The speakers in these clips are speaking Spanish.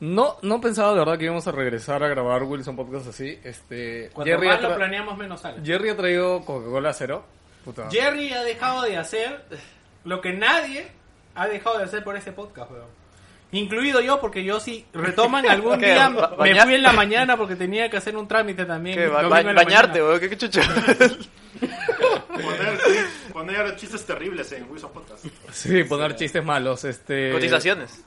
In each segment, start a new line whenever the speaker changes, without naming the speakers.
No, no pensaba de verdad que íbamos a regresar a grabar Wilson Podcast así. Este,
Cuanto
Jerry,
más
ha
lo
tra-
planeamos, menos sale.
Jerry ha traído Coca-Cola cero. Puta.
Jerry ha dejado de hacer lo que nadie ha dejado de hacer por este podcast, weón. Incluido yo, porque yo sí retoman algún
¿Qué?
día
Ba-
me
bañar-
fui en la mañana porque tenía que hacer un trámite también.
¿Qué? Ba-
domingo
ba-
en la
bañarte,
mañana.
weón, qué chucha.
Poner, poner chistes terribles en Wilson Podcast.
Sí, poner chistes malos. Este...
Cotizaciones.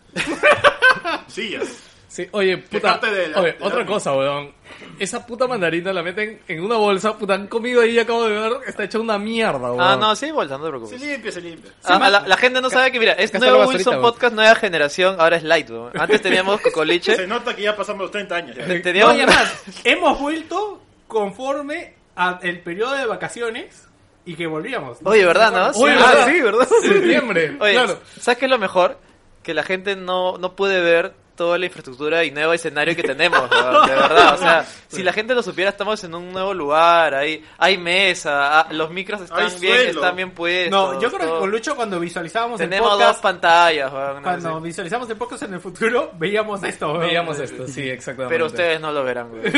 Sillas.
Sí, oye, puta.
Quejarte de la-
oye,
de la-
otra cosa, weón. Esa puta mandarina la meten en una bolsa, puta, han comido ahí, acabo de ver, está hecha una mierda, weón.
Ah, no, sí, bolsa, no te
Se
preocupes.
limpia, se limpia.
Ah, ah, la, la gente no sabe que, mira, es
Cásalo
nuevo
basurita,
Wilson
weón.
Podcast, nueva generación, ahora es Light, weón. Antes teníamos
Se
Cocoliche.
nota que ya pasamos los 30 años. ya.
No,
teníamos...
y además, hemos vuelto conforme a el periodo de vacaciones y que volvíamos.
Oye, ¿verdad, no?
Oye,
ah,
¿verdad?
sí, ¿verdad?
Septiembre,
Oye,
claro.
¿sabes qué es lo mejor? Que la gente no, no puede ver toda la infraestructura y nuevo escenario que tenemos, weón, de verdad. O sea, si la gente lo supiera, estamos en un nuevo lugar, hay, hay mesa, ah, los micros están
Hay
bien,
suelo.
están bien puestos.
no, yo creo que
todo.
con Lucho cuando visualizábamos el
tenemos dos
podcast, Ah,
pantallas, weón, no
cuando
sé.
visualizamos el podcast en el futuro, veíamos esto. weón.
Veíamos esto, sí, exactamente.
pero ustedes no lo verán, weón.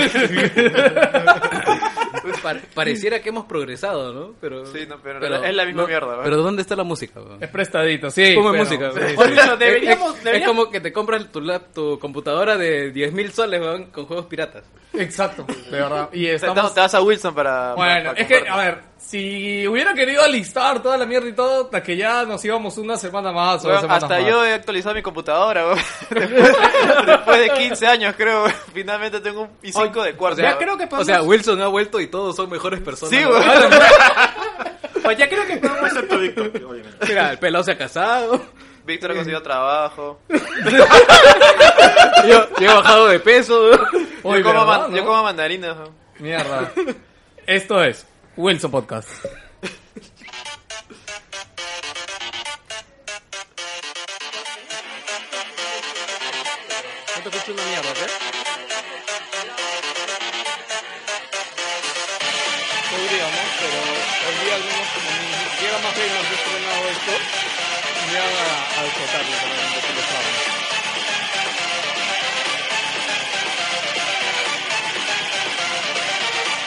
Pa- pareciera que hemos progresado, ¿no? Pero,
Sí, no, pero es la misma
no,
mierda, ¿verdad?
Pero ¿dónde está la música? weón?
Es prestadito, sí.
Ponme
pero-
música.
sí,
Oye,
sí.
pero deberíamos,
es,
deberíamos-
como que te compras tu, lap- tu computadora de 10.000 soles weón, con juegos piratas.
Exacto, de verdad. Y
Te-
estamos
te vas a Wilson para...
Bueno,
para
es que, a
comprarte.
ver, si hubiera querido alistar toda la mierda y todo, hasta que ya nos íbamos una semana más o
Weón,
dos semanas
hasta
más.
yo he actualizado mi computadora, weón. después, después de 15 años creo, weón. finalmente tengo un i5 de cuarto.
ya
weón.
creo que
O
podemos,
sea, Wilson ha vuelto y todos son mejores personas.
Sí,
¿no?
weón.
pues ya creo que podemos
Excepto Víctor, obviamente.
Mira, el pelado se ha casado.
Víctor ha conseguido trabajo.
Yo, yo he bajado de peso.
Oye,
yo, como
¿verdad,
man-
no?
yo como mandarinas. weón.
Mierda. Esto es Wilson Podcast.
No te escucho una mierda, ¿eh?
Podríamos, pero hoy día al menos como ni siquiera más bien nos he estrenado esto, me van a, a explotarlo, probablemente, si lo saben.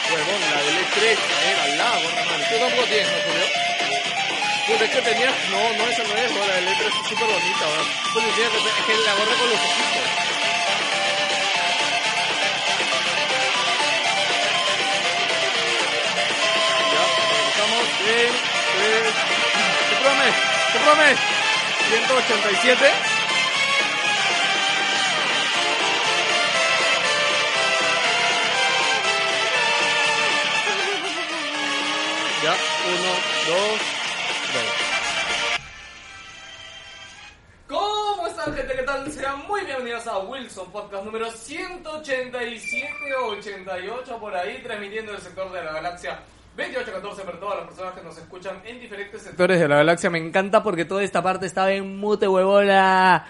Huevón, la del E3, era la, buena madre. Tú tampoco tienes, ¿no, Julio? Puta, es que tenías... No, no, esa no es, weón, la del E3 es súper bonita, weón. Pues decía que es que la gorra con los ojitos. Ya, estamos en... eh, ¿Qué programa es? ¿Qué programa es? 187. Ya, uno, dos, tres. ¿Cómo están, gente? ¿Qué tal? Sean muy bienvenidos a Wilson Podcast número 187 o 88 por ahí, transmitiendo el sector de la galaxia 2814 para todas las personas que nos escuchan en diferentes sectores de la galaxia. Me encanta porque toda esta parte estaba en mute, huevona.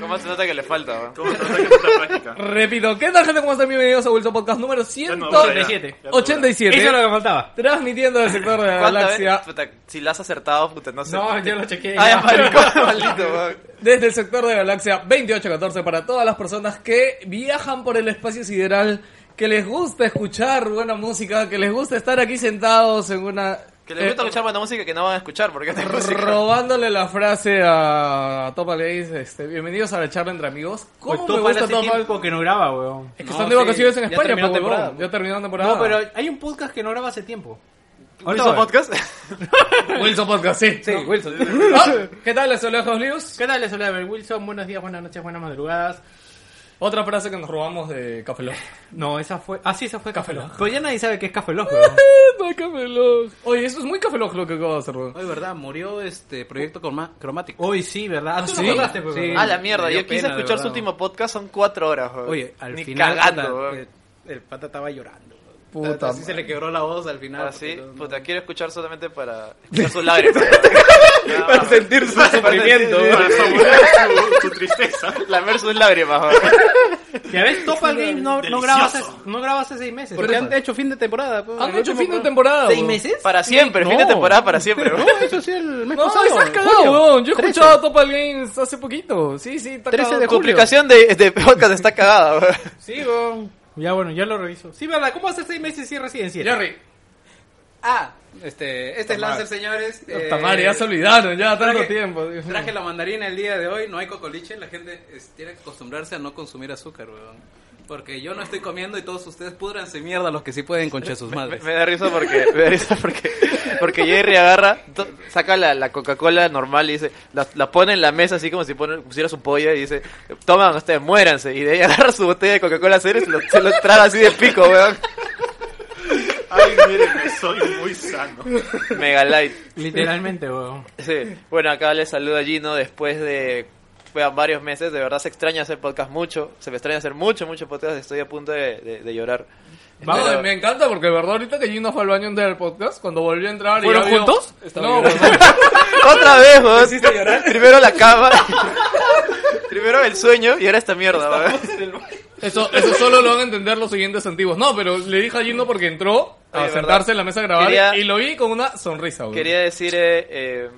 ¿Cómo se nota que le falta? weón?
¿Cómo se nota que falta práctica?
Repito, ¿qué tal, gente? ¿Cómo están? Bienvenidos a Wilson Podcast número
Ya no, ahora ya.
187.
Ya no, ahora.
87.
Eso es lo que faltaba.
Transmitiendo el sector de la
¿Cuántas
galaxia Ah,
veces? Puta, si la has acertado, puta, no sé.
No, yo lo chequeé.
Ay, maricón, maldito, weón.
Desde el sector de Galaxia 2814 para todas las personas que viajan por el espacio sideral, que les gusta escuchar buena música, que les gusta estar aquí sentados en una...
Que
Eh,
les gusta escuchar buena música que no van a escuchar, porque no hay
eh,
música.
robándole la frase a Topa Leis, este, bienvenidos a la charla entre amigos. ¿Cómo
Pues
me
Topal
gusta
hace
Topal?
tiempo que no graba, weón.
Es que
No,
están de
sí,
vacaciones en
ya
España,
terminó
pues, huevón,
temporada.
ya terminaron temporada.
No, pero hay un podcast que no graba hace tiempo.
¿Wilson Podcast?
Wilson Podcast, sí.
Sí, Wilson.
Ah, ¿Qué tal? Les saluda Jos Lius.
¿Qué tal? Les habla Abel Wilson. Buenos días, buenas noches, buenas madrugadas.
Otra frase que nos robamos de Café Lock.
No, esa fue... Ah, sí, esa fue Café
Café
Lock.
Lock.
Pero ya nadie sabe qué es Café Lock, weón.
No, Café Lock. Oye, eso es muy Café Lock lo que acabo de hacer, huevón.
Hoy, ¿verdad? Murió este proyecto croma- cromático.
Hoy sí, ¿verdad? Ah, tú
¿Sí?
te acordaste, pues,
Sí.
weón.
Ah, la mierda,
Me dio
yo quise
pena, de
escuchar
verdad,
su
weón.
último podcast, son cuatro horas, weón.
Oye, al
Ni
final.
cagando,
puta, eh,
weón.
eh,
Ah,
el, el pata estaba llorando. weón.
Puta
Así se le quebró la voz al final.
Ah, sí,
porque no-
puta, quiero escuchar solamente para escuchar sus lágrimas. Nada
Para
más.
sentir su
Para sentir-
sufrimiento.
Para saborear su, su tristeza.
Lamer sus lágrimas, weón.
Ya ves, Topal Game no, no grabas,
Delicioso.
no grabas hace seis meses.
Porque han hecho fin de temporada.
Ah,
pues.
¿Han
El
hecho
último
fin de
fue-
temporada,
¿Seis
weón?
meses?
Para siempre,
No.
fin de temporada para siempre.
No,
bro.
eso sí el mes
No,
pasado.
estás cagado,
Julio.
weón. Yo he
13.
escuchado a Topal Games hace poquito. Sí, sí, está
13
cagado.
de
Tu
julio.
aplicación de, de podcast está cagada. bro.
Sí, weón. Ya bueno, ya lo reviso. Sí, verdad, ¿cómo hace seis meses si recién siete?
Jerry.
Ah, este, este es
Tamar.
Lancer, señores. Eh,
Puta madre, ya se olvidaron, ya tanto
traje-
tiempo. Dios mío.
Traje la mandarina el día de hoy, no hay cocoliche, la gente es- tiene que acostumbrarse a no consumir azúcar, weón. Porque yo no estoy comiendo y todos ustedes pudranse mierda los que sí pueden concha sus
Me,
madres.
me da risa porque, me da risa porque, porque Jerry agarra, to- saca la, la Coca-Cola normal y dice, la, la pone en la mesa así como si pone, pusiera su polla y dice, toman ustedes, muéranse. Y de ahí agarra su botella de Coca-Cola cero y se lo, se lo traga así de pico, weón.
Ay, miren, que soy muy sano.
Mega light.
Literalmente, weón.
Sí. Bueno, acá les saluda Gino después de weón, varios meses. De verdad se extraña hacer podcast mucho. Se me extraña hacer mucho, mucho podcast. Estoy a punto de, de- de llorar.
Vamos,
Pero-
me encanta porque de verdad ahorita que Gino fue al baño del podcast, cuando volvió a entrar y
¿Fueron
ya vio-
juntos?
No,
Estaba
weón.
Otra vez, weón.
hiciste llorar?
Primero la cama. Primero el sueño y ahora esta mierda, weón.
eso, eso solo lo van a entender los siguientes antiguos. No, pero le dije a Gino porque entró a
Oye,
sentarse
verdad.
en la mesa a grabar
Quería-
y lo vi con una sonrisa, weón.
Quería decir eh, eh,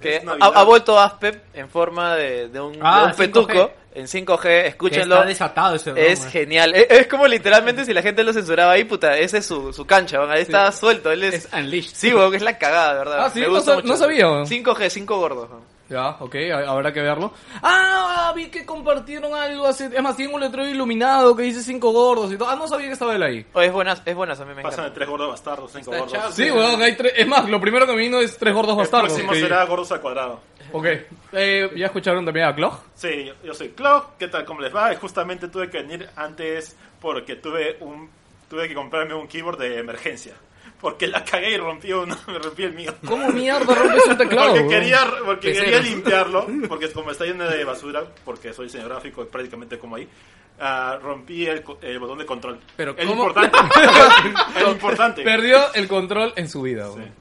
que
Es
ha,
Navidad.
ha vuelto Aspep en forma de, de un,
Ah,
de un
5G.
petuco en 5G.
Que
Escúchenlo.
Está desatado ese weón,
Es
weón.
genial. Es, es como literalmente si la gente lo censuraba ahí, puta. Ese es su, su cancha, weón. Ahí está suelto. Él es,
Es unleashed.
Sí, weón, es la cagada, de verdad.
Ah, sí, no sab- no sabía, weón.
5G, 5 gordos. weón.
Ya, ok, ha- habrá que verlo. Ah, vi que compartieron algo hace... Es más, tiene un letrero iluminado que dice cinco gordos y todo. Ah, no sabía que estaba él ahí.
Oh, es buenas, es buenas, a mí me
Pasan de
encanta.
tres gordos bastardos, cinco
Está chavo.
gordos.
Sí, weón, hay tres... Es más, lo primero que me vino es tres gordos
El
bastardos.
próximo
que-
será gordos al cuadrado.
Ok. Eh, ¿Ya escucharon también a Clog?
Sí, yo, yo soy Clau, ¿qué tal? ¿Cómo les va? Justamente tuve que venir antes porque tuve un tuve que comprarme un keyboard de emergencia. Porque la cagué y rompí, uno, me rompí el mío.
¿Cómo mierda rompes un teclado?
porque
weón?
quería, porque
Peceras.
quería limpiarlo, porque como está lleno de basura, porque soy diseño gráfico prácticamente como ahí, ah, rompí el, co- el botón de control.
Pero
el
¿cómo?
importante. el importante.
Perdió el control en su vida, weón.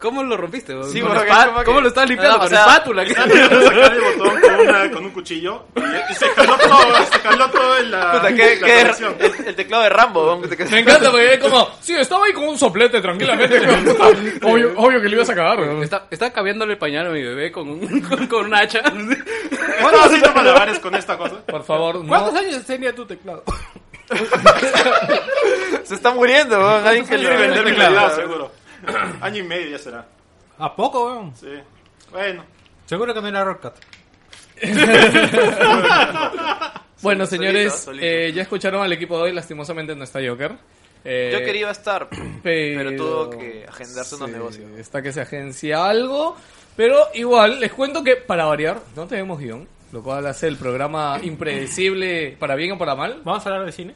¿Cómo lo rompiste, weón?
Sí,
Con
porque
espa-
es como que-
¿Cómo lo estabas limpiando?
No, o
con
sea-
espátula. ¿qué?
Tratando de sacar el botón con, una- con un cuchillo y, y se jaló todo, se jaló todo en la,
Puta, qué-
la
qué- er,
conexión.
el, el teclado de Rambo, weón.
Me encanta porque es como, sí, estaba ahí con un soplete tranquilamente. obvio, obvio que le ibas a cagar, weón.
Está, está cambiándole el pañal a mi bebé con un, con, con un hacha.
¿Cuánto haciendo malabares con esta cosa?
Por favor, no.
¿Cuántos años tenía tu teclado?
Se está muriendo, weón. Alguien que
Quiere
lo-
vender mi
Claro.
calidad, seguro. Año y medio ya será.
¿A poco, weón?
Sí. Bueno,
Seguro que no era Rockcat.
Bueno,
Solito,
señores,
solito.
eh, ya escucharon al equipo de hoy, lastimosamente no está Joker. Eh,
Yo quería iba a estar, pero
pero-
tuvo que agendarse unos
sí,
negocios.
Está que se agencia algo, pero igual les cuento que, para variar, no tenemos guión, lo cual hace el programa impredecible para bien o para mal.
¿Vamos a hablar de cine?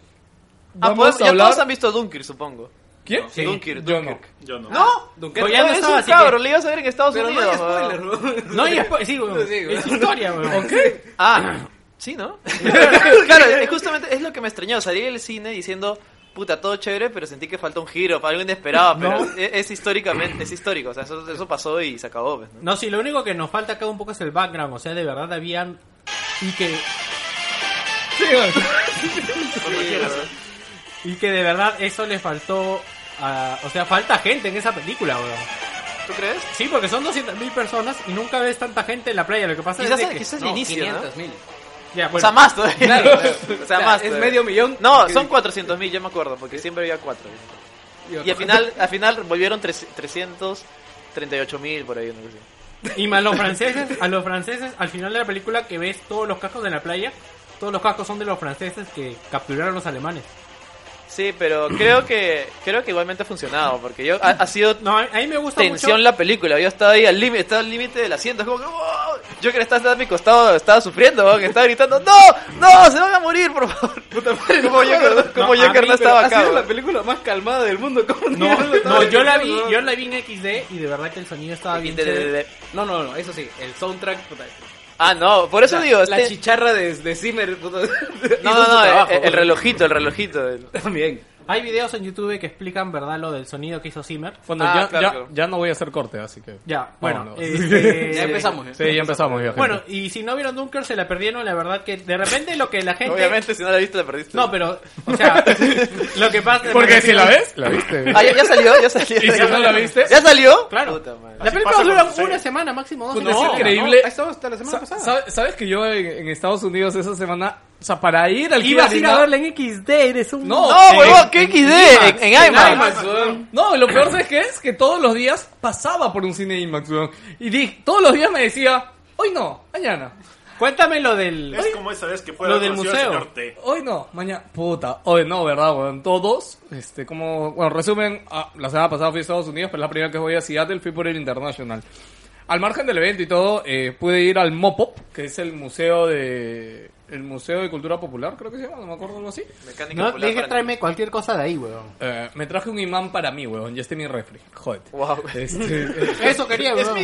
Ah,
Vamos
podemos-
a
ya
hablar...
todos han visto Dunkirk, supongo.
¿Quién?
Sí.
Dunkirk,
Yo
Dunkirk.
no.
yo no.
¿No?
Dunkirk.
Pero
Pero ya no
es
estaba,
un
así que-
cabrón, le ibas a ver en Estados
Pero no
Unidos.
hay
weón.
spoiler, weón.
No, y después, sí, weón.
Sí, weón.
Es historia, weón.
Ah, sí, ¿no? claro, es- justamente es lo que me extrañó. Salí del cine diciendo, puta, todo chévere, pero sentí que falta un giro, algo inesperado, pero es, es históricamente, es histórico, o sea, eso, eso pasó y se acabó, pues, ¿no?
No, sí, lo único que nos falta acá un poco es el background. O sea, de verdad habían. Y que,
Sí, bueno.
y que de verdad eso le faltó. a- o sea, falta gente en esa película, weón.
¿Tú crees?
Sí, porque son 200.000 personas y nunca ves tanta gente en la playa. Lo que pasa
Quizás,
es de que.
quizás el
No,
inicio, ¿no?
500.000.
Ya, bueno.
O sea, más todavía.
Claro, claro.
O sea, más
Es
todavía.
medio millón.
No,
Que-
son 400 mil, yo me acuerdo, porque siempre había cuatro. Y al final, al final volvieron 338 mil por ahí. No sé.
Y más los franceses, a los franceses, al final de la película que ves todos los cascos de la playa, todos los cascos son de los franceses que capturaron a los alemanes.
Sí, pero creo que creo que igualmente ha funcionado, porque yo ha, ha sido
No, a, a mí me gusta
tensión
mucho.
la película. Yo estaba ahí al límite, estaba al límite del asiento. Es como que, ¡wow! yo que estaba a mi costado, estaba sufriendo, ¿no? que estaba gritando, ¡No! ¡No! ¡Se van a morir, por favor! como yo, como
No,
yo
a
que
mí, pero
no estaba
Ha
acá.
sido la
¿no?
película más calmada del mundo. ¿cómo
No,
mierda estaba
no, yo la vi,
viendo,
yo
weón?
la vi en XD y de verdad que el sonido estaba
Y
bien.
de- de-
chévere. Este-
de-
No, no, no, eso sí, el soundtrack. puta,
Ah, no, por eso
la,
digo.
la
este-
chicharra de, de Zimmer. puta, hizo
No, no,
su
no, eh,
trabajo,
el, el
weón.
relojito, el relojito. el-
También.
Hay videos en YouTube que explican, ¿verdad?, lo del sonido que hizo Zimmer.
Bueno,
Ah,
ya,
claro,
ya-
claro.
ya no voy a hacer corte, así que.
Ya, bueno.
vámonos.
este-
Ya empezamos. ¿eh?
Sí, Oh, ya empezamos. ya, gente.
Bueno, y si no vieron Dunker, se la perdieron. La verdad que de repente lo que la gente.
Obviamente, si no la viste, la perdiste.
No, pero, o sea, lo que pasa.
porque si la ves, la viste.
Ah, ya, ya salió, ya salió.
¿Y si no la viste?
¿Ya salió?
Claro.
Puta madre.
La película
pasa con
dura
los sellos.
una semana, máximo dos
Puta,
semanas,
es
¿no?
increíble.
Ahí estaba hasta la semana
Sa-
pasada.
sabe- ¿Sabes que yo en, en Estados Unidos esa semana, o sea, para ir al
Ibas a ir a
Kibarina-
verla en XD, eres un.
No,
No,
en-
huevón, ¿qué XD? En, en IMAX.
No, lo peor es que es que todos los días pasaba por un cine IMAX, weón. Y di- todos los días me decía, hoy no, mañana.
Cuéntame lo del.
Es como esa vez que fue
Lo
a
del
conocer al
museo.
señor T.
Hoy no, mañana. Puta, hoy no, ¿verdad, weón? Todos, este, como, bueno, resumen, ah, la semana pasada fui a Estados Unidos, pero la primera que voy a Seattle fui por el International. Al margen del evento y todo, eh, pude ir al Mopop, que es el museo de... El Museo de Cultura Popular, creo que se llama, no me acuerdo algo así.
Mecánica
No,
popular
dije
para
tráeme cualquier cosa de ahí, weón.
Eh, me traje un imán para mí, weón. Ya esté mi refri. Jódete.
Wow.
Este,
Eso quería, weón.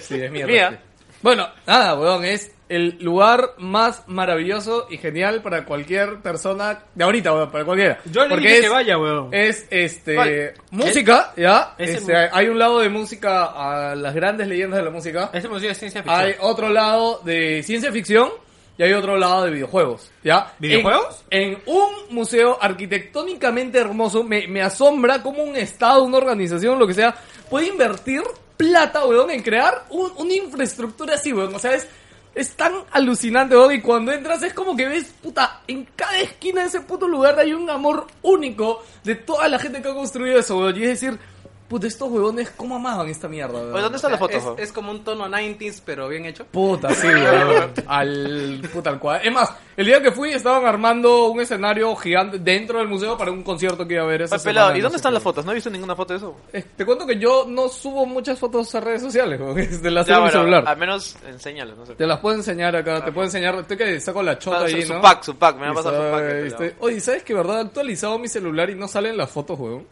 sí, es mi
Mía.
refri. Bueno, nada, weón. Es el lugar más maravilloso y genial para cualquier persona de ahorita, weón. Para cualquiera.
Yo le
Porque
dije
es,
que vaya, weón.
Es este.
¿Cuál?
Música, ya.
Ese
Este,
mu-
hay un lado de música a las grandes leyendas de la música.
Ese museo de ciencia ficción.
Hay otro lado de ciencia ficción y hay otro lado de videojuegos. ¿Ya?
¿Videojuegos?
En, en un museo arquitectónicamente hermoso, me, me asombra cómo un estado, una organización, lo que sea, puede invertir plata, weón, en crear un- una infraestructura así, weón. O sea, es. Es tan alucinante, weón, y cuando entras es como que ves, puta, en cada esquina de ese puto lugar hay un amor único de toda la gente que ha construido eso, weón. Y es decir, puta, estos weones, ¿cómo amaban esta mierda, weón?
Oye, ¿dónde están las
O sea,
fotos?
es-
weón?
es como un tono 90s, pero bien hecho.
Puta, sí, weón. Al puta al cuadro. Es más, el día que fui estaban armando un escenario gigante dentro del museo para un concierto que iba a haber esa
Oye, pelado,
semana,
¿y
no
dónde
sé
están
qué.
las fotos? No he visto ninguna foto de eso.
Eh, te cuento que yo no subo muchas fotos a redes sociales, weón. Desde la
Ya,
subo a mi
bueno,
celular.
al menos enséñalo, no sé.
Te las puedo enseñar acá, te puedo enseñar. Estoy que saco la chota
Ah,
ahí,
su- su
¿no?
pack, su pack, me va a
Y
pasar su
sabe-
pack, el
estoy-
pelado.
Oye, ¿sabes que verdad? He actualizado mi celular y no salen las fotos, weón.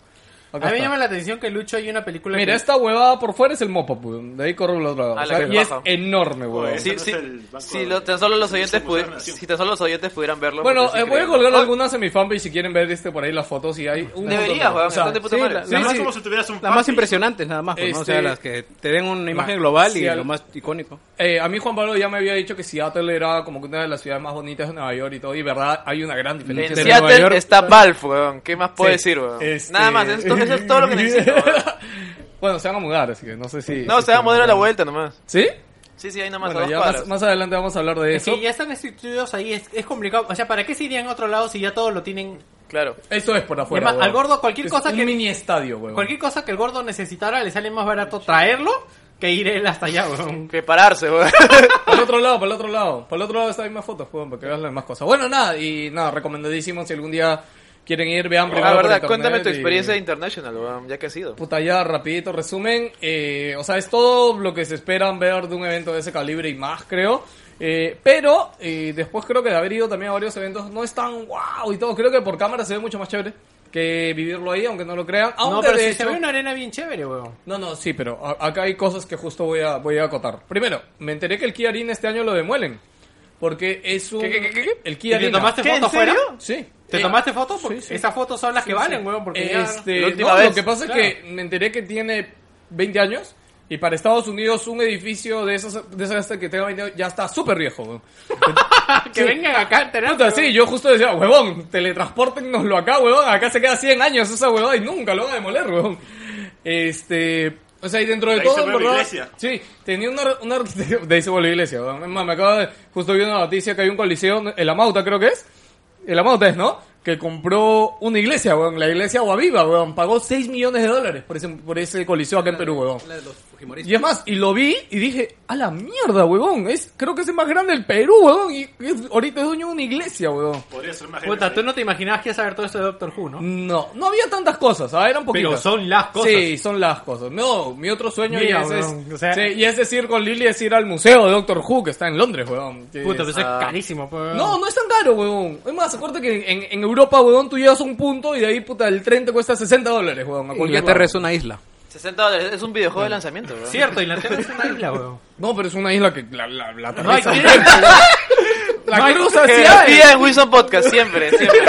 Acá
A mí me
está.
llama la atención que Lucho hay una película.
Mira,
que-
esta huevada por fuera es el mopa, weón. De ahí corro la otra.
Ah,
o
la
sea,
que
y es
baja. Pues,
enorme, weón.
Oye,
Sí,
Ese no
sí,
es el banco
si,
de-
lo- tan solo los
el
oyentes
Museo
pudi-
de la Nación.
si tan solo los oyentes pudieran verlo.
Bueno,
porque sí
eh, voy a
creo.
colgar
Ah,
algunas en mi fanpage si quieren ver este por ahí las fotos y hay un
Deberías,
montón de-
weón,
o sea,
están de puta
sí,
madre.
la-
Nada
sí,
más
sí.
como si tuvieras un
Las más
fanpage.
impresionantes, nada más. pues, ¿no? O sea,
Este-
las que te den una imagen
Ma-
global
sí,
y
al-
lo más icónico.
Eh, a mí Juan Pablo ya me había dicho que Seattle era como que una de las ciudades más bonitas de Nueva York y todo, y verdad, hay una gran diferencia.
En
entre
Seattle
Nueva York-
está Valve, weón. ¿Qué más puedo
Sí,
decir, weón?
este-
Nada más, eso, eso es todo lo que necesito. weón.
bueno, se van a mudar, así que no sé si...
No,
si
se va a
están-
mudar a la vuelta nomás.
¿Sí?
Sí, sí, ahí nomás
Bueno,
a dos
ya
cuadras.
más, más adelante vamos a hablar de
Es
eso.
que ya están instituidos ahí, es, es complicado. O sea, ¿para qué se irían a otro lado si ya todo lo tienen?
Claro.
Eso es por afuera,
Además,
weón.
al gordo, cualquier
Es
cosa
un
que-
mini estadio, weón.
Cualquier cosa que el gordo necesitara le sale más barato traerlo que ir él hasta allá, weón.
Prepararse, weón.
Para el otro lado, para el otro lado. Para el otro lado está misma foto, weón, para que veas las demás cosas. Bueno, nada, y nada, recomendadísimo si algún día quieren ir, vean primero.
La
por
Ah, verdad,
internet
cuéntame tu
y-
experiencia internacional, weón, ya que has ido.
Puta, ya, rapidito, resumen. eh, o sea, es todo lo que se esperan ver de un evento de ese calibre y más, creo. Eh, pero eh, después creo que de haber ido también a varios eventos no es tan wow y todo. Creo que por cámara se ve mucho más chévere que vivirlo ahí, aunque no lo crean.
No,
Aunque
pero
de
si se
hecho-
ve una arena bien chévere, weón.
no, no, sí, pero a- acá hay cosas que justo voy a, voy a acotar. Primero, me enteré que el Kia Arena este año lo demuelen. Porque es un...
¿Qué, qué, qué, qué?
El
¿Y
Kia
te
Arena.
tomaste foto afuera?
Sí.
¿Te
Eh,
tomaste fotos? Porque
sí, sí.
esas fotos son las que
Sí,
valen,
sí.
weón, porque ya-
este,
La última
no,
vez,
Lo que pasa es que
claro.
me enteré que tiene 20 años y para Estados Unidos un edificio de esas, de esas que tenga 20 años ya está súper viejo. weón.
que vengan acá a enterarse,
Puta,
weón.
sí, yo justo decía, huevón, teletransportennoslo acá, huevón, acá se queda 100 años esa huevada y nunca lo van a demoler, huevón. Este, o sea, y dentro de,
De ahí
todo,
se
en
vuelve
verdad,
iglesia.
sí, tenía una, una de ahí se volvió iglesia, huevón. Es más, me acaba de, justo vi una noticia que hay un coliseo, el Amauta creo que es, el Amauta es, ¿no? Que compró una iglesia, huevón, la iglesia Aguaviva, huevón, pagó 6 millones de dólares por ese, por ese coliseo acá en Perú, huevón.
La de los Fujimoristas.
Y es más, y lo vi y dije, a la mierda, huevón, es, creo que es el más grande del Perú, huevón, y es- ahorita es dueño de una iglesia, huevón.
Podría ser más
Puta,
genial.
tú no te imaginabas que ibas a ver todo esto de Doctor Who, ¿no?
No, no había tantas cosas, ¿ah? eran poquitas.
Pero son las cosas.
Sí, son las cosas. No, mi otro sueño
Mira,
y, ese es,
weón, o sea-
sí, y ese es ir con Lily es ir al museo de Doctor Who que está en Londres, weón. Que
Puta,
es-
pero eso es
Ah.
carísimo, pues, weón.
No, no es tan caro, weón. Es más, acuérdate que en, en Europa, weón, tú llevas a un punto y de ahí, puta, el tren te cuesta 60 dólares, weón. a cualquier
Inglaterra
lado.
es una isla.
60 dólares, es un videojuego de lanzamiento, weón.
Cierto, Inglaterra es una isla, weón.
No, pero es una isla que la, la, la
No hay
atraviesa-
tren,
la cruza hacia
Geografía en Wilson Podcast, siempre, siempre.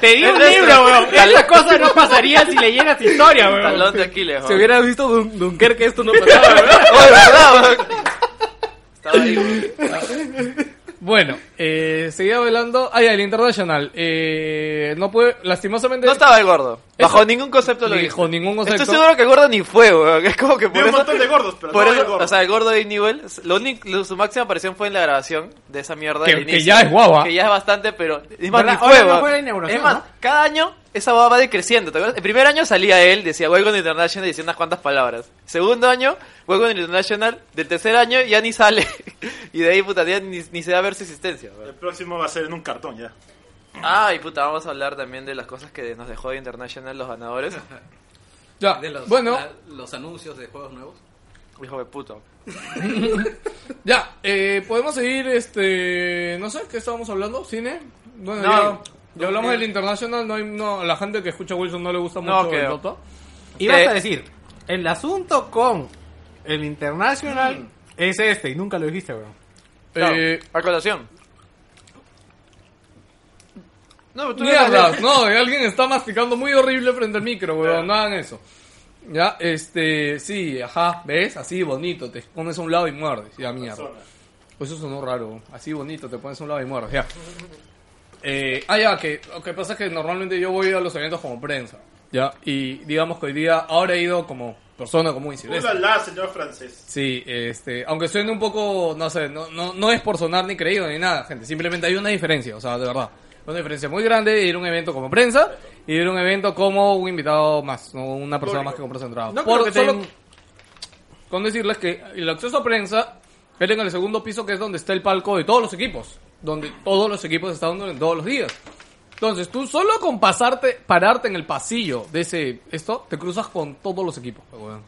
Te di
este
un
Es nuestro.
libro, weón.
Tal-
Estas cosas no pasarían si leyeras historia, weón.
Talón de Aquiles,
Si
weón.
hubiera visto Dun- Dunkerque, esto no pasaba, ¿verdad?
Oh, de verdad, weón. Estaba ahí, weón.
Bueno, eh, seguía hablando. Ah, ya, el International. Eh, no puede, lastimosamente.
No estaba el gordo. Bajo
Eso-
ningún concepto lo
Bajo
dijo.
ningún concepto.
Estoy seguro que el gordo ni fue, weón. Es como que
Vi
por
un
eso...
montón de gordos, pero
Por
no
eso,
el gordo.
o sea, el gordo de Newell, lo único- lo- su máxima aparición fue en la grabación de esa mierda
Que-
del
que
inicio,
ya es guagua.
Que ya es bastante, pero es más,
¿Verdad?
ni fue,
Ahora no
weón.
fue la inauguración,
Es más,
¿no?
cada año esa guagua va decreciendo, ¿te acuerdas? El primer año salía él, decía Welcome International, decía unas cuantas palabras. Segundo año, Welcome International, del tercer año ya ni sale. y de ahí, puta, ya ni, ni se da a ver su existencia, weón.
El próximo va a ser en un cartón ya.
Ay, puta, vamos a hablar también de las cosas que nos dejó de International los ganadores.
Ya,
De los,
bueno,
la- los anuncios de juegos nuevos.
Hijo de puto.
ya, eh, podemos seguir, este, no sé, ¿qué estábamos hablando? ¿Cine? Bueno,
No. eh.
ya, ya hablamos del International, no hay, no, la gente que escucha Wilson no le gusta
No,
mucho
que-
el Dota.
Ibas
Eh.
a decir, el asunto con el International es este, y nunca lo dijiste, weón.
Eh,
No, a colación. No, pero tú
Mierdas, no, eh, alguien está masticando muy horrible frente al micro, weón, no hagan eso. Ya, este, sí, ajá, ¿ves? Así bonito, te pones a un lado y muerdes, ya mierda. Pues eso sonó raro, así bonito, te pones a un lado y muerdes, ya. Eh, ah, ya, que lo que pasa es que normalmente yo voy a los eventos como prensa, ya, y digamos que hoy día, ahora he ido como persona común y silvestre.
Ulala, señor francés.
Sí, este, aunque suene un poco, no sé, no, no, no es por sonar ni creído ni nada, gente, simplemente hay una diferencia, o sea, de verdad, una diferencia muy grande de ir a un evento como prensa y ir a un evento como un invitado más, no una persona más que un concentrado.
No
Por-
creo que te-
solo con decirles que el acceso a prensa es en el segundo piso que es donde está el palco de todos los equipos, donde todos los equipos están en todos los días. Entonces, tú solo con pasarte, pararte en el pasillo de ese esto, te cruzas con todos los equipos,
Ah,
weón.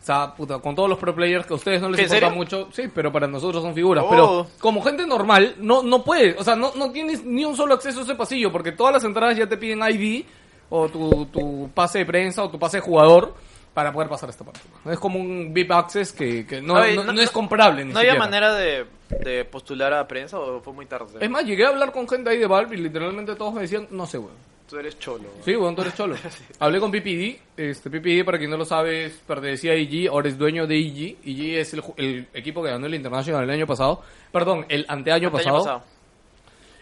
O sea, puta, con todos los pro players que a ustedes no les
¿En
importa
serio?
mucho, sí, pero para nosotros son figuras.
Oh.
Pero como gente normal, no, no puedes, o sea, no, no tienes ni un solo acceso a ese pasillo, porque todas las entradas ya te piden ID o tu, tu pase de prensa o tu pase de jugador para poder pasar esta parte. Es como un VIP Access que, que no,
Ay,
no-
no-
no es comprable. Ni
No había
siquiera.
manera de, de postular a prensa o fue muy tarde.
Es más, llegué a hablar con gente ahí de Valve y literalmente todos me decían, no sé, weón.
Tú eres cholo.
Sí, weón, tú eres cholo. Hablé con PPD. Este, PPD, para quien no lo sabe, es- pertenecía a EG, ahora es dueño de EG. EG es el, ju- el equipo que ganó el International el año pasado. Perdón, el anteaño
Hasta el
pasado.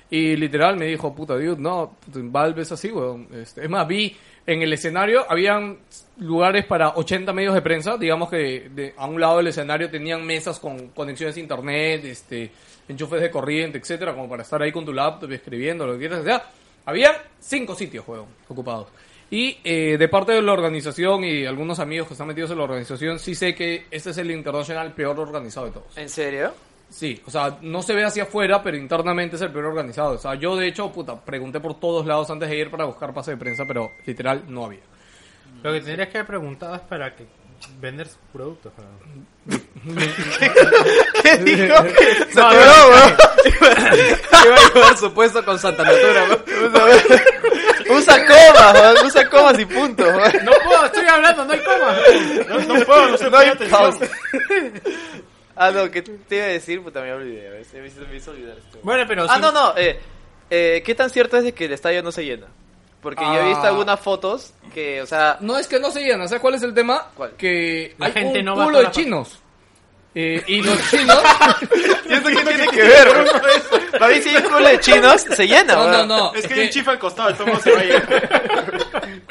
Y literal me dijo, puta, dude, no, puta, Valve es así, weón. Este, es más, vi en el escenario, habían lugares para 80 medios de prensa, digamos que de- a un lado del escenario tenían mesas con conexiones a internet, este, enchufes de corriente, etcétera, como para estar ahí con tu laptop escribiendo, lo que quieras, o sea, habían cinco sitios, weón, ocupados. Y eh, de parte de la organización y algunos amigos que están metidos en la organización, sí sé que este es el internacional peor organizado de todos.
¿En serio?
Sí, o sea, no se ve hacia afuera, pero internamente es el peor organizado. O sea, yo de hecho, puta, pregunté por todos lados antes de ir para buscar pase de prensa, pero literal no había.
Lo que tendrías que haber preguntado es para que vender sus productos, weón.
¿Qué dijo? Se no,
Iba a llevar su puesto con Santa Natura, weón.
Usa comas, weón, usa comas y puntos. weón.
No puedo, estoy hablando, no hay coma.
No, no puedo, no se puede atención.
Pausa. Ah, no, ¿qué te iba a decir? Puta, me olvidé. a ver, se Me hizo, me hizo olvidar esto.
Bueno, pero
Ah,
sí-
no, no. Eh, eh, ¿Qué tan cierto es de que el estadio no se llena? Porque yo he visto
Ah.
algunas fotos que, o sea,
No es que no se llena, ¿sabes cuál es el tema?
¿Cuál?
Que
La
hay
gente
un
no va
culo
a
de
todas
chinos. Eh, y los chinos...
¿Esto qué tiene que ver? weón? Para mí si hay un culo de chinos, se llena,
no, no,
weón.
no.
Es que
que
hay un chifa al costado, el tomo se va a ir.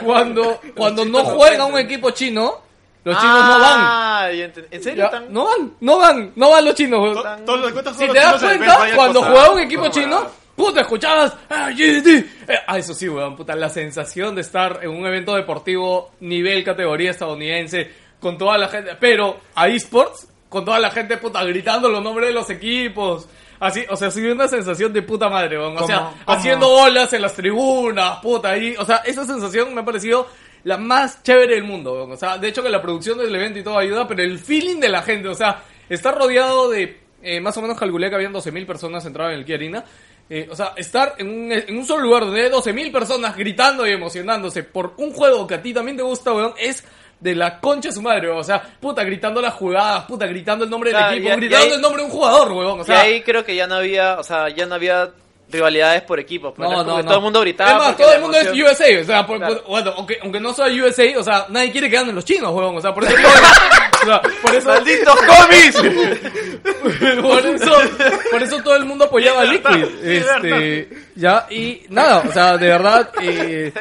cuando, cuando no juega un equipo chino, los chinos no van.
Ah, yo enten- ¿En serio?
Ya,
tan-
No van, no van, no van los chinos. weón.
To- Todos los cuentas
Si te das cuenta, cuando jugaba un equipo chino, puta, escuchabas. Ah, GD". Eh, ah, eso sí, weón, puta, la sensación de estar en un evento deportivo nivel categoría estadounidense con toda la gente, pero a esports, con toda la gente, puta, gritando los nombres de los equipos. Así, o sea, ha sido una sensación de puta madre, weón. O sea,
Como- como-
haciendo olas en las tribunas, puta, ahí. O sea, esa sensación me ha parecido la más chévere del mundo, weón. O sea, de hecho que la producción del evento y todo ayuda, pero el feeling de la gente, o sea, estar rodeado de, eh, más o menos calculé que habían 12.000 personas entradas en el Kiarina. Eh, o sea, estar en un, en un solo lugar donde hay 12.000 personas gritando y emocionándose por un juego que a ti también te gusta, weón, es de la concha de su madre, weón. O sea, puta, gritando las jugadas, puta, gritando el nombre del
Claro,
equipo,
y- y
gritando
ahí-
el nombre de un jugador, weón. O sea,
y ahí creo que ya no había, o sea, ya no había rivalidades por equipos. pues,
No,
es como
no,
que
no.
Todo el mundo gritaba.
Es más,
porque
todo
la
el mundo es
emoción-
USA. O sea, por-
Claro.
bueno, aunque, aunque no sea USA, o sea, nadie quiere que ganen los chinos, huevón. O sea, por eso. o sea, por eso.
¡Malditos cómics!
por eso, por eso todo el mundo apoyaba a Liquid. Este, ya, y nada, o sea, de verdad, eh,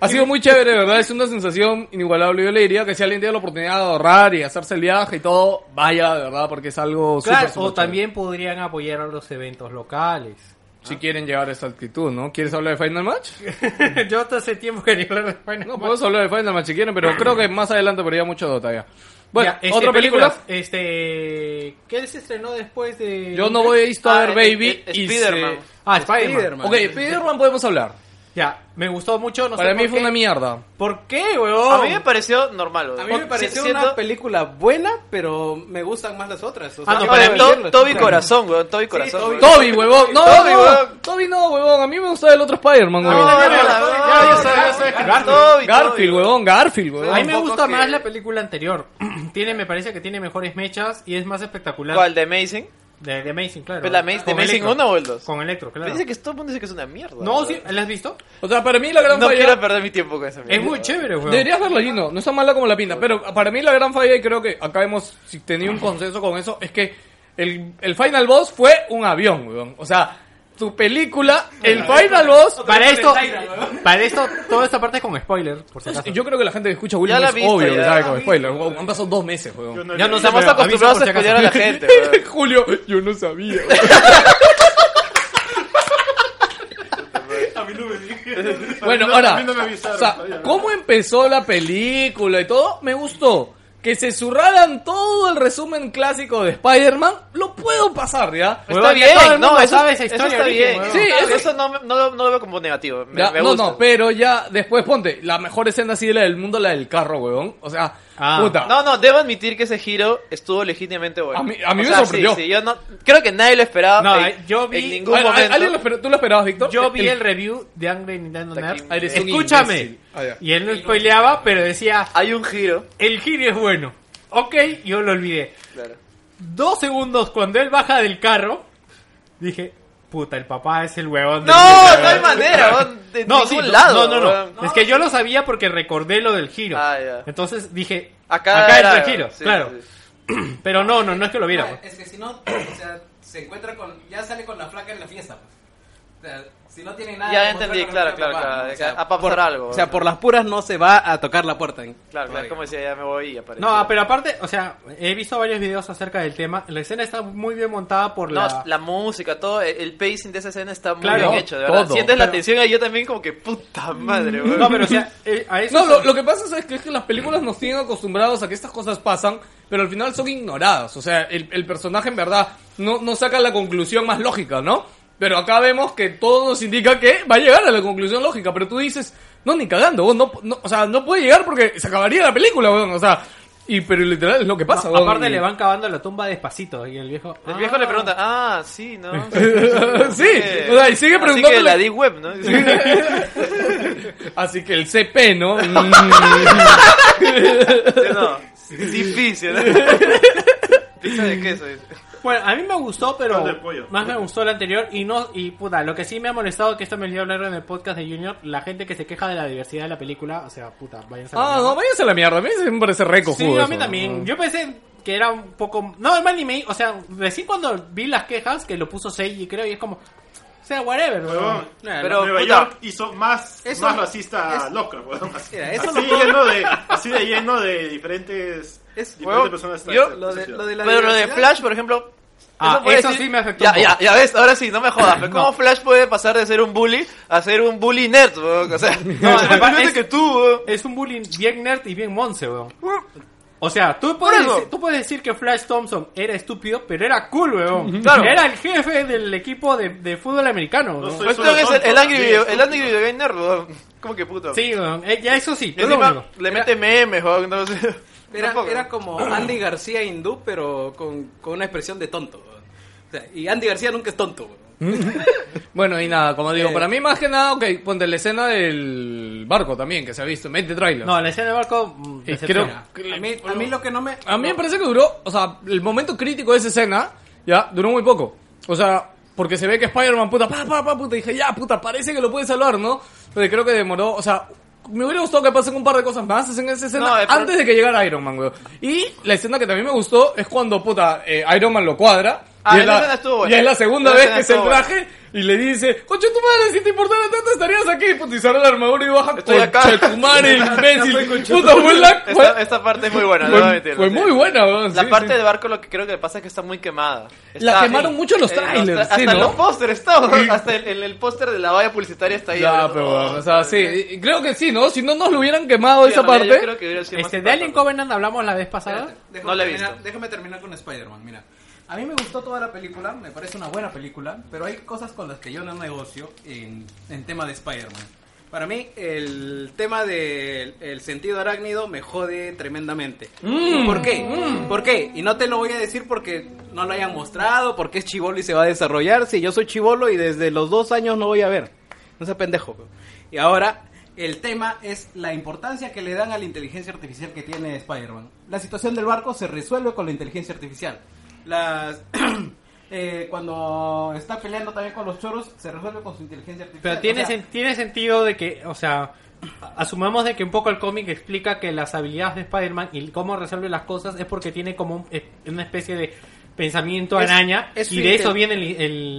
ha sido muy chévere, de verdad, es una sensación inigualable. Yo le diría que si alguien tiene la oportunidad de ahorrar y hacerse el viaje y todo, vaya, de verdad, porque es algo súper,
Claro,
súper
o
chévere.
también podrían apoyar a los eventos locales.
ah.
Si quieren llegar a esta actitud, ¿no? ¿Quieres hablar de Final Match?
Yo hasta hace tiempo quería hablar de Final
No,
Fantasy.
podemos hablar de Final Match si quieren, pero creo que más adelante podría mucho Dota ya. Bueno,
Ya, este,
otra película.
películas, Este. ¿Qué se estrenó después de.?
Yo no voy a ir
Ah,
a ver Baby
eh, eh,
y se-
Spider-Man.
Ah, Spider-Man.
Spider-Man.
Ok, Spider-Man podemos hablar.
Ya, me gustó mucho. No
Para
sé
mí
por
fue
qué.
una mierda.
¿Por qué, weón?
A mí me pareció normal.
A
weón.
mí me
Si-
pareció
siento-
una película buena, pero me gustan más las otras. o sea,
Ah, no,
yo
para
voy a
To-
verlas,
Toby
claro.
Corazón, weón. Toby Corazón.
Toby.
weón. Ah,
Toby, huevón. No,
Toby,
no,
huevón.
Toby no, huevón. A mí me gusta el otro Spider-Man,
No,
huevón.
no, no, no,
ya sé, ya sé.
Garfield. Toby,
Garfield,
Toby,
huevón, Garfield,
A mí
huevón.
me
Tampoco
gusta
es que-
más la película anterior. tiene, me parece que tiene mejores mechas y es más espectacular.
¿Cuál? ¿De Amazing?
De, de Amazing, claro.
¿Pero la Amaz-
Con
de Amazing
Electro.
1 o el 2?
Con Electro, claro.
Dice que todo el mundo dice que es una mierda.
No,
weón.
sí, ¿la has visto?
O sea, para mí la gran
No
falla...
quiero perder mi tiempo con esa mierda.
Es muy chévere, weón.
Deberías verla, Gino. No está mala como la pinta. Pero para mí la gran falla, y creo que acá hemos si tenido un consenso con eso, es que el, el Final Boss fue un avión, huevón. O sea, tu película, el Final Boss...
Otra
Para esto,
vez con Tyra, weón.
para esto, toda esta parte es con spoiler, por si acaso.
Yo creo que la gente que escucha a William
Ya la
es
viste,
obvio que
ya.
sabe con spoiler. huevón. Han pasado dos meses, huevón.
Yo no
Ya
le-
no sé.
Estamos
Pero avisa
acostumbrados
por
a
si acaso.
escollar a la gente, weón.
Julio, yo no sabía.
A mí no me dijeron.
Bueno,
A mí no- a
ahora,
mí no me avisaron,
o sea,
todavía.
¿cómo empezó la película y todo? Me gustó. Que se zurraran todo el resumen clásico de Spider-Man, lo puedo pasar, ¿ya?
Huevón, ya
Pues Está bien,
todo el mundo
no, eso,
sabe esa
eso
historia
está
ahorita,
bien.
weón.
Sí,
Sí,
eso,
eso-
no, me- no, lo- no lo veo como negativo. Me,
Ya,
me
no,
gusta.
no, pero ya después ponte, la mejor escena así de la del mundo, la del carro, huevón. O sea,
Ah.
puta.
No, no, debo admitir que ese giro estuvo legítimamente bueno.
A mí- a mí me
O sea, sí,
sorprendió.
sí, yo no, creo que nadie lo esperaba.
No,
en,
yo vi-
En
A-
ningún
a-
momento.
¿alguien lo esper- ¿Tú lo esperabas, Víctor?
Yo vi el review de Angry Nintendo
Está aquí,
Nerd.
eres un
Escúchame.
imbécil. Ah, ya.
y él no spoileaba, pero decía,
Hay un giro.
el giro es bueno. Ok, yo lo olvidé.
Claro.
Dos segundos cuando él baja del carro, dije, puta, el papá es el huevón. del
No,
giro,
no hay
weón".
manera. weón, De
No, sí,
ningún
no,
lado.
no, no, no.
weón.
Es que yo lo sabía porque recordé lo del giro.
Ah, ya.
Entonces dije, acá,
Acá, era,
entra el giro,
sí,
claro.
sí.
Pero no, no, no es que lo viera.
Ah,
weón.
pues.
Es que si no, o sea, se encuentra con. Ya sale con la flaca en la fiesta. pues. O sea, si no tiene nada.
Ya
que
entendí,
mostrar
claro,
con
claro,
respecto a papá, ¿no?
claro. de
O
que
sea,
A pasar algo.
O sea,
weón.
por las puras no se va a tocar la puerta. ¿eh?
Claro, claro,
Oiga.
como decía, ya me voy y aparece.
No, pero aparte, o sea, he visto varios videos acerca del tema. La escena está muy bien montada por
No,
la...
la música, todo, el- el pacing de esa escena está muy
Claro,
bien hecho, de verdad.
todo.
Sientes la
Pero- Mm.
tensión ahí, yo también como que puta madre, weón.
No, pero o sea, eh, a eso...
No, lo, lo que pasa ¿sabes qué? es que las películas nos tienen acostumbrados a que estas cosas pasan, pero al final son ignoradas. O sea, el, el personaje en verdad no, no saca la conclusión más lógica, ¿no? Pero acá vemos que todo nos indica que va a llegar a la conclusión lógica, pero tú dices, no, ni cagando, vos no, no- o sea, no puede llegar porque se acabaría la película, weón, o sea, y, pero literal es lo que pasa,
No,
weón.
aparte le van cavando la tumba despacito y el viejo...
El viejo le pregunta, ah, sí, ¿no?
sí, o sea, y sigue
Así que
preguntándole-
la Deep Web, ¿no?
Así que el CP, ¿no? Mm.
Yo no, difícil, ¿no? Pizza de queso. dice.
Bueno, a mí me gustó, pero
Pan de pollo.
más me gustó la anterior y no y puta, lo que sí me ha molestado que esto me dio hablar en el podcast de Junior, la gente que se queja de la diversidad de la película, o sea, puta, váyanse a la
ah,
mierda.
no, váyanse a la mierda, a mí se me parece re
Sí,
cojudo
a mí
eso.
también. Yo pensé que era un poco no, el anime, o sea, recién cuando vi las quejas que lo puso Seiji, creo y es como o sea, whatever.
Huevón,
Nah,
Pero,
Nueva
puta.
York hizo más,
Eso-
más racista
es-
loca, weón. Así,
Mira, eso
así
lo-
lleno de, así de lleno de diferentes,
Es-
diferentes
Huevón,
personas.
yo-
trans-
lo de- lo de la
Pero lo de
diversidad.
Flash, por ejemplo...
Ah,
puede
eso sí me afectó
Ya,
un poco.
ya, ya ves, ahora sí, no me jodas. pero
No.
¿Cómo Flash puede pasar de ser un bully a ser un bully nerd? weón? O sea,
No, además
imagínate
es-
que tú... weón.
Es un bullying bien nerd y bien monce, weón. O sea, tú puedes,
eso.
decir, tú puedes decir que Flash Thompson era estúpido, pero era cool, weón.
Claro.
Era el jefe del equipo de, de fútbol americano, weón.
No soy-
Pues
solo
creo que es el,
tonto,
el Angry
sí,
Video,
es
el Angry Video Game Nerd, weón. ¿Cómo que puto?
Sí, weón. Eh, ya eso sí,
Y
es lo
encima
único.
le mete memes, weón. Entonces,
Era,
tampoco.
era como Andy García hindú, pero con, con una expresión de tonto. weón. O sea, y Andy García nunca es tonto. weón.
Bueno, y nada, como digo,
Eh.
para mí más que nada, ok, ponte la escena del barco también, que se ha visto, 20 trailers.
No, la escena del barco. mm,
Eh,
decepciona.
creo-
A mí, a mí lo que no me...
A mí me parece que duró, o sea, el momento crítico de esa escena, ya, duró muy poco. O sea, Porque se ve que Spider-Man, puta, pa, pa, pa, puta. Dije, ya, puta, parece que lo puede salvar, ¿no? Pero creo que demoró, o sea, me hubiera gustado que pasen un par de cosas más en esa escena
No, eh, pero-
antes de que llegara Iron Man, weón. Y la escena que también me gustó es cuando, puta, eh, Iron Man lo cuadra.
Ah,
y, es
esa
la,
escena estuvo
y
buena.
es la segunda
Esa
vez
escena
que se
estuvo buena.
traje y le dice, coche tu madre, si te importara tanto estarías aquí, puta, y sale la armadura y baja,
Estoy
"Concha
acá".
de tu madre, imbécil, puta, fue la...
Esta, esta parte es muy buena, no
Fue,
voy a mentir,
fue
sí.
muy buena, weón,
La
sí,
parte
sí.
del barco lo que creo que pasa es que está muy quemada.
La
Está-
quemaron mucho los
eh, tra-
trailers, sí,
hasta
¿no?
los pósters, todo. Hasta el, el, el póster de la valla publicitaria está ahí.
Ya,
¿verdad?
pero, weón, o sea, sí, y- y creo que sí, ¿no? Si no nos lo hubieran quemado
Sí,
esa
en realidad yo
parte...
creo que hubiera sido más
Este, de
impactante.
Alien Covenant hablamos la vez pasada.
Espérate, déjame
No la he
terminar-
visto.
Déjame terminar con Spider-Man, mira. A mí me gustó toda la película, me parece una buena película, pero hay cosas con las que yo no negocio en, en tema de Spider-Man. Para mí, el tema del el sentido arácnido me jode tremendamente.
Mm.
¿Por qué? ¿Por qué? Y no te lo voy a decir porque no lo hayan mostrado, porque es chivolo y se va a desarrollar. Si yo soy chivolo y desde los dos años no voy a ver. No sea pendejo. pe. Y ahora, el tema es la importancia que le dan a la inteligencia artificial que tiene Spider-Man. La situación del barco se resuelve con la inteligencia artificial. Las. eh, cuando está peleando también con los choros, se resuelve con su inteligencia artificial.
Pero tiene,
O sea,
sen- tiene sentido de que, o sea, asumamos de que un poco el cómic explica que las habilidades de Spider-Man y cómo resuelve las cosas es porque tiene como un- es- una especie de pensamiento
Es-
araña
es
y
su
de eso
inten-
viene el, el,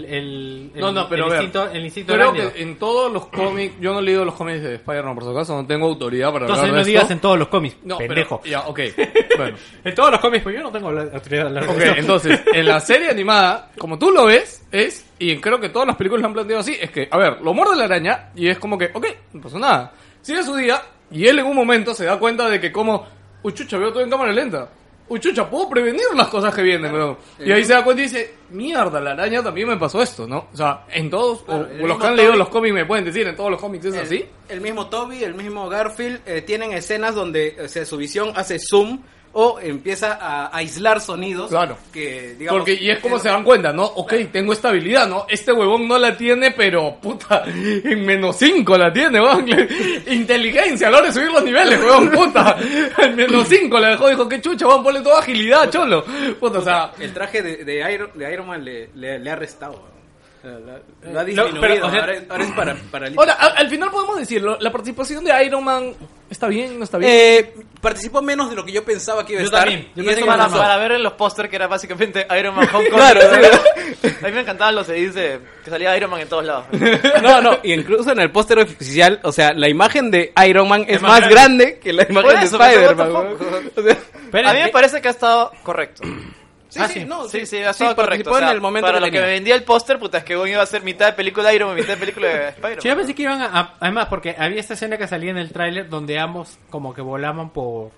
el, el-
No, no, pero
el
a ver,
instinto, el instinto
Creo
arácnido.
que eh, en todos los cómics, yo no he leído los cómics de Spider-Man por su caso, no tengo autoridad para
Entonces
hablar
no
de
digas
esto.
en todos los cómics,
No, pero-
pendejo.
ya, ok, bueno.
En todos los cómics, pues yo no tengo la autoridad de hablar de
Ok,
eso.
entonces, en la serie animada, como tú lo ves, es, y creo que todas las películas lo han planteado así, es que, a ver, lo muerde la araña y es como que, ok, no pasó nada. Sigue su día y él en un momento se da cuenta de que como, uy chucha, veo todo en cámara lenta. Uy chucha, puedo prevenir las cosas que vienen, weón. Y ahí se da cuenta y dice, mierda, la araña también me pasó esto, ¿no? O sea, en todos, o-
Claro,
o,
el
los que
mismo
han leído
Toby-
los cómics Eh, me pueden decir, en todos los cómics es
el,
así.
el mismo Toby, el mismo Garfield eh, tienen escenas donde o sea, su visión hace zoom o empieza a aislar sonidos.
Claro.
Que, digamos, eh,
Porque, y es como
que-
se dan cuenta, ¿no? Ok, tengo esta habilidad, ¿no? Este huevón no la tiene, pero puta, en menos 5 la tiene, huevón. Inteligencia, a la hora de subir los niveles, huevón, puta. En menos 5 la dejó, dijo, qué chucha, huevón, ponle toda agilidad, cholo. Puta, o sea,
El traje de, de Iron, de Iron Man le, le, le ha restado. O sea, la- Lo ha
pero,
disminuido.
o sea-
ahora, es- ahora es para, para
ahora, a- al final podemos decirlo, la participación de Iron Man está bien, no está bien.
eh, participó menos de lo que yo pensaba que iba a
Yo
estar.
también. Yo
y
pensé que
eso me
iba a
Para,
lanzó.
pasó?
para ver en los pósters que era básicamente Iron Man Homecoming.
Claro,
A mí me encantaban los edits de que salía Iron Man en todos lados.
No, no, y incluso en el póster oficial, o sea, la imagen de Iron Man es,
más
más grande. que la imagen
Por
de
eso, pensé,
Spider-Man.
what the
weón.
fuck?
O sea,
Pero
a mí
es
me
que-
parece que ha estado correcto.
sí,
Ah,
sí,
sí.
no,
Sí, sí, ha estado correcto.
participó
O sea,
en el momento
para lo
que
que
tenía.
me vendía el póster, puta, es que bueno, iba a ser mitad de película de Iron Man, mitad de película de Spider-Man.
Sí, yo pensé que iban a, a- Además, porque había esta escena que salía en el tráiler donde ambos como que volaban por...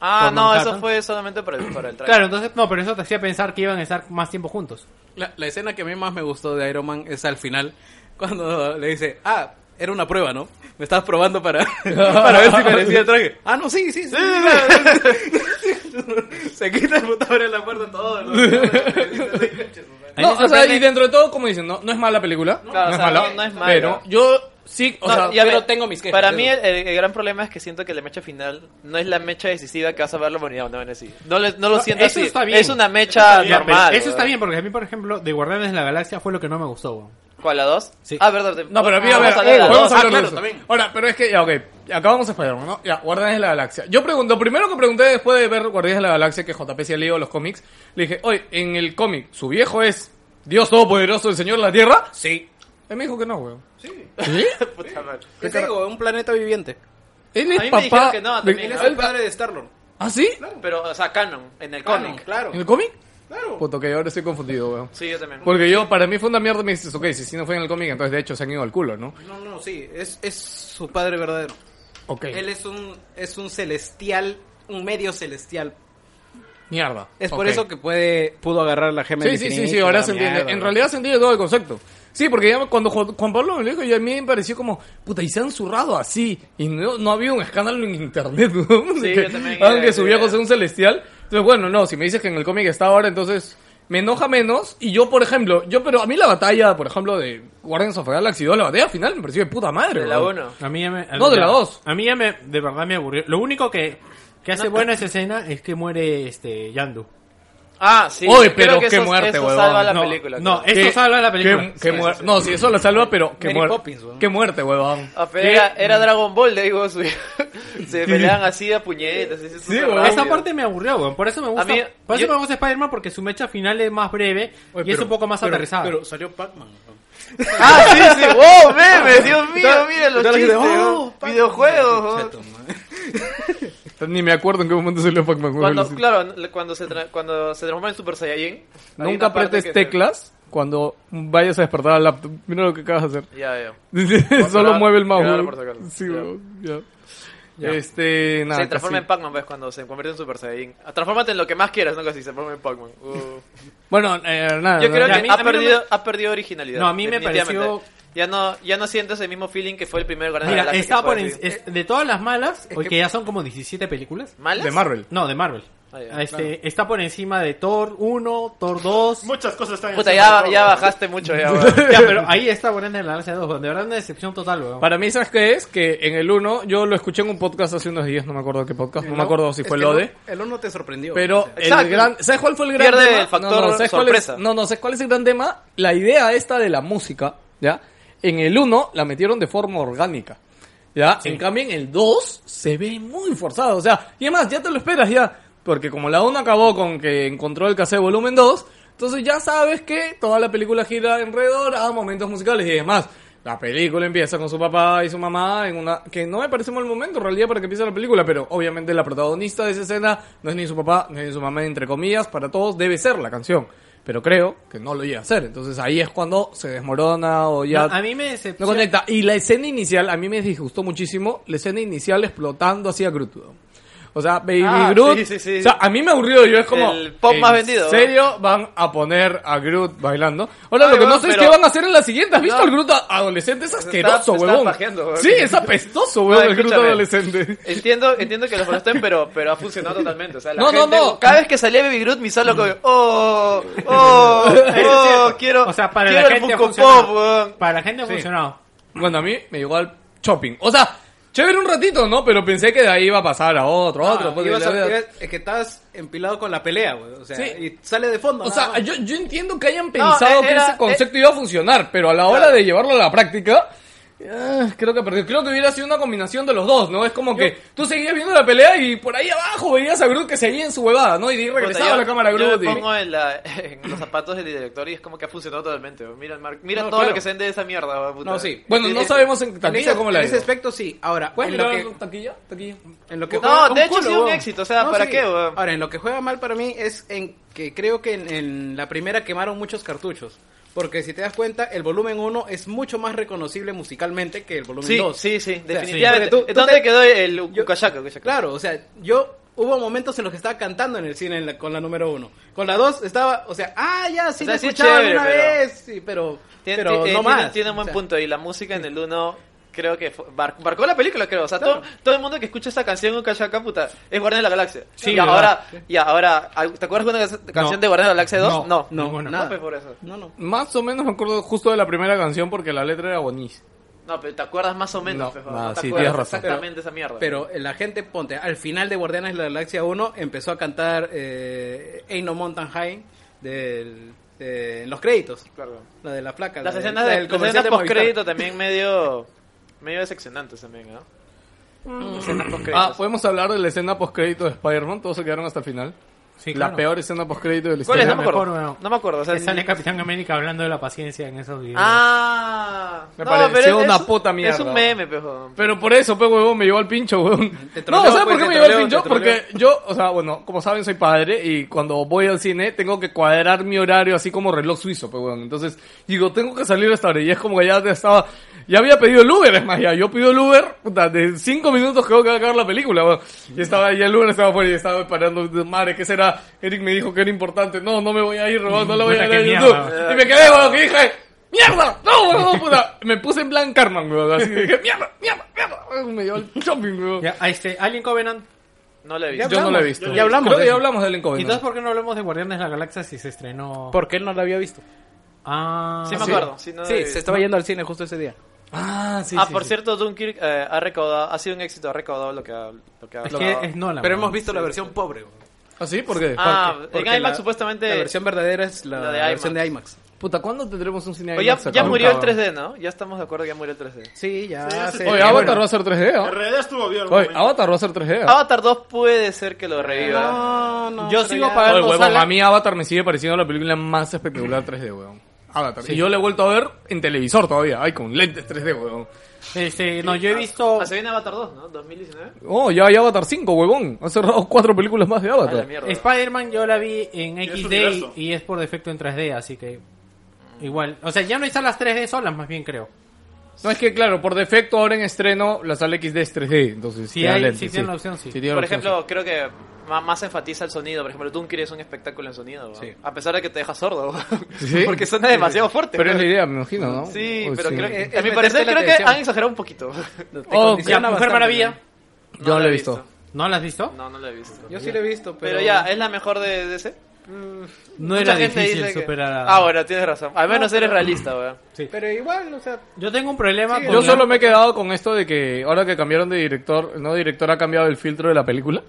Ah,
Por
no, eso
Manhattan.
fue solamente para el, para el trailer.
Claro, entonces... No, pero eso te hacía pensar que iban a estar más tiempo juntos.
La, la escena que a mí más me gustó de Iron Man es al final, cuando le dice, ah, era una prueba, ¿no? Me estabas probando para, para ver si parecía el traje. Ah, no, sí, sí, sí. Se quita el botón, abre la puerta, todo. ¿no?
A mí
No,
me
o sea,
sorprende-
y dentro de todo, como dicen, no, no es mala película.
Claro,
no,
o
es
sea,
mala,
no- no es mala.
Pero yo sí, o
No,
sea,
y a
pero
ver,
tengo mis quejas,
Para
eso.
mí el, el- el gran problema es que siento que la mecha final no es la mecha decisiva que va a salvar la humanidad una vez así. No, le- no lo
No,
siento
eso
así.
está bien.
Es una
Está
mecha
bien, pero
normal.
Eso está
¿verdad?
bien, porque a mí, por ejemplo, de Guardianes de la Galaxia fue lo que no me gustó. weón.
¿Cuál, la 2?
Sí.
Ah, verdad.
No, pero a mí, a ver, eh,
vamos a hablar de la
podemos
dos.
hablar
Ah,
de
Ah, claro,
eso.
también.
Ahora, pero es que, ya, ok, acabamos Spider-Man, ¿no? Ya, Guardianes de la Galaxia. Yo pregunto, primero que pregunté después de ver Guardianes de la Galaxia, que JP se ha leído los cómics, le dije, oye, en el cómic, ¿su viejo es Dios Todopoderoso, el Señor de la Tierra?
Sí.
Él me dijo que no, weón.
Puta madre.
¿Qué te digo? Un planeta viviente.
Él
A mí
es
me
papá...
dijeron que
de-
no, también,
Él
¿no?
es
él-
el padre de Star-Lord.
¿Ah, sí?
Pero, o sea, canon, en el
Canon,
cómic.
claro.
¿En el cómic?
Claro.
Puto, que ahora estoy confundido, weón.
Sí, yo también.
Porque yo, para mí fue una mierda, me dices, ok, si sí no fue en el cómic, entonces de hecho se han ido al culo, ¿no?
No, no, sí, es, es su padre verdadero.
Ok,
Él es un, es un celestial, un medio celestial.
mierda.
Es
Ok.
por eso que puede, pudo agarrar la gema
Sí,
del
sí, sí,
infinito,
sí, ahora
la
se entiende.
mierda.
en realidad se entiende todo el concepto. Sí, porque ya cuando Ju- Juan Pablo me lo dijo, ya a mí me pareció como, puta, y se han zurrado así. Y no, no ha habido un escándalo en internet, ¿no?
Sí,
Que-
yo también
Aunque
era-
su viejo
era-
sea un celestial. Entonces, bueno, no, si me dices que en el cómic está ahora, entonces me enoja menos. Y yo, por ejemplo, yo, pero a mí la batalla, por ejemplo, de Guardians of the Galaxy 2, la batalla final me pareció de puta madre.
De la
weón.
1.
A mí ya me...
No, de la
ya-
dos.
A mí ya me... De verdad me aburrió. Lo único que, que hace buena esa escena es que muere este Yandu.
Ah, sí.
Oye,
creo
pero
que
qué
eso-
muerte,
eso
huevón.
salva la
no,
película.
no,
creo.
esto
¿Qué-
salva la película.
Qué- qué muer- No, sí, eso la salva, pero qué,
Mary
muer-
Poppins, weón.
qué muerte, huevón.
Ah, pero era, era Dragon Ball, le digo. su- Se peleaban así a puñetas. así, súper
huevón.
rápido.
Esa parte me aburrió, weón. Por eso me gusta.
A mí-
por eso
yo-
me gusta Spider-Man porque su mecha final es más breve
Oye,
y es
pero-
un poco más
pero-
aterrizada.
Pero salió Pac-Man. weón.
Ah, sí, sí. ¡Wow, meme! Dios mío, mira los
Tal-
chistes.
¡Oh,
weón. Videojuegos. weón.
Chato, man.
Ni me acuerdo en qué momento salió Pac-Man. huevón.
Cuando,
Así.
claro, cuando se, tra- cuando se transforma en Super Saiyajin. hay
Nunca
una parte
apretes
que se-
teclas cuando vayas a despertar al laptop. Mira lo que acabas de hacer.
Ya, ya.
Solo
sacar,
mueve el mouse.
claro,
weón.
por sacarlo.
Sí,
Ya.
weón, ya. Este, nada.
se transforma
casi.
en Pac-Man, pues, cuando se convierte en Super Saiyajin. Ah, Transfórmate en lo que más quieras, ¿no? Casi se transforma en Pac-Man. Uh.
Bueno, eh, nada.
Yo creo
no,
que
a mí-
ha,
a mí no
perdido, ha perdido originalidad.
No, a mí me
definitivamente.
pareció-
Ya no, ya no siento ese mismo feeling que fue el primer Guardián de
Mira,
la Galaxia.
está
que fue
por en-
así.
es- de todas las malas, hoy que ya son como 17 películas.
¿Malas?
De Marvel.
No, de Marvel.
Ah, ya,
este, Está por encima de Thor 1, Thor 2.
Muchas cosas están
Puta,
encima,
ya,
bro.
ya bajaste mucho, ya, weón.
ya, pero ahí está Guardianes de la Galaxia 2, donde habrá una decepción total, weón.
Para mí, ¿sabes qué es? Que en el 1, yo lo escuché en un podcast hace unos días, no me acuerdo qué podcast, no me acuerdo si
Es
fue
que
lo
no-
de.
El uno te sorprendió.
Pero
O sea,
Exacto.
el gran, ¿sabes cuál fue el gran
Pierde
tema?
el factor
no, no, ¿sabes cuál
sorpresa.
es? No, no, ¿sabes cuál es el gran tema? La idea esta de la música, ¿ya? En el 1 la metieron de forma orgánica. ¿Ya? En cambio en el 2 se ve muy forzado, o sea, y además ya te lo esperas ya, porque como la 1 acabó con que encontró el cassette volumen 2, entonces ya sabes que toda la película gira alrededor a momentos musicales y demás. La película empieza con su papá y su mamá en una que no me parece mal momento en realidad para que empiece la película, pero obviamente la protagonista de esa escena no es ni su papá no es ni su mamá entre comillas para todos debe ser la canción, pero creo que no lo llega a ser, entonces ahí es cuando se desmorona o ya
No, a mí me
no
decepciona.
conecta. Y la escena inicial, a mí me disgustó muchísimo. La escena inicial explotando así a Groot. weón. O sea, Baby
Ah,
Groot.
sí, sí, sí.
O sea, a mí me aburrió. Yo es como.
El pop más vendido,
¿En serio van a poner a Groot bailando? Ahora,
Ay,
lo que no
weón,
sé es
pero-
qué van a hacer en la siguiente. ¿Has visto
No.
al Groot a- adolescente? Es asqueroso,
está
huevón.
pajeando, weón.
Sí, es apestoso, huevón,
No,
el Groot
escúchame.
adolescente.
Entiendo, entiendo que lo molesten, pero, pero ha funcionado totalmente. O sea, la
No, no,
gente-
no.
Cada vez que salía Baby Groot, mi solo como, oh, oh, oh, quiero,
O sea, para
quiero
la gente
el
ha
Funko
funcionado.
Pop, weón.
Para la gente ha funcionado.
Bueno, a mí me llegó al shopping. O sea, chévere un ratito, ¿no? Pero pensé que de ahí iba a pasar a otro,
Ah,
a otro. pues,
ibas
y la-
a- ibas- es que estabas empilado con la pelea, güey. O sea,
Sí.
y sale de fondo.
O
nada
sea,
más.
yo, yo entiendo que hayan pensado
eh,
que
era-
ese concepto iba a funcionar, pero a la hora de llevarlo a la práctica, eh, creo que perdió. Creo que hubiera sido una combinación de los dos, ¿no? Es como que tú seguías viendo la pelea y por ahí abajo veías a Groot que seguía en su huevada, ¿no? Y de ahí
Puta,
regresaba
yo-
a la cámara
Yo
Groot.
me
y-
pongo en, la- en los zapatos del director y es como que ha funcionado totalmente. weón. Mira, el mar- mira
No,
todo
claro.
lo que se vende de esa mierda. weón, puta.
No, sí.
Bueno, no
Es-
sabemos en
en ese,
taquilla cómo la
en ese
hizo.
aspecto sí. Ahora,
¿Puedes
en lo
mirar
que,
taquilla? taquilla?
en lo que
No,
juega-
de
un
hecho ha
culo,
sido un
weón.
éxito, o sea, ¿para qué, weón?
Ahora, en lo que juega mal para mí es en que creo que en, en la primera quemaron muchos cartuchos. Porque si te das cuenta, el volumen 1 es mucho más reconocible musicalmente que el volumen
Sí,
2.
sí, sí,
porque
definitivamente.
tú- tú
¿Dónde
te-
quedó el
yo-
Ukashaka? Ukashaka?
Claro, o sea, yo hubo momentos en los que estaba cantando en el cine en la- con la número 1. Con la 2 estaba, o sea, ah, ya, sí,
O
la he
sea, sí es
escuchado
chévere,
alguna
pero-
vez, sí, pero,
Tiene,
pero
tiene-
no
tiene-
más.
tiene un buen
O sea,
punto. Y la música en el 1 creo que fue- bar- marcó la película, creo. O sea, todo, todo el mundo que escucha esta canción Ukashaka, puta, es Guardián de la Galaxia.
Sí,
y
¿verdad?
ahora, y ahora, ¿te acuerdas de una ca- canción
No.
de Guardián de la Galaxia 2?
No,
no.
No,
Ninguna.
nada.
pues, por eso.
No, no.
Más o menos me acuerdo justo de la primera canción porque la letra era bonita.
No, pero te acuerdas más o menos.
No,
pues, weón,
no,
te
sí,
acuerdas
tienes razón.
Exactamente esa mierda.
Pero la gente, ponte, al final de Guardianes de la Galaxia 1 empezó a cantar eh, Ain't No Mountain High del- de- en los créditos.
Claro.
La de la placa.
Las
la
escenas
la
de,
del
las
comercial
escenas
de Movistar.
postcrédito también medio medio decepcionantes también, ¿no? Escenas
Ah,
postcréditos.
¿podemos hablar de la escena postcrédito de Spider-Man? Todos se quedaron hasta el final.
Sí,
la
claro.
peor escena postcrédito de la
¿Cuál
historia.
es? No me acuerdo.
Mejor, weón.
no me acuerdo. O sea,
Que sale Capitán América hablando de la paciencia en esos videos.
Ah,
Me
no,
pareció
pero es-
una
es-
puta mierda.
Es un meme, pejo.
Pero por eso, pues, huevón, me llevó al pincho, huevón.
Te
No,
troleó,
¿sabes por
pues,
qué
te
me llevó al
troleó,
pincho?
te
Porque yo, o sea, bueno, como saben, soy padre y cuando voy al cine tengo que cuadrar mi horario así como reloj suizo, pues, huevón. Entonces, digo, tengo que salir a esta hora y es como que ya estaba... Ya había pedido el Uber, es más, ya yo pido el Uber, puta, de cinco minutos creo que va a acabar la película, huevón. Y estaba, ya el Uber estaba fuera y estaba parando, madre, ¿qué será? Eric me dijo que era importante, no, no me voy a ir, huevón, no la voy a
Puta,
ver
qué
en
mierda,
YouTube.
huevón.
Y me quedé, weón, que dije, ¡mierda! ¡No, weón, puta! Me puse en plan Carman, weón, así dije, ¡mierda, mierda, mierda! Weón, Me llevó al shopping, weón.
Ya, a este, Alien Covenant.
No lo he
Ya
visto.
Yo no lo he visto.
ya hablamos
Creo
de
que ya
eso.
hablamos del Encoven.
Entonces, ¿por qué no hablamos de Guardianes de la Galaxia si se estrenó?
Porque él no la había visto.
Ah,
Sí me acuerdo. Sí, no lo he
sí,
visto.
se estaba yendo al cine justo ese día.
Ah, sí,
ah,
sí,
por
sí.
cierto, Dunkirk eh, ha recaudado, ha sido un éxito, ha recaudado lo que ha, lo que ha-
Es
lo
que
ha-
es Nolan.
Pero
weón.
hemos visto la versión pobre. güey.
¿Ah, sí? ¿Por qué?
Ah,
Porque
en IMAX
la-
supuestamente...
La versión verdadera es la,
La de
versión de IMAX.
Puta, ¿cuándo tendremos un cine
Oye, pues ya,
IMAX acá?
ya murió el
Nunca.
3D, ¿no? Ya estamos de acuerdo que ya murió el 3D.
Sí, ya.
Sí, sí,
se-
sí.
Oye,
Eh,
bueno,
Avatar va a ser 3D,
En
¿ah?
realidad estuvo bien.
Oye,
momento.
Avatar va a ser 3D, ¿ah?
Avatar 2 puede ser que lo reviva.
No, no,
Yo
pero
sigo
ya-
pagando-
Oye, huevón,
Sala-
a mí Avatar me sigue pareciendo la película más espectacular 3D, weón. Avatar. Y yo la he vuelto a ver en televisor todavía. Ay, con lentes 3D, weón.
Este, no, yo he visto.
Ah, se viene Avatar 2, ¿no? 2019.
Oh, ya hay Avatar 5, huevón. Han cerrado cuatro películas más de
A la
Avatar.
mierda.
Spider-Man yo la vi en
es
XD
universo.
y, y es por defecto en 3D, así que. Igual. O sea, ya no hay salas 3D solas, más bien creo.
No, es que claro, por defecto ahora en estreno la sala XD es 3D, entonces
Sí
te dan
hay-
lentes,
sí tienen la opción, sí.
tienen
Por
la opción,
ejemplo, creo que ma- más enfatiza el sonido. Por ejemplo, Dunkirk es un espectáculo en sonido. weón. A pesar de que te deja sordo. weón.
Sí.
Porque suena demasiado fuerte.
Pero es
weón.
la idea, me imagino, ¿no?
Sí,
Oh,
pero creo
Es-
que...
es
A mi
meterse
parecer
la
creo que
atención.
han exagerado un poquito.
te
Oh,
Ya,
condiciona
Mujer
bastante,
Maravilla.
¿no?
Yo no la he visto.
¿No la has visto?
No, no lo he visto.
Yo sí lo he visto, pero.
Pero ya, ¿es la mejor de DC?
No
Mucha
era
gente
difícil
dice que-
superar a.
Ah, bueno, tienes razón. Al menos eres realista,
Este
weón.
Pero igual, o sea.
Yo tengo un problema con.
Yo
la-
solo me he quedado con esto de que ahora que cambiaron de director, no director ha cambiado el filtro de la película.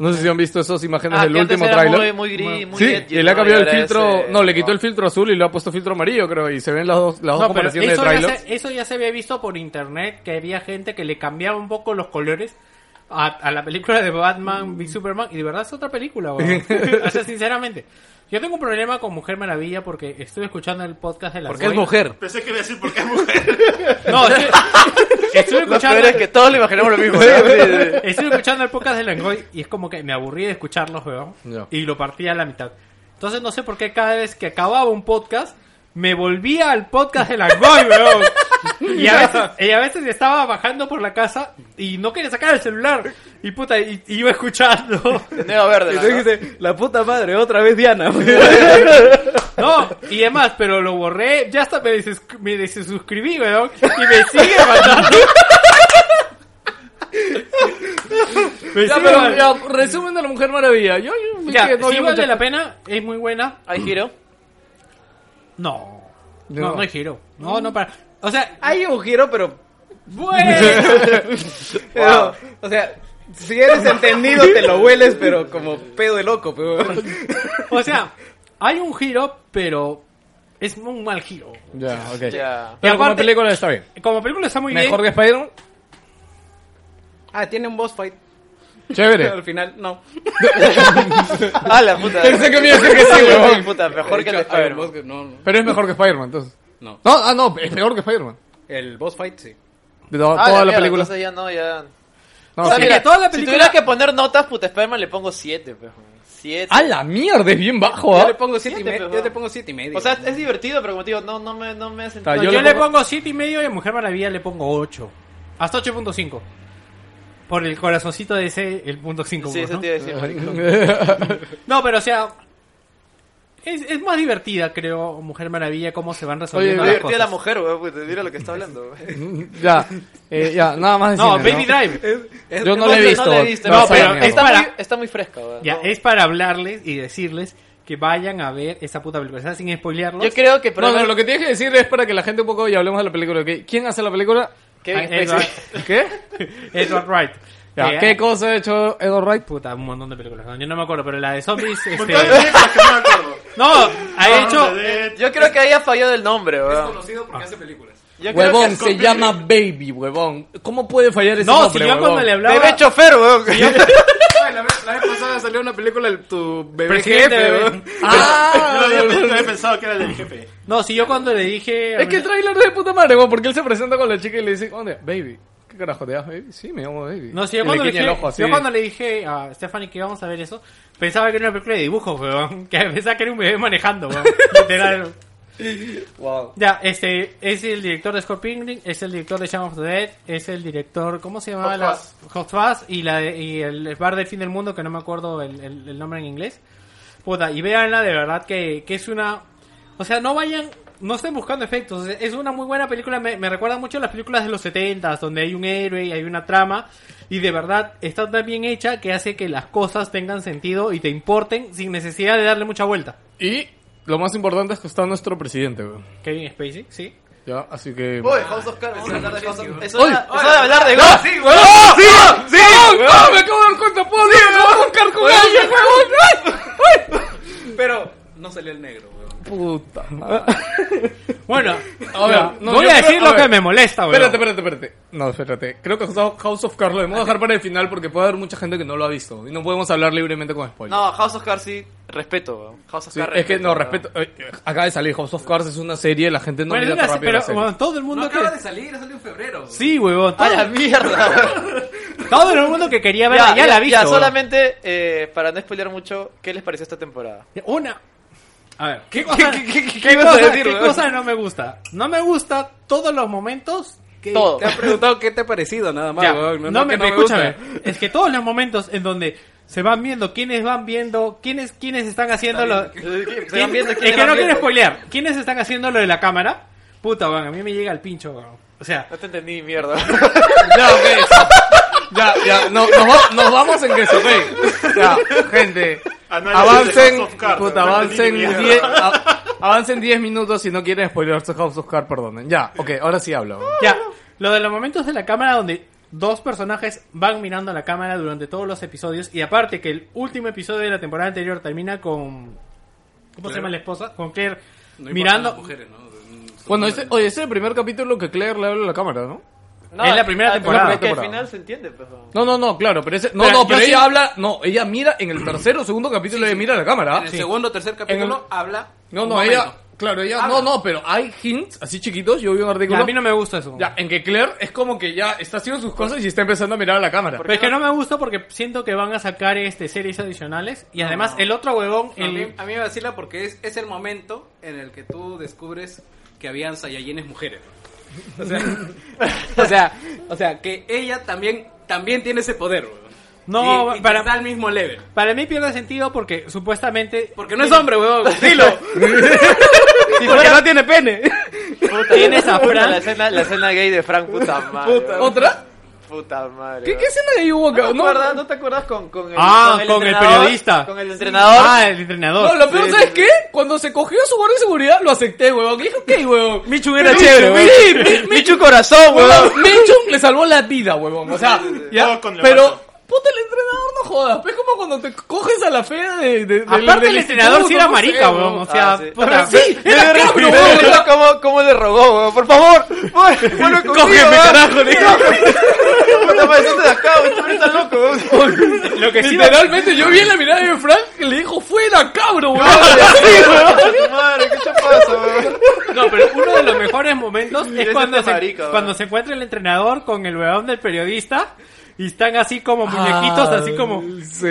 No sé si han visto esas imágenes
Ah,
del
que antes
último
era
tráiler.
muy- muy gris, muy
sí,
edgy,
y le ha
¿no?
cambiado
Y
el
ahora eh,
filtro,
ese-
no, le quitó
wow.
el filtro azul y le ha puesto filtro amarillo, creo, y se ven las dos las dos
No, pero
comparaciones de
eso ya,
trailers.
se, eso ya se había visto por internet que había gente que le cambiaba un poco los colores a, a la película de
Mm.
Batman v Superman y de verdad es otra película, weón. o sea, sinceramente. Yo tengo un problema con Mujer Maravilla porque estuve escuchando el podcast de la
Porque es mujer.
Pensé que iba a decir porque es mujer.
No, estuve, estuve
Lo
escuchando
peor es que todos lo imaginamos lo mismo. ¿no?
Estuve escuchando el podcast de Langoy y es como que me aburrí de escucharlos, weón.
Ya.
Y lo partía a la mitad. Entonces no sé por qué cada vez que acababa un podcast, me volvía al podcast de Langoy, weón. Y a, veces, y a veces estaba bajando por la casa y no quería sacar el celular. Y puta, y, y iba escuchando.
De Nueva Verde.
Y
¿no?
tú dijiste, la puta madre, otra vez Diana.
No, y demás, pero lo borré. Ya hasta me, desus- me desuscribí, weón. Y me sigue mandando. Me
Ya,
sigue
pero
mandando.
ya, resumen de la Mujer Maravilla. Yo, yo vi
Ya,
que no
sí
vi
vale
muchas-
la pena, es muy buena.
¿Hay giro?
No,
No. Ah.
no, no, hay giro. No, no para. O sea,
Hay un giro, pero.
bueno.
pero, O sea, si eres entendido, te lo hueles, pero como pedo de loco. Pero...
O sea, hay un giro, pero es un mal giro.
Ya, ok.
Ya.
Pero
Y
como
aparte-
película está bien.
Como película está muy
Mejor que
bien.
Spider-Man,
Ah, tiene un boss fight. Al
chévere.
final, no.
Ah, la puta.
Pensé que me iba a decir que sí, weón.
Puta, mejor que el
De
de
hecho, el
Spider-Man.
boss- no, no.
Pero es mejor que Spider-Man, entonces.
No.
No, ah, no, es peor que Spider-Man.
El boss fight, sí.
De to-
Ah,
toda la,
mierda,
película.
entonces ya no, ya...
No,
O sea,
sí.
mira,
toda la
Si
película-
tuviera que poner notas, puta, Spider-Man le pongo 7, pues. 7.
A Ah, la mierda, es bien bajo,
Yo
¿ah?
le pongo ¿Oh? siete y
Siete,
medio.
pero-
Yo te pongo siete y medio.
O sea, es divertido, pero como te digo, no, no me, no me ha sentido...
Ah,
No,
yo
yo,
le
le
pongo-
pongo siete y medio y a Mujer Maravilla le pongo 8. Hasta 8.5. Por el corazoncito de ese, el punto 5.
Sí,
¿no?
eso te iba a decir, marico.
No, pero o sea. Es, es más divertida, creo, Mujer Maravilla, cómo se van
Oye,
resolviendo
Qué
las
divertida
cosas.
la mujer, weón, puta, mira lo que está hablando, weón.
ya, eh, ya, nada más de
No,
cine,
Baby
¿no?
Drive.
Es-
Yo no
la
la he visto.
No, la he visto,
No,
esa
pero
mierda.
esta-
está,
para-
muy, está muy fresca, weón.
Ya,
No.
eh,
es para hablarles y decirles que vayan a ver esa puta película. O sea, sin spoilearlos.
Yo creo que...
No, no, lo que tienes que decir es para que la gente un poco y hablemos de la película. ¿ok? ¿Quién hace la película?
Kevin
Ah, Edward,
Spacey.
¿Qué?
Edward Wright.
Ya,
Eh,
¿Qué cosa ha hecho Edward Wright?
Puta, un montón de películas. No, Yo no me acuerdo, pero la de zombies.
Porque
este,
hay películas que no me acuerdo.
No, ha hecho.
Dead,
Yo creo que haya fallado el nombre,
Es
weón.
conocido porque hace películas.
Yo
Ah.
creo
Huevón,
que-
se llama Baby, huevón. ¿Cómo puede fallar ese
No,
nombre,
si yo
huevón?
cuando le hablaba.
Bebé chofer, weón.
Ay, la, vez, la vez pasada salió una película, el- tu bebé
Presidente,
jefe,
bebé.
weón.
¡Ah!
No, yo pensé- había pensado que era del jefe.
No, si yo cuando le dije. a
Es que el
mi-
trailer es de puta madre, huevón, porque él se presenta con la chica y le dice, ¿dónde? Baby. ¿Qué carajo te das, baby? Sí, me llamo Baby.
No, si
Y
yo
le
cuando, le
guiña
dije,
el ojo así.
yo cuando le dije a Stephanie que íbamos a ver eso, pensaba que era una película de dibujos, weón. Que pensaba que era un bebé manejando, weón. Literal.
Wow.
Ya, este es el director de Scorpion, es el director de Shaun of the Dead, es el director, ¿cómo se llamaba?
Hot
la
Fuzz.
Hot Fuzz y, la, de- y el bar del fin del mundo, que no me acuerdo el, el- el nombre en inglés. Puta, y véanla de verdad que, que es una... O sea, no vayan, no estén buscando efectos, es- es una muy buena película, me, me recuerda mucho a las películas de los 70 donde hay un héroe y hay una trama, y de verdad está tan bien hecha que hace que las cosas tengan sentido y te importen sin necesidad de darle mucha vuelta.
Y lo más importante es que está nuestro presidente, huevón.
Kevin Spacey, sí.
Ya, así que.
Uy, House of Cards, vamos a hablar de House of Es
Oye,
hora es hora de hablar de
Ah,
God.
¡Sí, weón! ¡Sí! ¡Sí! ¡Ah, me acabo de dar cuenta! ¡Puedo sí, un con alguien, weón! ¡Ay!
Pero no salió el negro, weón.
¡Ay! Puta
Bueno,
A ver, no,
voy
yo
a decir
creo- a
lo
ver.
que me molesta, weón.
Espérate, espérate, espérate. No, espérate. Creo que House of Cards lo debemos dejar para el final porque puede haber mucha gente que no lo ha visto y no podemos hablar libremente con spoilers.
No, House of Cards sí, respeto, weón. House of
Sí,
Cards.
es que no,
weón.
respeto. eh, eh, Acaba de salir House of Cards, es una serie, la gente no
Bueno,
mira tan
mira,
rápido
pero
las series.
bueno, todo el mundo
No
que...
acaba de salir, ha salido en febrero. Ah,
Sí, huevón.
¡A la
Todo,
mierda!
todo el mundo que quería verla ya, la ha visto.
ya,
huevón.
solamente, eh, para no spoilear mucho, ¿qué les pareció esta temporada?
Una. A ver, ¿qué
qué-
cosa,
qué- qué- qué
qué
ibas a
cosa-
decir,
qué
weón?
cosa no me gusta? No me gusta todos los momentos que...
Todo.
Te han preguntado qué te ha parecido, nada más,
Ya,
weón.
no,
es
me,
que
me-
gusta.
escúchame. Es que todos los momentos en donde se van viendo quiénes van viendo, quiénes, quiénes están haciendo lo...
¿Se
¿Quién-
van viendo?
es
¿Quiénes
que no
van
quiero
viendo?
spoilear. ¿Quiénes están haciendo lo de la cámara? Puta, weón, a mí me llega el pincho, weón. O sea,
No te entendí, mierda.
Ya, ok. Ya, ya, no, nos, va- nos vamos en queso, ok. Ya, gente.
Análisis de
avancen,
House of Cards.
puta, avancen
Ni mierda.
10 a- avancen 10 minutos si no quieren spoilearse House of Cards, perdonen. Ya, ok, ahora sí hablo.
ya. Lo de los momentos de la cámara donde dos personajes van mirando a la cámara durante todos los episodios. Y aparte que el último episodio de la temporada anterior termina con... ¿Cómo se llama la esposa? Con Claire
No importa
mirando...
las mujeres, ¿no?
Bueno, este, oye, este es el primer capítulo que Claire le habla a la cámara, ¿no?
No,
Es la primera
ah,
temporada.
pero es que al
Temporada.
final se entiende, pues, weón.
No, no, no, claro, pero ese, no,
Pero
no, pero
yo
ella
sí-
habla, no, ella mira en el tercero o segundo capítulo ella mira a la cámara.
En el
Sí.
segundo o tercer capítulo
En el-
habla.
No,
un
no, ella,
momento.
claro, ella,
Habla.
no, no, pero hay hints así chiquitos, yo vi un
Ya,
artículo.
a mí no me gusta eso.
Ya, en que Claire es como que ya está haciendo sus cosas y está empezando a mirar a la cámara.
Pero es que no me gusta porque siento que van a sacar este series adicionales. Y además, el otro huevón,
A mí,
el,
a mí me vacila porque es, es el momento en el que tú descubres que habían Saiyajines mujeres. O sea, o sea, o sea, que ella también, también tiene ese poder, weón.
No,
y, y
para-
está al mismo level.
Para mí pierde sentido porque supuestamente
Porque no es hombre, weón. Dilo.
porque no tiene pene.
Puta,
Tienes a
puta,
Frank.
La escena, la escena gay de Frank, puta madre. weón.
¿Otra?
Puta madre.
¿Qué,
weón.
qué escena que hubo acá? No,
¿No, te acuerdas- no te acuerdas con, con el,
Ah, con el
entrenador?
periodista.
Con el entrenador.
Ah, el entrenador.
no, lo peor,
Sí,
¿sabes
sí,
qué? Cuando se cogió su guardia de seguridad, lo acepté, huevón. Le dije, ok, huevón.
Michu era
Michu,
chévere,
sí,
weón. Michu corazón,
Huevón,
weón.
Menchun le salvó la vida, huevón. O sea, ya,
Todo con
pero...
Leonardo.
Puta, el entrenador no jodas. Es como cuando te coges a la fea de... de- del-
Aparte
del
el entrenador sí
instituto, no
era
sé,
marica, weón. O sea,
Ah, sí.
puta.
Sí, era cabro,
Pero
huevón.
mira ¿Cómo, ¿Cómo le rogó, weón? Por favor, vuelve vuelve conmigo,
Cógeme,
weón.
carajo, le dijo.
Puta madre, salte de acá, weón, este hombre está loco, weón.
Lo que sí me-
Literalmente yo vi en la mirada de Frank que le dijo, fuera, cabro, weón.
Puta madre, ¿qué te pasa, weón?
No, pero uno de los mejores momentos es
ese
cuando se,
marica, weón.
cuando se encuentra el entrenador con el weón del periodista y están así como muñequitos, así como...
Sí.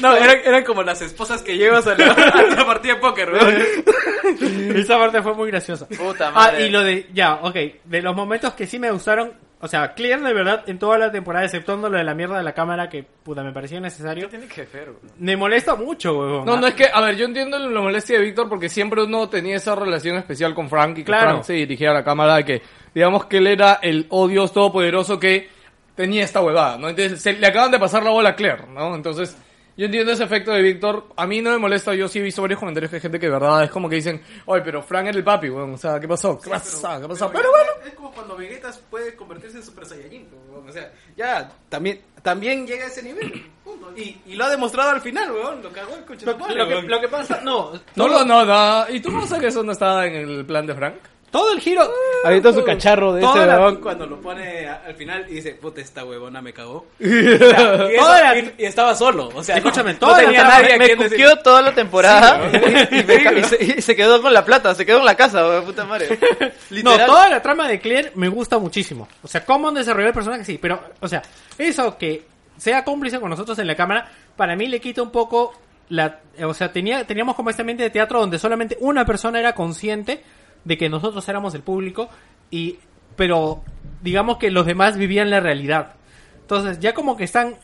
No, eran, eran como las esposas que llevas a la, a la partida de póker, weón.
Esa parte fue muy graciosa.
Puta
Ah,
madre.
y lo de, ya, ok, de los momentos que sí me gustaron, o sea, Clear de verdad en toda la temporada, exceptuando lo de la mierda de la cámara que, puta, me parecía necesario.
Tiene que ver, weón.
Me molesta mucho, weón.
No, no, es que, a ver, yo entiendo la molestia de Víctor porque siempre uno tenía esa relación especial con Frank y que
Claro.
Frank se dirigía a la cámara de que, digamos que él era el oh Dios todopoderoso que tenía esta huevada, ¿no? Entonces, se, le acaban de pasar la bola a Claire, ¿no? Entonces, yo entiendo ese efecto de Víctor. A mí no me molesta, yo sí he visto varios comentarios que hay gente que de verdad es como que dicen, oye, pero Frank era el papi, weón, o sea, ¿qué pasó? ¿Qué pasa? ¿Qué pasa? Pero bueno.
Es como cuando Vegeta puede convertirse en Super Saiyajin. weón. O sea, ya, también, también llega a ese nivel. punto. Y, y lo ha demostrado al final, weón. Lo cagó el coche.
Lo que, lo que pasa, no,
No, no, no, no. ¿Y tú no sabes que eso no estaba en el plan de Frank?
todo el giro,
Ahorita su cacharro de
Ah, Toda
ese
la-
weón.
Cuando lo pone a- al final y dice, puta, esta huevona me cagó. Y, eso-
toda la,
y- y estaba solo. O sea,
Escúchame,
no,
toda
no
la
tenía
trama
nadie a
Me
quien decir-
cuqueó toda la temporada y, y me ca- y se, y se quedó con la plata, se quedó en la casa, weón, puta madre.
no,
Literal.
toda la trama de Claire me gusta muchísimo. O sea, cómo han desarrollado el personaje, sí, pero, o sea, eso que sea cómplice con nosotros en la cámara, para mí le quita un poco la, eh, o sea, tenía, teníamos como este ambiente de teatro donde solamente una persona era consciente de que nosotros éramos el público y, pero, digamos que los demás vivían la realidad. Entonces, ya como que están,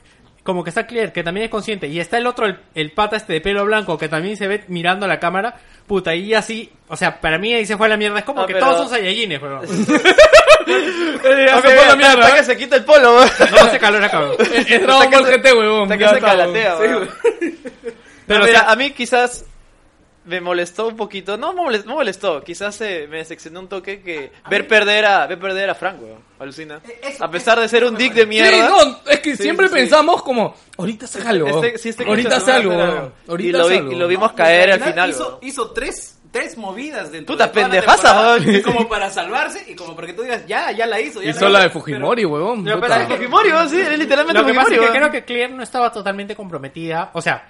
como que está Claire, que también es consciente, y está el otro, el, el pata este de pelo blanco, que también se ve mirando a la cámara, puta, y así, o sea, para mí ahí se fue a la mierda, es como
Ah,
que
pero-
todos son Saiyajines, pero
Eh,
Ah,
Ya
me
se fue la mierda,
Hasta que se quita el polo, weón.
no hace calor acá, weón.
Es Dragon Ball GT, huevón.
Hasta que
Ya
se
está, huevón.
calatea, weón.
Pero,
Pero
o sea,
a mí quizás me molestó un poquito. No me molestó, me molestó. quizás eh, me decepcionó un toque que ver perder a ver perder a Frank, weón. Alucina. a pesar de ser un dick de mierda.
Sí, no, es que
Sí,
siempre
sí, sí.
pensamos como, ahorita hace algo.
Este- sí, este
ahorita
concha
hace
se va a
algo.
hacer
weón.
algo.
Ahorita
Y lo
hace
vi-
algo.
y lo vimos caer al final,
Hizo,
weón.
hizo tres, tres movidas dentro
Puta,
de toda la
pendejaza,
temporada,
weón.
Como para salvarse y como para que tú digas, ya, ya la hizo. Ya
Hizo la de
hizo.
Fujimori, huevón.
Pero-
puta.
Es Fujimori, weón, sí, es literalmente
Lo que pasa
Fujimori.
es que creo
weón.
que Clear no estaba totalmente comprometida. O sea,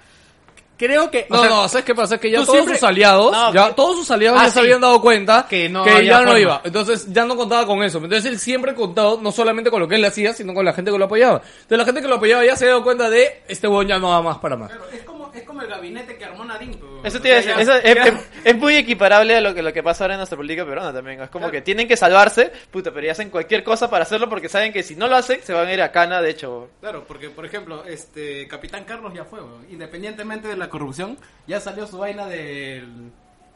creo que. o
No,
sea,
no, ¿sabes qué pasa? Es que ya
tú
todos
siempre-
sus aliados,
No,
ya todos sus aliados
Ah,
ya se
sí.
habían dado cuenta que,
Que no
ya
había
no
forma.
iba. Entonces ya no contaba con eso. Entonces él siempre contado no solamente con lo que él hacía, sino con la gente que lo apoyaba. Entonces la gente que lo apoyaba ya se dio cuenta de este huevón ya no va más para más.
Es como, es como el gabinete que armó Nadine. pues.
Eso te iba a decir, eso es, es- es muy equiparable a lo que, lo que pasa ahora en nuestra política peruana también. Es como que tienen que salvarse, puta, pero ya hacen cualquier cosa para hacerlo porque saben que si no lo hacen se van a ir a cana, de hecho.
Claro, porque por ejemplo, este Capitán Carlos ya fue, weón. independientemente de la corrupción, ya salió su vaina del-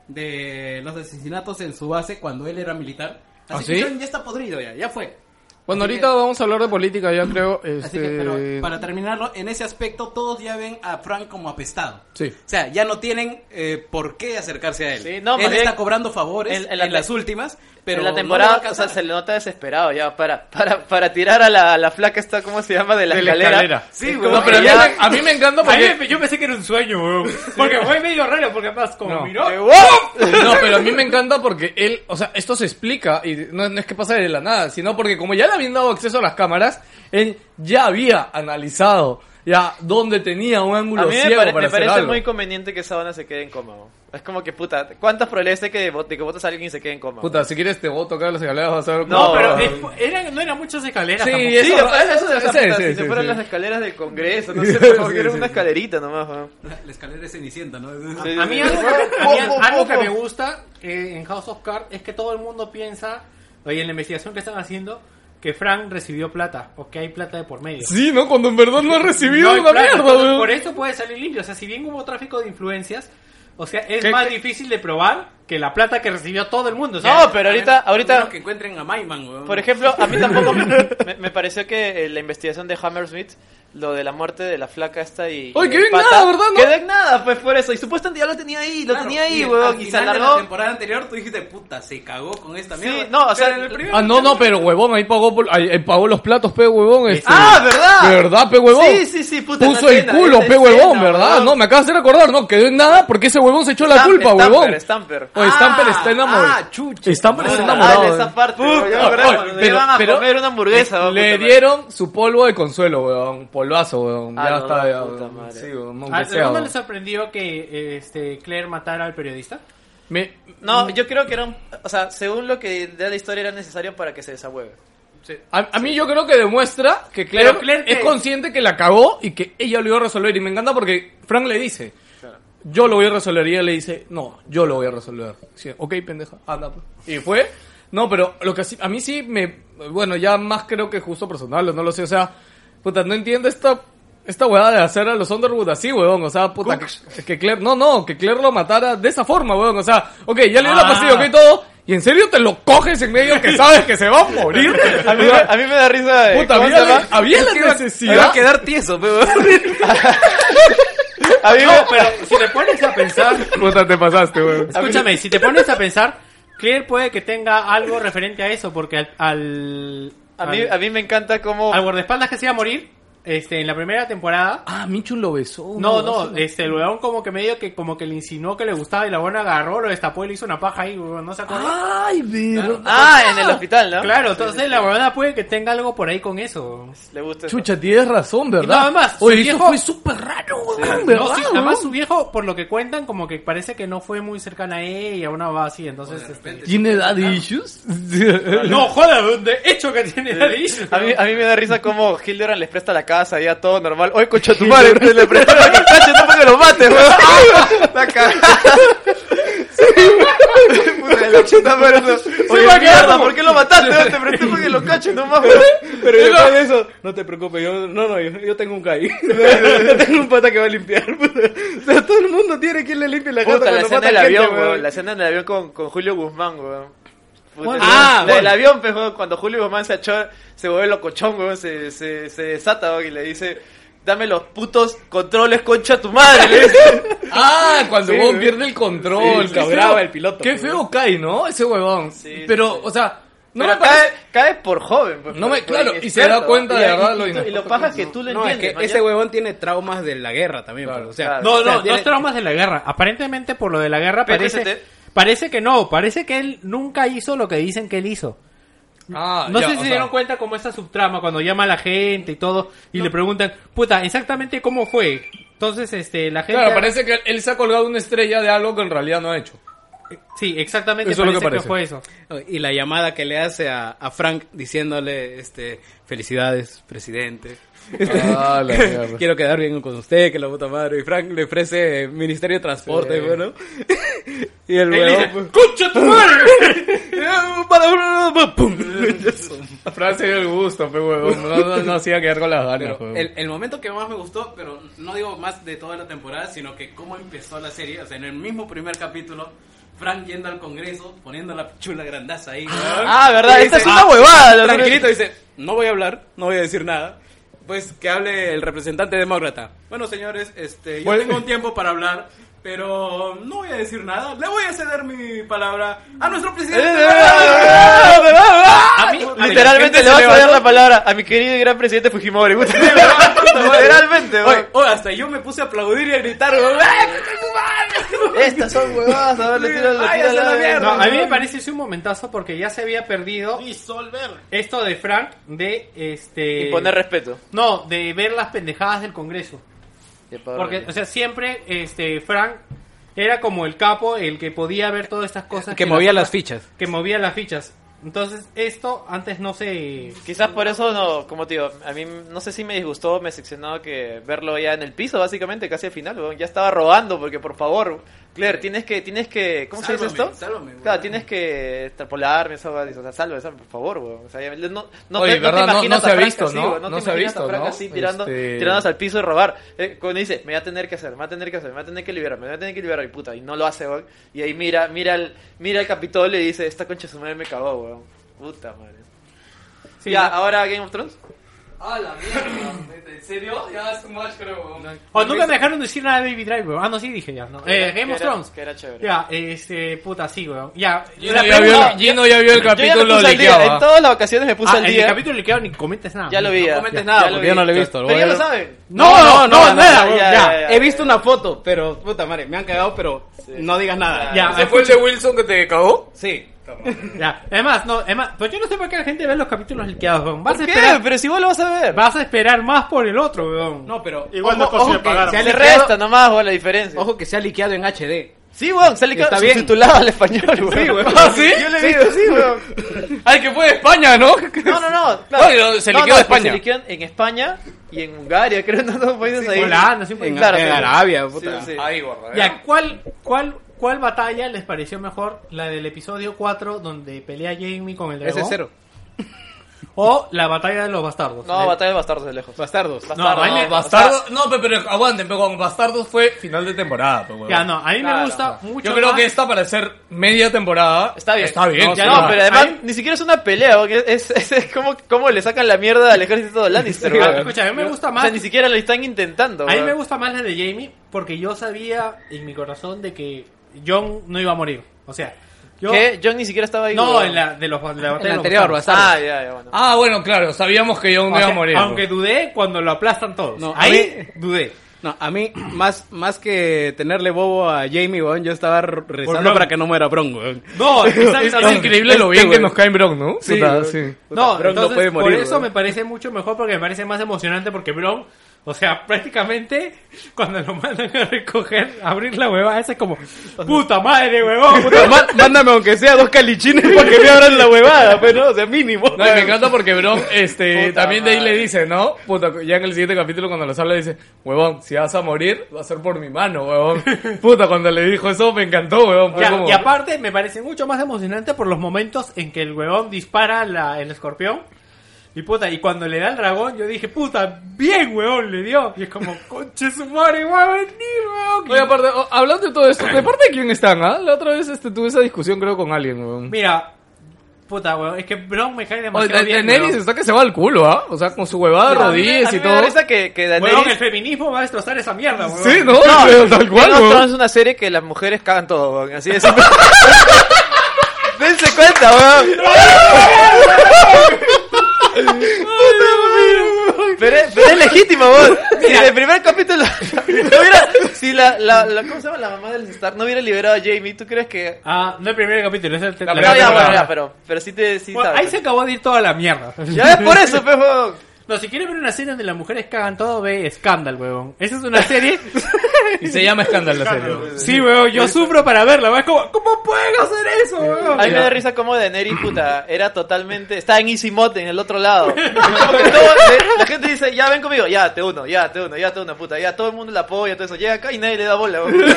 de los asesinatos en su base cuando él era militar. Así
¿Ah,
que
sí?
John ya está podrido ya, ya fue.
Bueno,
Así
ahorita
que-
vamos a hablar de política, ya creo.
Así que, pero
Este...
para terminarlo, en ese aspecto todos ya ven a Frank como apestado.
Sí.
O sea, ya no tienen eh, por qué acercarse a él.
Sí, no,
él
más
está
bien-
cobrando favores en,
en- en la-
las últimas, pero
en la
no lo va a
temporada, o sea,
alcanzar.
se le nota desesperado ya para, para, para tirar a la, a la flaca esta, ¿cómo se llama? De la,
De la
escalera.
escalera.
Sí,
No, pero a mí,
ya-
me- a mí me encanta
a mí
porque...
me- yo pensé que era un sueño, weón. Porque fue medio raro, porque más como
No.
miró.
eh, ¡wow!
No, pero a mí me encanta porque él, o sea, esto se explica y no, no es que pasa de la nada, sino porque como ya le habían dado acceso a las cámaras, él ya había analizado ya dónde tenía un
A
ángulo
mí me,
ciego
pare-
para
me
hacer
parece
algo.
muy conveniente que esa banda se quede en coma. weón. Es como que, puta, ¿cuántas probabilidades hay que de, de que votas a alguien y se quede en coma?
Puta, si quieres te voy a tocar las escaleras, vas a ver
No,
cómo-
Pero después- eran- no eran muchas escaleras.
Sí,
tampoco.
Sí,
eso-
o sea, eso,
eso-
o
sí,
sea, puta,
sí,
si
sí,
se fueran
sí.
las escaleras del Congreso, no sé, como
Sí,
que era
sí,
una
sí.
escalerita nomás. weón.
La escalera es cenicienta, ¿no?
Sí,
A
sí,
mí
sí.
algo, que- a mí
Poco,
algo que
poco.
me gusta eh, en House of Cards es que todo el mundo piensa, oye, en la investigación que están haciendo, que Frank recibió plata o que hay plata de por medio.
Sí, ¿no? Cuando en verdad no ha
No
recibido
hay
una
plata,
mierda,
entonces,
weón.
Por eso puede salir limpio. O sea, si bien hubo tráfico de influencias, o sea, es
¿Qué-
más
qué?
difícil de probar que la plata que recibió todo el mundo. O sea,
No, pero ahorita, ahorita,
que encuentren a Maiman, weón.
por ejemplo, a mí tampoco me, me pareció que eh, la investigación de Hammersmith, lo de la muerte de la flaca esta y...
Oye,
y
que
el
bien nada, ¿verdad, no?
Que bien nada, pues por eso. Y supuestamente ya lo tenía ahí, lo
Claro,
tenía ahí,
al
weón, y se
final de la
alargó.
temporada anterior tú dijiste, puta, se cagó con esta
Sí,
mierda.
no, o sea,
Pero en el primer
Ah, no, no, pero huevón, ahí pagó, por- ahí, ahí pagó los platos, pe huevón. Este.
¡Ah, verdad!
De verdad, pe huevón.
Sí, sí, sí, puta,
Puso
en la
el
escena,
culo,
en la
pe huevón,
escena,
¿verdad?
huevón.
No, me acabas de hacer acordar, no, quedó en nada porque ese huevón se echó la
Stamper,
culpa,
Stamper,
huevón.
Stamper. Ah,
Oye, Stamper está enamorado.
Ah, chucha.
Stamper está
Puta,
enamorado.
dale,
eh.
esa parte,
Puta,
weón, ya verás,
oye,
cuando le llevan a comer una hamburguesa, weón,
Le
puta
dieron su polvo de consuelo, weón. Polvazo, weón.
Ah,
Ya
no,
está, ya.
puta
weón.
madre. Ah,
Sí, weón,
¿A
aunque sea,
alguno
weón.
le sorprendió que eh, este, Claire matara al periodista?
Me-
No, yo creo que era un... O sea, según lo que de la historia era necesario para que se desahueve.
A, a mí yo creo que demuestra que Claire,
Pero Claire,
es
¿qué?
consciente que la cagó y que ella lo iba a resolver. Y me encanta porque Frank le dice, yo lo voy a resolver. Y ella le dice, no, yo lo voy a resolver. Dice, ok, pendeja, anda. pues". Y fue. No, pero lo que sí- a mí sí me... Bueno, ya más creo que justo personal, o no lo sé. O sea, puta, no entiendo esta... Esta weá de hacer a los Underwood así, weón. O sea, puta, que, que Claire... No, no, que Claire lo matara de esa forma, weón. O sea, ok, ya le dio la
Ah.
pastilla, ok, todo. Y en serio te lo coges en medio que sabes que se va a morir.
A mí, a mí me da risa. eh,
Puta,
¿cómo
había
se llama?
la, había la
va
necesidad.
a quedar tieso, pero
A mí me-
Pero si te pones a pensar,
Puta, te pasaste, weón.
Escúchame, si te pones a pensar, Clear puede que tenga algo referente a eso, porque al. al
A mí,
al-
a mí me encanta cómo...
al guardaespaldas que se iba a morir, este, en la primera temporada.
Ah, Minchu lo besó.
No, no, este, el huevón como que medio que como que le insinuó que le gustaba y la buena agarró, lo destapó y le hizo una paja ahí, huevón, no se acuerda.
Ay, pero...
Ah, en el hospital, ¿no?
claro, entonces la huevona puede que tenga algo por ahí con eso.
Le gusta. eso.
Chucha, tienes razón, ¿verdad?
Y nada más, su
Oye, eso
viejo-
fue súper raro, weón, ¿verdad,
ah,
No, sí,
weón?
además su viejo, por lo que cuentan, como que parece que no fue muy cercana a ella, una va así, entonces... este-
¿Tiene daddy issues?
No, joda, de hecho que tiene la
A mí, a mí me da risa como Hildebrand les presta la casa, ya todo normal. Oye, concha tu madre, le presta la casa, no para que lo mate, weón. Está cagada. Puta, de la puta madre, no. Oye,
va a quedar
mierda,
como-
¿por qué lo mataste? weón? Te presté para que lo caches nomás, weón.
Pero después de eso, no te preocupes, yo, no, no, yo, yo tengo un CAI. yo tengo un pata que va a limpiar. O sea, todo el mundo tiene quien le limpie la casa
Puta, la
cuando
escena
mata
del
gente,
avión,
weón.
weón. La escena del avión con, con Julio Guzmán, weón. Puta,
Bueno,
la-
ah,
la del
bueno.
avión, pues, weón, cuando Julio Guzmán se achó, se vuelve locochón, weón, se, se, se desata, weón, y le dice, dame los putos controles, concha tu madre. le dice.
Ah, cuando
Sí,
vos
güey.
pierde el control.
Sí,
qué
cabraba
feo.
el piloto,
Qué
güey.
feo cae, ¿no? Ese huevón.
Sí,
Pero,
sí.
o sea, no
Pero
me parece-
cae, cae por joven. pues,
No me-
por- por
claro, y se
inexperto.
da cuenta de
Y-
verdad
y-
lo
y- Y lo
inexperto
paja
que
es que tú lo
No, es
entiendes.
que
mañana.
ese huevón tiene traumas de la guerra también,
Claro,
pues, o sea,
claro.
No,
o sea,
no,
tiene-
no traumas de la guerra. Aparentemente por lo de la guerra parece,
PTSD.
parece que no, parece que él nunca hizo lo que dicen que él hizo.
Ah,
No
ya, o
sé si se
sea,
dieron cuenta como esta subtrama cuando llama a la gente y todo y le preguntan, puta, exactamente cómo fue. Entonces, este, la gente...
Claro, parece que él se ha colgado una estrella de algo que en realidad no ha hecho.
Sí, exactamente
Eso es lo
parece
que
que,
parece.
fue eso.
Y la llamada que le hace a, a Frank diciéndole, este, felicidades, presidente.
Ah, la mierda.
Quiero quedar bien con usted, que la puta madre. Y Frank le ofrece Ministerio de Transporte,
Sí.
bueno. y el
Él
huevón,
dice,
pues,
¡Concha tu madre!
¡Pum!
La frase del gusto, pe huevón. No, no, no hacía quedar con las ganas,
Pero
huevón.
el, el momento que más me gustó, pero no digo más de toda la temporada, sino que cómo empezó la serie. O sea, en el mismo primer capítulo, Frank yendo al Congreso, poniendo la chula grandaza ahí. weón.
Ah, verdad,
Y
esta es
dice,
una
"Ah,
huevada. la-
Tranquilito, dice, no voy a hablar, no voy a decir nada. Pues que hable el representante demócrata. Bueno, señores, este, yo tengo un tiempo para hablar, pero no voy a decir nada. Le voy a ceder mi palabra a nuestro
Eh,
presidente.
A mí- eh, Literalmente le vas a dar la palabra a mi querido y gran presidente Fujimori. puta. Literalmente,
Oye,
weón.
oye, hasta yo me puse a aplaudir y a gritar. weón,
Estas son huevadas. A ver, le tiro le tiro
Váyase a la mierda.
No, a mí me parece sí, un momentazo porque ya se había perdido
Disolver.
esto de Frank de este
Y poner respeto.
no de ver las pendejadas del Congreso porque o sea siempre este Frank era como el capo el que podía ver todas estas cosas
Que movía
la-
las fichas.
que movía las fichas entonces esto antes no se
Quizás por eso, no, como te digo, a mí no sé si me disgustó, me decepcionó que verlo ya en el piso, básicamente, casi al final, weón. ya estaba robando, porque por favor, Claire, tienes que, tienes que, ¿cómo se dice
Sálvame,
esto?
sálvame, weón.
Claro, tienes que extrapolarme, esa weá, dice, o sea, salve, salve, por favor, weón. O sea, ya- no, no,
Oye,
te, no te
verdad, no-
imaginas
no se
a
ha
Frank
visto,
así,
¿no?
weón.
No
te
se ha
imaginas
visto,
a Frank
¿no?
así, tirando,
Este-
tirándose al piso y robar. Eh, cuando dice, me voy a tener que hacer, me va a tener que hacer, me va a tener que liberar, me va a tener que liberar, y puta, y no lo hace, weón. Y ahí mira, mira el, mira el Capitolio y dice, esta concha de su madre me cagó, weón. Puta madre.
Sí,
ya,
no.
ahora Game of Thrones.
Ah, la mierda. ¿En serio? Ya es un match, creo, weón.
o nunca me dejaron decir nada de Baby Driver ah no sí dije ya no. Eh,
Que
Game of
era-
Thrones
Que era chévere.
ya este puta sí weón ya
Gino,
la
ya
pregunta-
vio, Gino ya vio el
Yo ya me
capítulo
puse al día. En
liqueado. ah.
todas las vacaciones me puse
Ah,
al
en
día.
el capítulo liqueado ni comentes nada
Ya lo vi.
No
ya.
comentes
Ya-
nada,
ya
porque
vi.
yo no
lo he visto, lo
Pero
voy a-
ya lo saben.
No, no, no, nada,
ya,
weón,
ya,
ya.
ya,
He
ya.
visto una foto, pero puta madre, me han cagado, pero no digas nada.
Ya,
¿Ese Ah, fue el de Wilson que te cagó?
Sí.
Ya, además, no, además, pues yo no sé por qué la gente ve los capítulos liqueados, weón. Vas a
¿Qué?
esperar,
Pero si vos lo vas a ver.
vas a esperar más por el otro, weón.
No, pero
Igual no consigue pagar.
se
Se
ha
resta nomás, weón, la diferencia.
ojo que se ha liqueado en HD.
Sí, weón, se le
Está
queda
bien.
subtitulado al español, weón. Sí, weón.
¿Ah, sí?
Yo le digo, sí, weón.
Al que fue de España, ¿no?
No, no, no.
No,
Claro.
no, se
No,
liqueó
no,
de España.
Se liqueó en- en España y en Hungaria, creo, en todos los países ahí.
Holanda, siempre.
En,
Claro,
en
sí.
Arabia,
Sí,
puta.
sí.
Ahí, gorda.
Ya, ¿cuál, cuál, ¿cuál batalla les pareció mejor? ¿La del episodio 4 donde pelea Jamie con el dragón?
Ese es cero.
¿O la batalla de los bastardos? Eh,
No, batalla de bastardos de lejos.
Bastardos.
Bastardo,
a mí me-
o sea,
Bastardos, no, pe- pero aguanten, pero con Bastardos fue final de temporada, pe, huevón.
Ya, no, a mí
Claro.
me gusta mucho
Yo creo
más-
que esta para ser media temporada
Está bien.
Está bien.
No,
ya
no,
va.
pero además ni siquiera es una pelea, porque es, es, es como, como le sacan la mierda al ejército de Lannister.
Ah,
weón.
escucha, a mí me gusta
O
más...
sea, ni siquiera lo están intentando.
A mí
weón.
me gusta más la de Jamie porque yo sabía en mi corazón de que John no iba a morir. O sea, yo...
¿Qué? John ni siquiera estaba ahí.
No,
weón.
en la, de los, la batalla de
El
los
anterior,
bastardos.
bastardo.
Ah, ya, ya, bueno.
Ah, bueno, claro, sabíamos que yo no
O
iba a
sea,
morir.
Aunque dudé cuando lo aplastan todos.
pues. No, a
Ahí dudé.
No, a mí, más, más que tenerle bobo a Jamie, weón, yo estaba r- rezando
Bron.
para que no muera Bron, weón.
No,
Es,
exactamente.
es increíble lo bien
Este,
que
güey.
nos cae en Brock, ¿no? Puta,
weón.
sí.
Puta,
No,
Bron
entonces,
puede morir,
por eso
weón.
me parece mucho mejor porque me parece más emocionante porque Bron, o sea, prácticamente cuando lo mandan a recoger, a abrir la huevada, ese es como, puta madre, huevón. puta
Puta, má- Mándame aunque sea dos calichines para que me abran la huevada, pues no, o sea, mínimo.
No, y me encanta porque Bron, este,
Puta
también de ahí
madre.
le dice, ¿no? Puta, ya en el siguiente capítulo cuando les habla dice, huevón, si vas a morir, va a ser por mi mano, huevón. Puta, cuando le dijo eso me encantó, huevón. Fue
Ya,
como,
y aparte me parece mucho más emocionante por los momentos en que el huevón dispara la, el escorpión. Y puta, y cuando le da el dragón, yo dije, puta, bien huevón le dio. Y es como, conche su madre, va a venir, huevón.
Oye, aparte, o- hablando de todo esto, ¿de parte de quién están, ah? La otra vez este, tuve esa discusión creo con alguien, huevón.
Mira, Puta, weón. Es que Bron me cae
Oye,
demasiado
Da-
bien.
Daenerys
weón.
está que se va al culo, ¿ah? O sea, con su huevada de
A mí me- a
rodillas
mí
y
me da
todo.
risa que, que Daenerys...
Weón, el feminismo va a destrozar esa mierda, weón.
Sí, ¿no? Pero tal cual,
Game of
weón.
Thrones es una serie que las mujeres cagan todo, weón. Así de simple. Dense cuenta, weón. Pero, es- pero es legítimo, weón. Si en el primer capítulo. no hubiera- si la, la, la- ¿Cómo se llama la mamá del Stark? No hubiera liberado a Jamie, ¿tú crees que.?
Ah, no el primer capítulo, es el
No,
primera
ya,
temporada.
bueno, ya, pero, pero sí te. Sí
Bueno,
sabes.
ahí se acabó de ir toda la mierda.
Ya es por eso, pues, weón.
No, si quieres ver una serie donde las mujeres cagan todo, ve Scandal, weón. Esa es una serie.
Y se llama escándalo la serie.
sí, weón, yo sufro para verla, weón. Es como, ¿cómo pueden hacer eso, weón?
A mí me da risa como Daenerys, puta, era totalmente... Estaba en easy mode en el otro lado. Como que todo- eh, la gente dice, ya ven conmigo, ya, te uno, ya, te uno, ya, te uno, puta. Ya todo el mundo la apoya, todo eso. Llega acá y nadie le da bola. weón.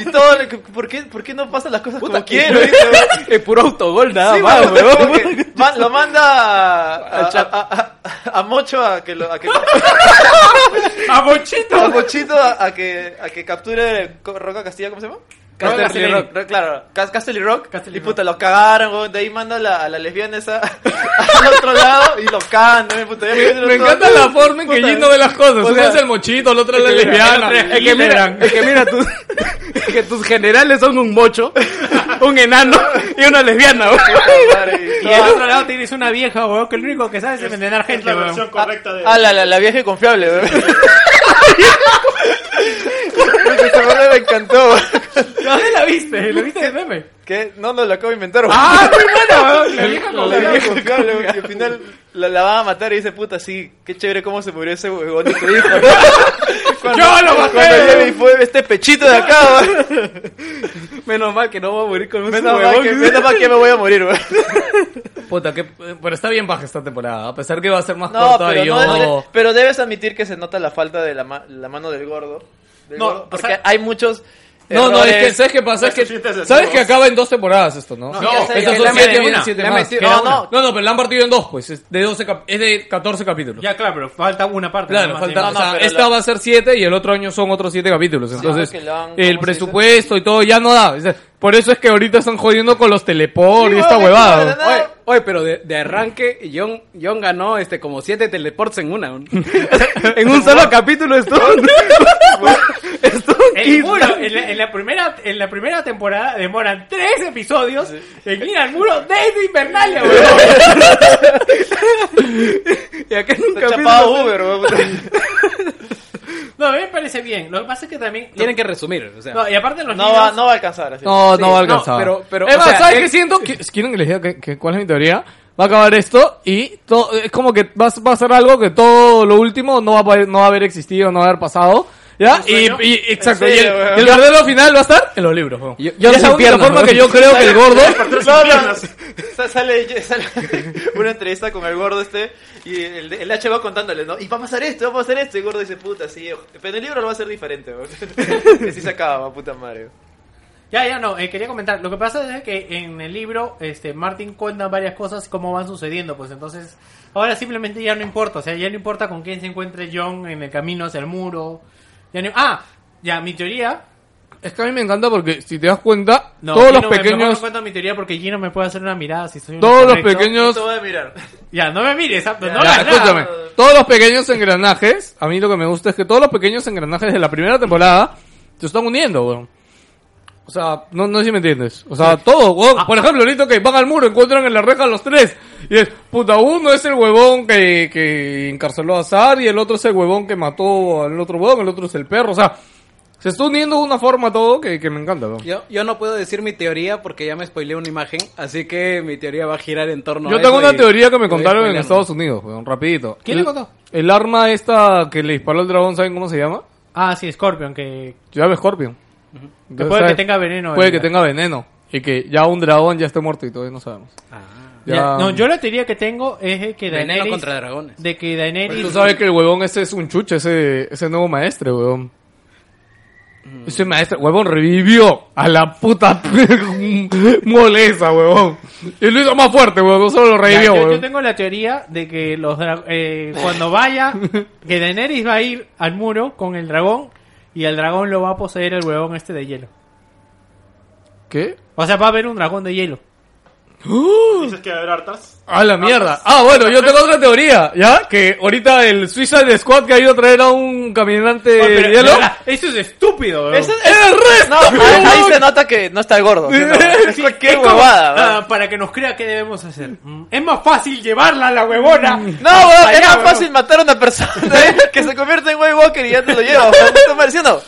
Y todo, le- ¿por qué, ¿por qué no pasan las cosas como quiero? dice, weón?
Es puro autogol nada
Sí, mano,
más, weón.
como que man- lo manda a, a, a- a- a Mocho a que lo- a que, a
¡A Bochito!
Mochito a, a que a que capture Co- Roca Castilla, ¿cómo se llama?
Roca
Castle
Castellini.
Rock, Rock, claro, Cas- Castle Rock,
Castellini
y puta, lo cagaron, weón, de ahí manda la, a la lesbiana esa al otro lado y lo cagan, ¿no? puta, ya me
Me encanta la forma en que Gino ve las cosas. Una es el mochito, la otra es la lesbiana.
Es que mira, es que mira, tus, es que tus generales son un mocho, un enano y una lesbiana, weón.
Y al otro lado tienes una vieja, weón, que lo único que sabe es envenenar
Es
gente,
la
weón.
versión correcta de.
Ah, la, la, la vieja y confiable, weón. Puta, esa madre me encantó. weón.
¿Dónde la viste? ¿La viste de meme?
¿Qué? No, no, lo acabo de inventar. weón.
¡Ah, muy buena, weón! La vieja con
La
la
vieja confiable, weón, que al final la, la van a matar y dice, puta, sí, qué chévere cómo se murió ese huevón de tu hijo.
¡Yo lo maté!
Cuando Jamie fue este pechito de acá, weón.
Menos mal que no va a morir con un
Menos mal
huevón.
que- menos mal que me voy a morir, weón.
Puta, que, pero está bien baja esta temporada. A pesar que va a ser más
No,
corta
pero,
y yo...
no- no- pero debes admitir que se nota la falta de la, ma- la mano del gordo. del
No,
gordo,
o
porque
sea-
hay muchos.
No, no,
errores.
es que, ¿sabes qué pasa? Es que,
Estos chistes de
¿Sabes que
todos.
acaba en dos temporadas esto, no?
No, ya sé,
Estas
ya
son
sé.
siete,
Le han
siete
metido-
más.
le han
Era
metido-
una.
no,
no, no, pero la han partido en dos, pues. Es de, 12 cap- es de 14 capítulos.
Ya, claro, pero falta una parte.
Claro,
nomás,
falta,
¿no?
o sea,
pero
esta
la-
va a ser 7 y el otro año son otros 7 capítulos. Entonces,
que le van- ¿cómo se
el
dice?
presupuesto y todo ya no da. O sea, por eso es que ahorita están jodiendo con los teleport
Sí,
y esta
huevón,
huevada.
de nada.
Oye, oye, pero de, de arranque, John, John ganó este como siete teleports en una. en un solo capítulo estuvo. estuvo
Eh, bueno, en la, en la primera, en la primera temporada demoran tres episodios en ir al muro desde Invernalia, weón.
Y acá en un
Está
capítulo.
chapado Uber, weón.
No, a mí me parece bien. Lo que pasa es que también...
Tienen que resumir, o sea.
No, y aparte los
No
niños...
va, no va a alcanzar. Así.
No, no va a
no,
alcanzar.
pero- pero,
es
o
más,
sea,
¿sabes
es-
qué siento? Que- ¿Quieren que les diga que, que- cuál es mi teoría? Va a acabar esto y todo, es como que va, a- va a ser algo que todo lo último no va, a poder- no va a haber existido, no va a haber pasado. ¿Ya? Y, y- exacto.
Sí,
y el,
weón.
y el verdadero final va a estar en los libros. weón.
Yo- yo
Y es
sin
la única
piernas,
forma
weón.
que yo creo que el gordo.
No, no. Sa- Sale, sale una entrevista con el gordo este y el, el H va contándole, ¿no? Y va a pasar esto, va a pasar esto. Y el gordo dice, puta, sí. ojo. Pero en el libro lo va a ser diferente, weón. Que sí se acaba, puta madre.
Ya, ya, no, eh, quería comentar. Lo que pasa es que en el libro, este, Martin cuenta varias cosas cómo van sucediendo, pues entonces, ahora simplemente ya no importa, o sea, ya no importa con quién se encuentre John en el camino hacia el muro. Ya no- Ah, ya, mi teoría...
Es que a mí me encanta porque si te das cuenta,
No,
todos
Gino,
los
me- mejor
pequeños.
no cuento mi teoría porque Gino me puede hacer una mirada si soy un
Todos los
incorrecto.
pequeños.
Te voy a mirar.
Ya, no me mires, ah, no
Ya,
hagas nada.
escúchame. Todos los pequeños engranajes, a mí lo que me gusta es que todos los pequeños engranajes de la primera temporada se están uniendo, weón. O sea, no, no sé si me entiendes. O sea, todo, weón.
Ah.
Por ejemplo, ahorita que van al muro, encuentran en la reja a los tres. Y es, puta, uno es el huevón que, que encarceló a Zar y el otro es el huevón que mató al otro huevón, el otro es el perro. O sea, se está uniendo de una forma todo que, que me encanta, weón.
Yo, yo no puedo decir mi teoría porque ya me spoileé una imagen, así que mi teoría va a girar en torno a
Yo
eso
tengo una
y-
teoría que me
y voy a
contaron en
spoilearlo.
Estados Unidos, weón, rapidito.
¿Quién
El-
le contó?
El arma esta que le disparó al dragón, ¿saben cómo se llama?
Ah, sí, Scorpion, que
Se llama Scorpion.
Que
Entonces,
puede
¿sabes?
que tenga veneno.
Puede
el-
que tenga veneno. Y que ya un dragón ya esté muerto y todavía no sabemos.
Ya,
Ya-
No, yo la teoría que tengo es de que
Veneno
Daenerys...
contra dragones.
De que Daenerys...
Pues Tú sabes que el huevón ese es un chuche, ese, ese nuevo maestre, huevón.
Mm.
Ese maestro, huevón, revivió a la puta moleza, huevón. Y lo hizo más fuerte, huevón, no solo lo
Ya,
revivió,
yo- yo,
huevón.
tengo la teoría de que los dra- eh, cuando vaya, que Daenerys va a ir al muro con el dragón y al dragón lo va a poseer el huevón este de hielo.
¿Qué?
O sea, va a haber un dragón de hielo.
Dices que va a haber hartas.
A la mierda. Ah, bueno, yo tengo otra teoría, ¿ya? Que ahorita el Suicide Squad que ha ido a traer a un caminante de
Pero,
hielo.
mira, Eso es estúpido, bro.
Eso-
¡Es resto!
No, ahí, ahí se nota que no está el gordo. sino- es cualquier
como,
huevada.
ah, para que nos crea qué debemos hacer. Mm, Es más fácil llevarla a la huevona.
No, weón, es más fácil matar a una persona ¿eh? que se convierte en White Walker y ya te lo lleva. weón. ¿Qué te parece? ¿Sí o no?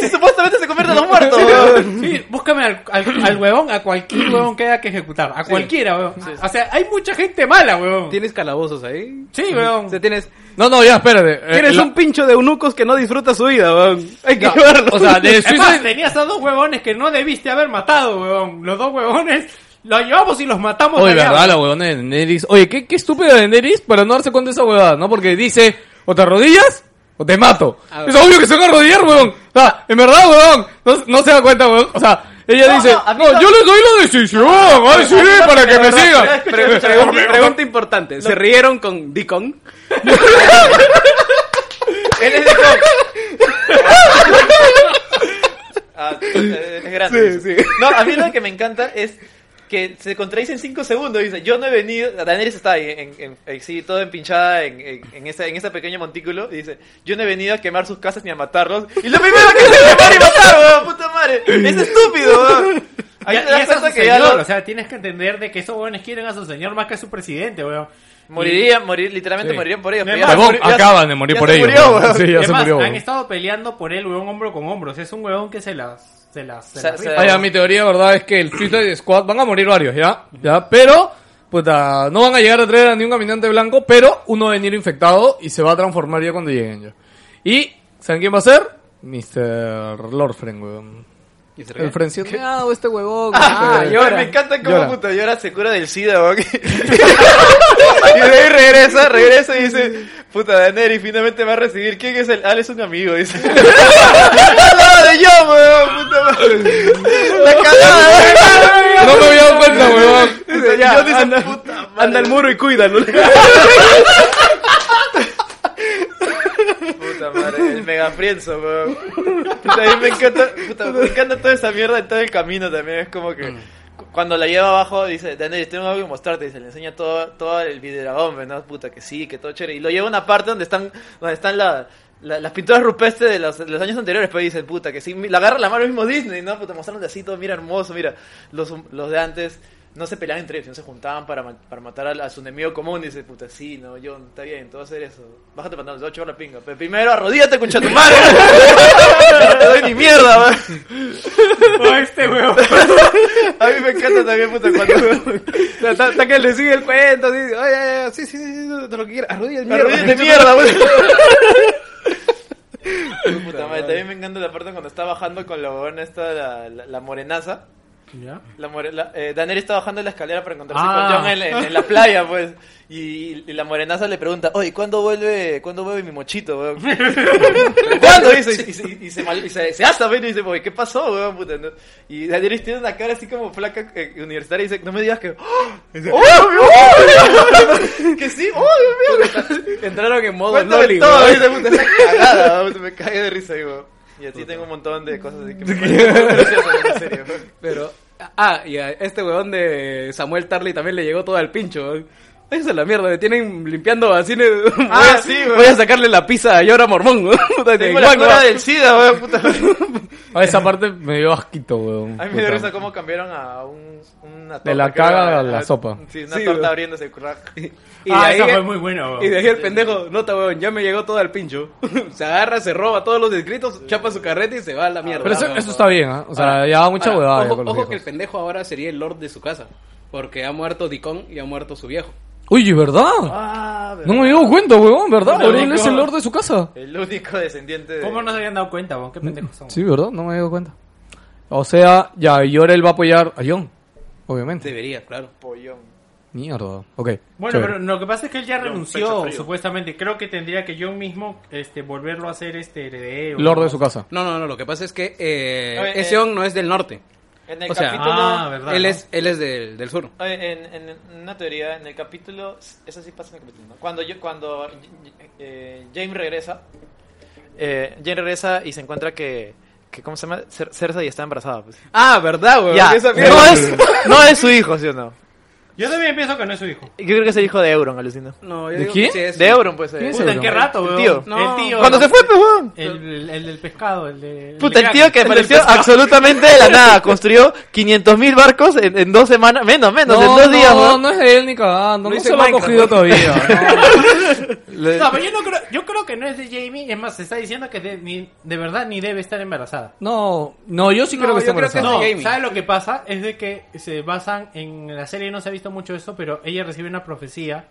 Si supuestamente se convierte en los muertos, weón.
Sí, búscame al, al, al huevón, a cualquier huevón que haya que ejecutar. A cualquiera, huevón. O sea, hay mucha gente mala, huevón.
¿Tienes calabozos ahí?
Sí, huevón.
O sea, tienes...
No, no, ya, espérate. Eh,
Tienes
la-
un pincho de eunucos que no disfruta su vida, weón. Hay que
No,
llevarlo.
o sea, de
Es más,
Suicide...
tenías a dos huevones que no debiste haber matado, huevón. Los dos huevones los llevamos y los matamos.
Oye,
allá.
verdad, la huevona de Daenerys. Oye, qué, qué estúpida de Daenerys para no darse cuenta de esa huevada, ¿no? Porque dice, o te arrodillas o te mato. Es obvio que se van a arrodillar, huevón. O sea, en verdad, huevón, no, no se da cuenta, huevón. O sea, ella
No,
dice,
no, a mí
no,
no-
yo les doy la decisión, ay, sí, para que me sigan.
Pre- Pregunta, pregunta importante. ¿Se rieron con Deacon?
Él es de Ah, eh, es grande.
Sí, sí.
No, a mí lo que me encanta es que se contradice en 5 segundos. Dice, yo no he venido... Daenerys está ahí, en, en, en- sí, toda empinchada en, en, en, esa- en ese pequeño montículo. Y dice, yo no he venido a quemar sus casas ni a matarlos. Y lo primero que hace es quemar y matar, weón, puta madre. Es estúpido, weón. Ahí
Ya-
te
y
das
es a
cuenta
su
que ya
señor,
lo-
o sea, tienes que entender de que esos huevones quieren a su señor más que a su presidente, huevón.
Morirían, morir, literalmente
Sí.
morirían por ellos.
No
pero
es más,
ya-
Huevón,
ya-
acaban de morir
ya
por
se
ellos.
murió,
huevón.
weón.
Sí, ya
Y
se
además,
murió,
han
huevón.
estado peleando por él, huevón, hombro con hombro. O sea, es un huevón que se las... Se las... Se
Se-
las
se-
rifa.
Ah, ya, mi teoría, verdad, es que el Suicide Squad van a morir varios, ¿ya? ¿Ya? Pero, puta, no van a llegar a traer a ni un caminante blanco, pero uno va a venir infectado y se va a transformar ya cuando lleguen ya. Y, ¿saben quién va a ser? Mr. Lordfren, weón. El frencionado, este huevón.
Ah,
este-
Me encanta cómo
Llora.
puta llora se cura del SIDA, weón. y de ahí regresa, regresa y dice, puta Daenerys finalmente va a recibir. ¿Quién es el? Al es un amigo, dice. Al lado de yo, weón, puta madre. La cagada, weón.
No me había dado cuenta, huevón.
Dice,
Ya,
yo dice,
anda-
puta madre.
Anda al muro y cuídalo.
Puta madre, el mega frienzo, weón. También me encanta, puta, me encanta toda esa mierda en todo el camino también. Es como
Mm.
que cu- cuando la lleva abajo, dice, Daniel, tengo algo que mostrarte. Y se le enseña todo, todo el videodragón, ¿verdad? Puta, que sí, que todo chévere. Y lo lleva a una parte donde están, donde están la- la- las pinturas rupestres de los, de los años anteriores, pero dice, puta, que sí. Mi- La agarra la mano el mismo Disney, ¿no? Puta, mostrándote así todo, mira, hermoso, mira. Los, los de antes. No se peleaban entre ellos, no se juntaban para, ma- para matar al- a, su enemigo común. Dice, puta, sí, no, John, está bien, te voy a hacer eso. Bájate pantalones, te voy a chupar la pinga. Pero primero arrodíllate, concha tu madre. no te doy ni mierda, weón.
No, este huevón.
A mí me encanta también, puta, cuando...
Hasta que le sigue el cuento. Dice, ay, ay, ay, sí, sí, sí, sí, de lo que quieras. Arrodillas, mierda.
Arrodíllate, mierda, weón. Puta madre, también me encanta la parte cuando está bajando con la huevona esta, la, la, la morenaza.
Ya.
La more- la- eh, Daenerys está bajando la escalera para encontrarse
Ah.
con John en, en- en la playa, pues. Y, y la morenaza le pregunta, oye, ¿cuándo vuelve, ¿cuándo vuelve mi mochito, weón? "¿Pero ¿Cuándo? Dice, y, se- y se- y se, mal- y se, se asa, weón, y dice, oye, ¿qué pasó, weón? Puta, no?". Y Daenerys tiene una cara así como flaca eh, universitaria y dice, no me digas que... "¡Oh! Y dice, "¡Oh, Dios mío!". que sí, ¡oh, Dios mío!
Entraron en modo
Cuéntame
loli,
todo,
weón.
dice, puta, esa cagada, weón, me cae de risa, ahí, weón. Y así tengo un montón de cosas así que me parecen muy graciosas, en serio, weón.
Pero, ah, y a este weón de Samuel Tarly también le llegó todo al pincho. weón. Esa es la mierda, me tienen limpiando vacines.
Ah,
Voy a-
sí, weón.
Voy a sacarle la pizza a Yora Mormón. weón. Puta, de
Tengo la
igual,
cura
weón.
del SIDA, weón, puta.
A Ah, esa parte me dio asquito, weón.
A mí me dio
Puta.
risa cómo cambiaron a un, una torta.
De la
que era-
caga a la sopa.
Sí, una
Sí,
torta
weón.
abriéndose, crack.
Y de
ah,
ahí,
esa fue muy buena, huevón.
y de ahí el pendejo, nota weón, ya me llegó todo al pincho. se agarra, se roba todos los escritos, chapa su carreta y se va a la mierda.
Pero eso,
weón.
eso está bien, ¿ah? O sea,
Ahora-
ya mucha
ahora,
huevada. ya
Ojo,
con los
ojo que el
viejos.
pendejo ahora sería el lord de su casa. Porque ha muerto Dicón y ha muerto su viejo.
Uy, ¿verdad?
Ah,
no me había dado cuenta, weón, ¿verdad? Ahora él es el lord de su casa.
El único descendiente de...
¿Cómo no se habían dado cuenta, huevón? Qué pendejos son.
Mm, Sí, ¿verdad? No me había dado cuenta. O sea, ya, y ahora él va a apoyar a John. Obviamente.
Debería, claro.
Pollón.
Mierda. Ok.
Bueno,
chévere.
pero lo que pasa es que él ya
pecho
renunció,
frío.
supuestamente. Creo que tendría que yo mismo este, volverlo a hacer este heredero.
Lord de su casa.
No, no, no, lo que pasa es que eh,
Oye,
ese
eh,
on no es del norte.
En el
O sea,
capítulo...
ah, verdad.
Él
¿no?
es, él es del, del sur.
Oye, En, en- en una teoría, en el capítulo, eso sí pasa en el capítulo, ¿no? Cuando, yo, cuando eh, James regresa, eh, James regresa y se encuentra que, que ¿cómo se llama? Cer- Cersei está embarazada. Pues.
Ah, ¿verdad, weón?
Ya,
Esa mierda.
no es, no es su hijo, ¿sí o no?
Yo también pienso que no es su hijo.
Yo creo que es el hijo de Euron, alucina.
No,
¿De
yo digo
quién?
que sí es.
De Euron, pues. eh.
¿Quién es
Puta, ¿en qué rato,
El
weón?
tío.
El tío.
Cuando se fue, pues, weón.
El, el- el del pescado, el de. el
Puta,
de
el tío que
Kraken.
apareció absolutamente de la nada. Construyó 500.000 barcos en, en dos semanas. Menos, menos, en dos días,
no,
weón.
no es de él ni cagando,
Lo
no
hizo
se lo ha
Minecraft.
cogido todavía.
Le-
No, pero yo no creo, yo creo que no es de Jamie, es más, se está diciendo que de, ni- de verdad ni debe estar embarazada.
No, no, yo sí creo que está embarazada.
Ah,
No,
de Jamie.
¿sabes lo que pasa? Es de que se basan en la serie, no se ha visto mucho eso, pero ella recibe una profecía.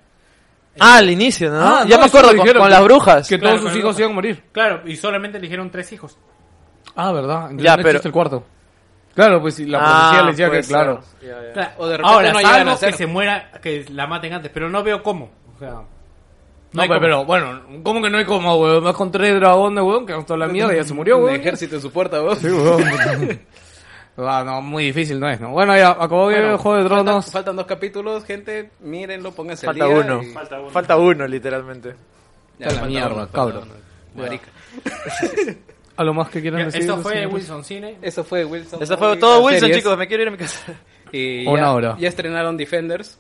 Ah, al inicio, ¿no?
Ah,
ya
no, eso
me acuerdo,
lo
con,
dijeron,
con
que-
las brujas.
Que
Claro,
todos sus
claro.
hijos iban a morir.
Claro, y solamente eligieron tres hijos.
Ah, verdad. Entonces
Ya,
no
pero-
existe el cuarto. Claro, pues si la
Ah,
profecía le decía
puede
que, claro.
ser. Ya, ya.
Claro,
O de repente
Ahora,
no llegan
salvo
a ser.
que se muera, que la maten antes, pero no veo cómo. O sea,
No, pero, pero, bueno, ¿cómo que no hay como, weón? Me encontré dragones, weón, que hasta la mierda ya se murió,
Un
weón.
ejército en su puerta, vos.
Ah, no, muy difícil no es, ¿no? Bueno, ya, acabó que el Juego de
Faltan,
Tronos.
faltan dos capítulos, gente. Mírenlo, pónganse al
Falta
día
uno.
y-
Falta uno.
Falta uno, literalmente.
Ya, falta uno, falta
cabrón.
uno. Marica.
A lo más que quieran decir.
esto fue
señores.
Wilson Cine.
Eso fue Wilson.
Eso fue
Hoy,
todo
las
Wilson,
series.
chicos. Me quiero ir a mi casa.
Y
Una
ya,
hora.
ya estrenaron Defenders.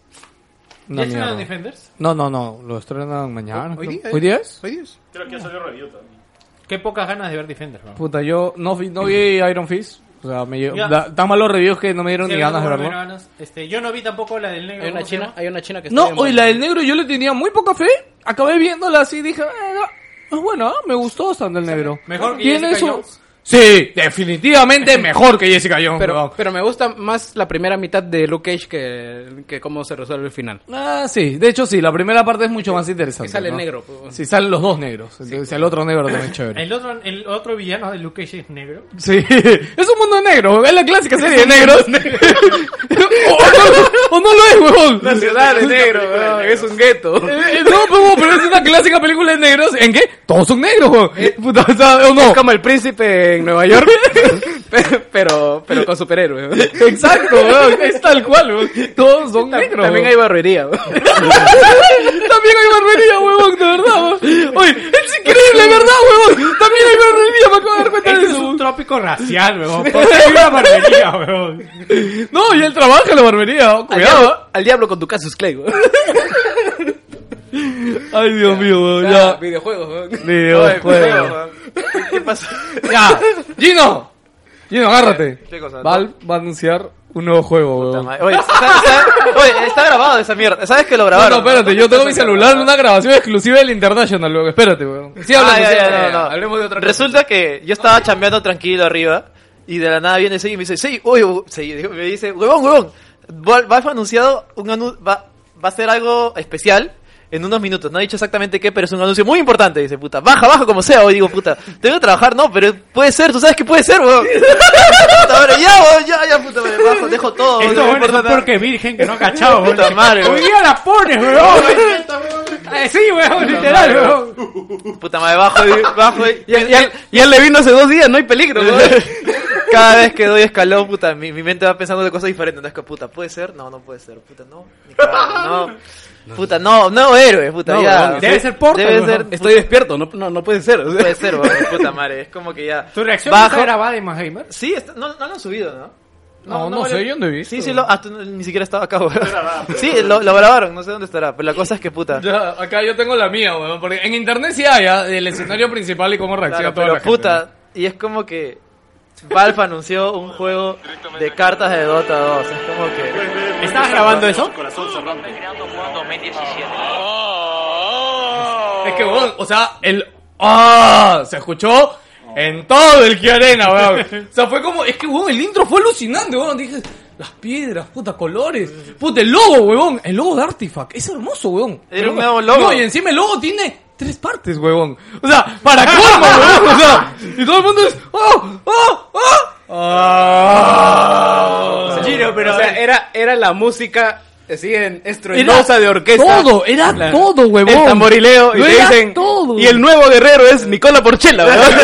Una
¿Ya
mierda.
los Defenders?
No, no, no, lo estrenan mañana.
Hoy
creo.
día,
¿Hoy día es?
Hoy Dios.
Creo que ya salió review también.
Qué pocas ganas de ver Defenders. ¿no?
Puta, yo no, vi- no vi Iron Fist. O sea, me lle-
Ya.
da- tan malos reviews que no me dieron
Sí,
ni
a mí
ganas de
tampoco me
verlo.
dieron ganas. Este, yo no vi tampoco la del negro.
Hay una
¿cómo se
china,
llama?
hay una china que está
No,
bien
hoy
buena.
la del negro yo le tenía muy poca fe. Acabé viéndola así y dije, eh, es buena, me gustó bastante el negro.
Mejor que
Tiene
Jessica
su-
Jones.
Sí, definitivamente mejor que Jessica Jones.
Pero,
weón.
pero me gusta más la primera mitad de Luke Cage que, que cómo se resuelve el final.
Ah, sí, de hecho sí, la primera parte es mucho más interesante.
Que sale el
¿no?
negro, pues.
Sí, salen los dos negros. Entonces, el otro negro también es chévere.
El otro, el otro villano de Luke Cage es negro.
Sí, es un mundo negro, es la clásica serie de negros. o, o no, o no lo es, huevón.
La ciudad
es
es
negro,
negro,
Ah,
weón,
es un gueto.
Eh, eh, No, pero, pero es una clásica película de negros en que todos son negros, huevón. Puta, o sea, o no.
Eh, Es como el príncipe en Nueva York, pero, pero, pero con superhéroes.
Exacto, weón, es tal cual, weón. Todos son negros.
También hay
weón.
barbería. weón.
También hay barbería, huevón, de verdad, weón. Oye, es increíble, ¿verdad, huevón? También hay barbería, me acabo de dar cuenta de
Este es
eso.
un trópico racial, weón. ¿Por qué hay una barbería, weón?
weón. No, y él trabaja en la barbería, oh,
Al
cuidado.
diablo, al diablo con tu casus Clay. weón.
Ay, Dios mío, weón,
Ah,
ya.
videojuegos. weón.
Dios, pues.
Pero,
weón.
weón, ¿Qué, qué pasó?
Ya, Gino. Gino, agárrate.
Eh, ¿Qué cosa?
Valve va a anunciar un nuevo juego,
Puta
weón.
madre. Oye, ¿sabes- sabes- oye, está grabado esa mierda. ¿Sabes que lo
No,
grabaron?
no, espérate, yo tengo mi celular en una grabación exclusiva del International, weón. Espérate, weón. Sí,
Ah,
hablando,
ya,
sí,
ya,
hablando.
no, no.
Hablemos de otra cosa.
Resulta que yo estaba chambeando tranquilo arriba y de la nada viene Sei y me dice, sí, uy, uy", Sei, dijo- me dice, huevón, huevón, Val- Valve ha anunciado un anu- va, va a ser algo especial en unos minutos. No ha dicho exactamente qué, pero es un anuncio muy importante. Dice, puta, baja, baja como sea. Hoy digo, puta, tengo que trabajar, no, pero puede ser, tú sabes que puede ser, huevón. Puta madre, ya, huevón, ya, ya, puta madre, bajo, dejo todo.
Esto,
no me
weón,
importa
es
nada.
porque virgen que no ha cachado, weón.
Puta madre,
Hoy
weón.
día la pones, weón. Eh, sí, weón, literal,
madre,
weón.
Puta madre, bajo, y- bajo. y-
Ya, ya, ya le vino hace dos días, no hay peligro. weón.
Cada vez que doy escalón, puta, mi, mi mente va pensando de cosas diferentes. No es que, puta, ¿puede ser? No, no puede ser. Puta, no. Ni cagando, no. Puta, no, no, héroe, puta,
No,
ya.
weón,
debe ser Portal,
Debe
weón.
ser,
Estoy despierto, no, no, no puede ser. o sea.
puede ser, weón, puta madre. Es como que ya.
Tu reacción
Bajo.
está grabada en Mannheimer.
Sí, está- no, no lo han subido, ¿no?
No, no sé, yo no he visto.
Sí, sí, lo, hasta no- ni siquiera estaba acá, weón.
grabado, pero-
Sí, lo, lo grabaron, no sé dónde estará. Pero la cosa es que, puta.
Ya, acá yo tengo la mía, weón, porque en internet sí hay ah, el escenario principal y cómo reacciona
Claro,
toda
pero
la gente,
puta, y es como que Valve anunció un juego de cartas de Dota 2. Es como que.
¿Estabas grabando eso?
Su corazón se rompe.
¿no? Es que, weón, o sea, el... ¡Ah! Se escuchó en todo el que arena, weón. O sea, fue como... Es que, weón, el intro fue alucinante, weón. Dije, las piedras, puta, colores. Puta, el logo, weón. El logo de Artifact. Es hermoso, weón.
Era
Pero-
un nuevo logo.
No, y encima el logo tiene tres partes, huevón. O sea, para colmo, huevón. O sea, y todo el mundo es... ¡Oh! ¡Oh! ¡Oh! ¡Ah!
Giro, pero.
O
a
sea,
ver,
era, era la música así en estruendosa de orquesta.
Todo, era
La-
todo, huevón.
El tamborileo y
Lo
te
era
dicen
todo.
y el nuevo guerrero es Nicola Porchela, ¿verdad?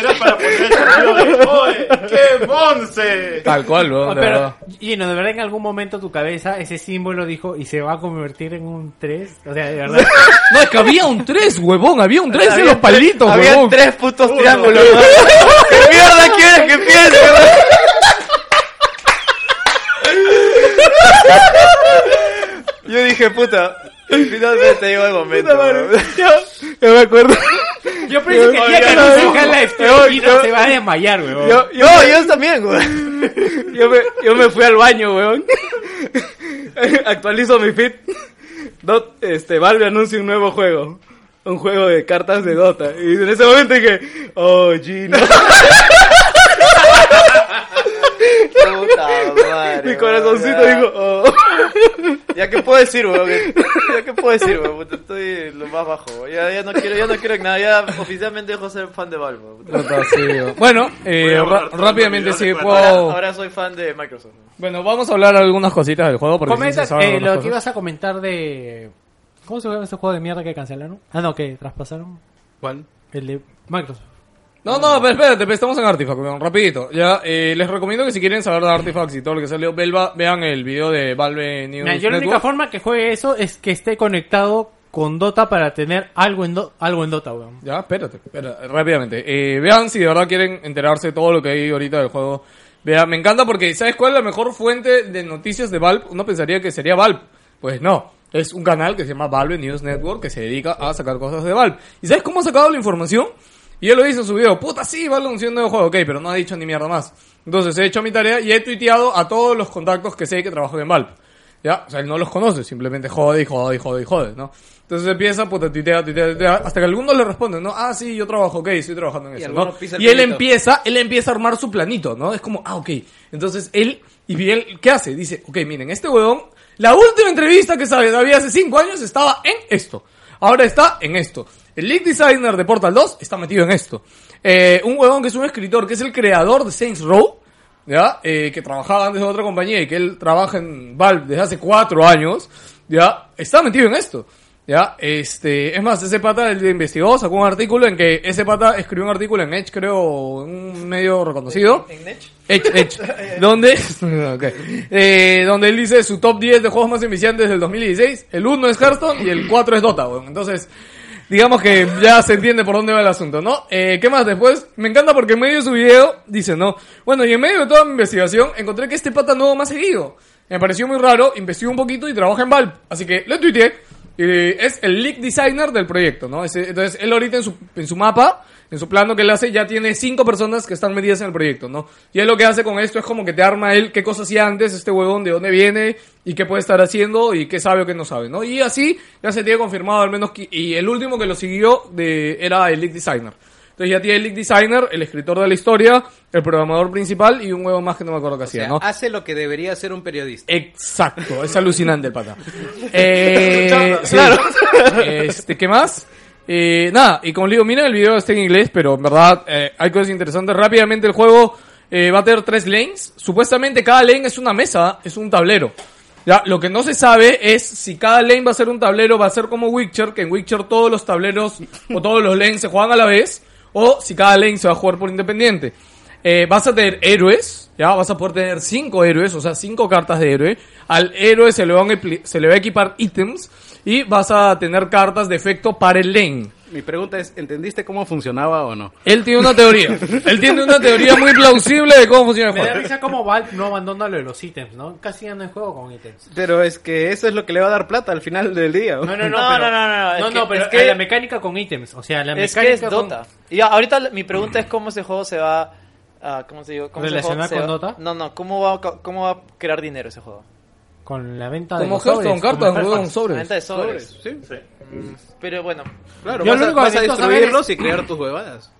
Era para poner el sonido de ¡Oye, qué bonce!
Tal cual, huevón, de
Oh, pero,
verdad.
Gino, de verdad en algún momento tu cabeza ese símbolo dijo y se va a convertir en un 3. O sea, de verdad.
No, es que había un 3, huevón, había un 3 en los
Había tres-
palitos,
Había
huevón.
tres putos triángulos. ¿no? ¿Qué mierda quieres que piense? Yo dije, puta, finalmente llegó el momento. weón.
Yo me acuerdo.
Yo pensé que ya que no saca la esquina se va a desmayar, weón.
Yo, yo,
No, yo también, weón.
yo me, yo me fui al baño, weón. Actualizo mi feed. Dot, este, Valve anuncia un nuevo juego. Un juego de cartas de Dota. Y en ese momento dije, oh, Gino.
Puta madre.
Mi corazoncito
weón.
dijo, oh.
Ya que puedo decir, weón. Ya que puedo decir, weón. Puta, estoy lo más bajo. weón. Ya, ya no quiero, ya no quiero que nada. Ya oficialmente dejo de ser fan de Valve. weón. Puta.
Puta, sí, weón. bueno, eh,
Voy a
ra-
borrar todos los
rápidamente
videos
sí,
de
Ahora,
puedo...
ahora soy fan de Microsoft. weón.
Bueno, vamos a hablar algunas cositas del juego. Porque sí se
Comenta
saben
eh,
algunas
lo que
cosas.
ibas a comentar de. ¿Cómo se llama ese juego de mierda que cancelaron? Ah, no, que traspasaron.
¿Cuál?
El de Microsoft.
No, no, pero espérate, pero estamos en Artifact, weón, rapidito. Ya, eh, les recomiendo que si quieren saber de Artifacts y todo lo que salió, Belva, vean el video de Valve News
Mira, yo la
Network.
única forma que juegue eso es que esté conectado con Dota para tener algo en, Do- algo en Dota, weón.
Ya, espérate, espérate, rápidamente. Eh, vean si de verdad quieren enterarse de todo lo que hay ahorita del juego. Vean, me encanta porque, ¿sabes cuál es la mejor fuente de noticias de Valve? Uno pensaría que sería Valve. Pues no. Es un canal que se llama Valve News Network que se dedica a sacar cosas de Valve. ¿Y sabes cómo ha sacado la información? Y él lo dice en su video. Puta, sí, Valve anunció un nuevo juego. Ok, pero no ha dicho ni mierda más. Entonces he hecho mi tarea y he tuiteado a todos los contactos que sé que trabajan en Valve. Ya, o sea, él no los conoce, simplemente jode y jode y jode y jode, ¿no? Entonces empieza, puta, tuitea, tuitea, tuitea, hasta que algunos le responden, ¿no? Ah, sí, yo trabajo, ok, estoy trabajando en eso, ¿no?
algunos pisa el
Y él
pelito.
empieza, él empieza a armar su planito, ¿no? Es como, ah, ok. Entonces él, y bien, ¿qué hace? Dice, ok, miren, este huevón, la última entrevista que sabe, había hace cinco años, estaba en esto. Ahora está en esto. El lead designer de Portal 2 está metido en esto. Eh, un huevón que es un escritor, que es el creador de Saints Row, ¿ya? Eh, que trabajaba antes en otra compañía y que él trabaja en Valve desde hace cuatro años, ¿ya? Está metido en esto, ¿ya? Este, es más, ese pata el de investigó, sacó un artículo en que ese pata escribió un artículo en Edge, creo, en un medio reconocido.
¿En Edge?
Edge, Edge. donde, ok. Eh, donde él dice su top 10 de juegos más enviciantes del 2016. El 1 es Hearthstone y el 4 es Dota, weón. Entonces, digamos que ya se entiende por dónde va el asunto, ¿no? Eh, ¿Qué más después? Me encanta porque en medio de su video dice, ¿no? Bueno, y en medio de toda mi investigación encontré que este pata nuevo más seguido. Me pareció muy raro, investigué un poquito y trabaja en Valve. Así que lo tuiteé. Eh, es el lead designer del proyecto, ¿no? Ese- entonces, él ahorita en su, en su mapa, en su plano que él hace, ya tiene cinco personas que están medidas en el proyecto, ¿no? Y él lo que hace con esto es como que te arma él qué cosas hacía antes, este huevón, de dónde viene, y qué puede estar haciendo, y qué sabe o qué no sabe, ¿no? Y así ya se tiene confirmado al menos, qui- y el último que lo siguió de, era el lead designer. Entonces ya tiene el lead designer, el escritor de la historia, el programador principal y un huevo más que no me acuerdo qué
O sea,
hacía, ¿no?
hace lo que debería hacer un periodista.
Exacto, es alucinante el pata. Eh,
Escuchando,
sí. Este, ¿Qué más? Eh, nada, y como le digo, miren el video, está en inglés, pero en verdad eh, hay cosas interesantes. Rápidamente el juego eh, va a tener tres lanes. Supuestamente cada lane es una mesa, es un tablero. Ya, lo que no se sabe es si cada lane va a ser un tablero, va a ser como Witcher, que en Witcher todos los tableros o todos los lanes se juegan a la vez, o si cada lane se va a jugar por independiente. Eh, vas a tener héroes, ya vas a poder tener cinco héroes, o sea, cinco cartas de héroe. Al héroe se le, van a empli- se le va a equipar ítems y vas a tener cartas de efecto para el lane.
Mi pregunta es, ¿entendiste cómo funcionaba o no?
Él tiene una teoría. Él tiene una teoría muy plausible de cómo funciona el
Me da
juego.
risa cómo Valve no abandona lo de los ítems, ¿no? Casi anda en juego con ítems.
Pero es que eso es lo que le va a dar plata al final del día.
No, no, no,
No,
pero,
no, no, no, es
no,
que-
pero
es que-
la mecánica con ítems, o sea, la
Es
mecánica
que es
con-
Dota. Y ahorita la- mi pregunta es cómo ese juego se va a... ¿Cómo se digo? ¿Cómo ese juego
¿Relacionar
se
con
va-
Dota?
No, no, ¿cómo va, a- cómo va a crear dinero ese juego?
con la venta de
Como
los sobres,
Hearthstone,
como
cartas,
Hearthstone.
huevón, sobres.
Venta de sobres.
Sí,
Sí.
Pero bueno,
claro.
Yo
vas
lo
a,
único que
vas a
necesito saber es-
destruirlos y crear tus huevadas.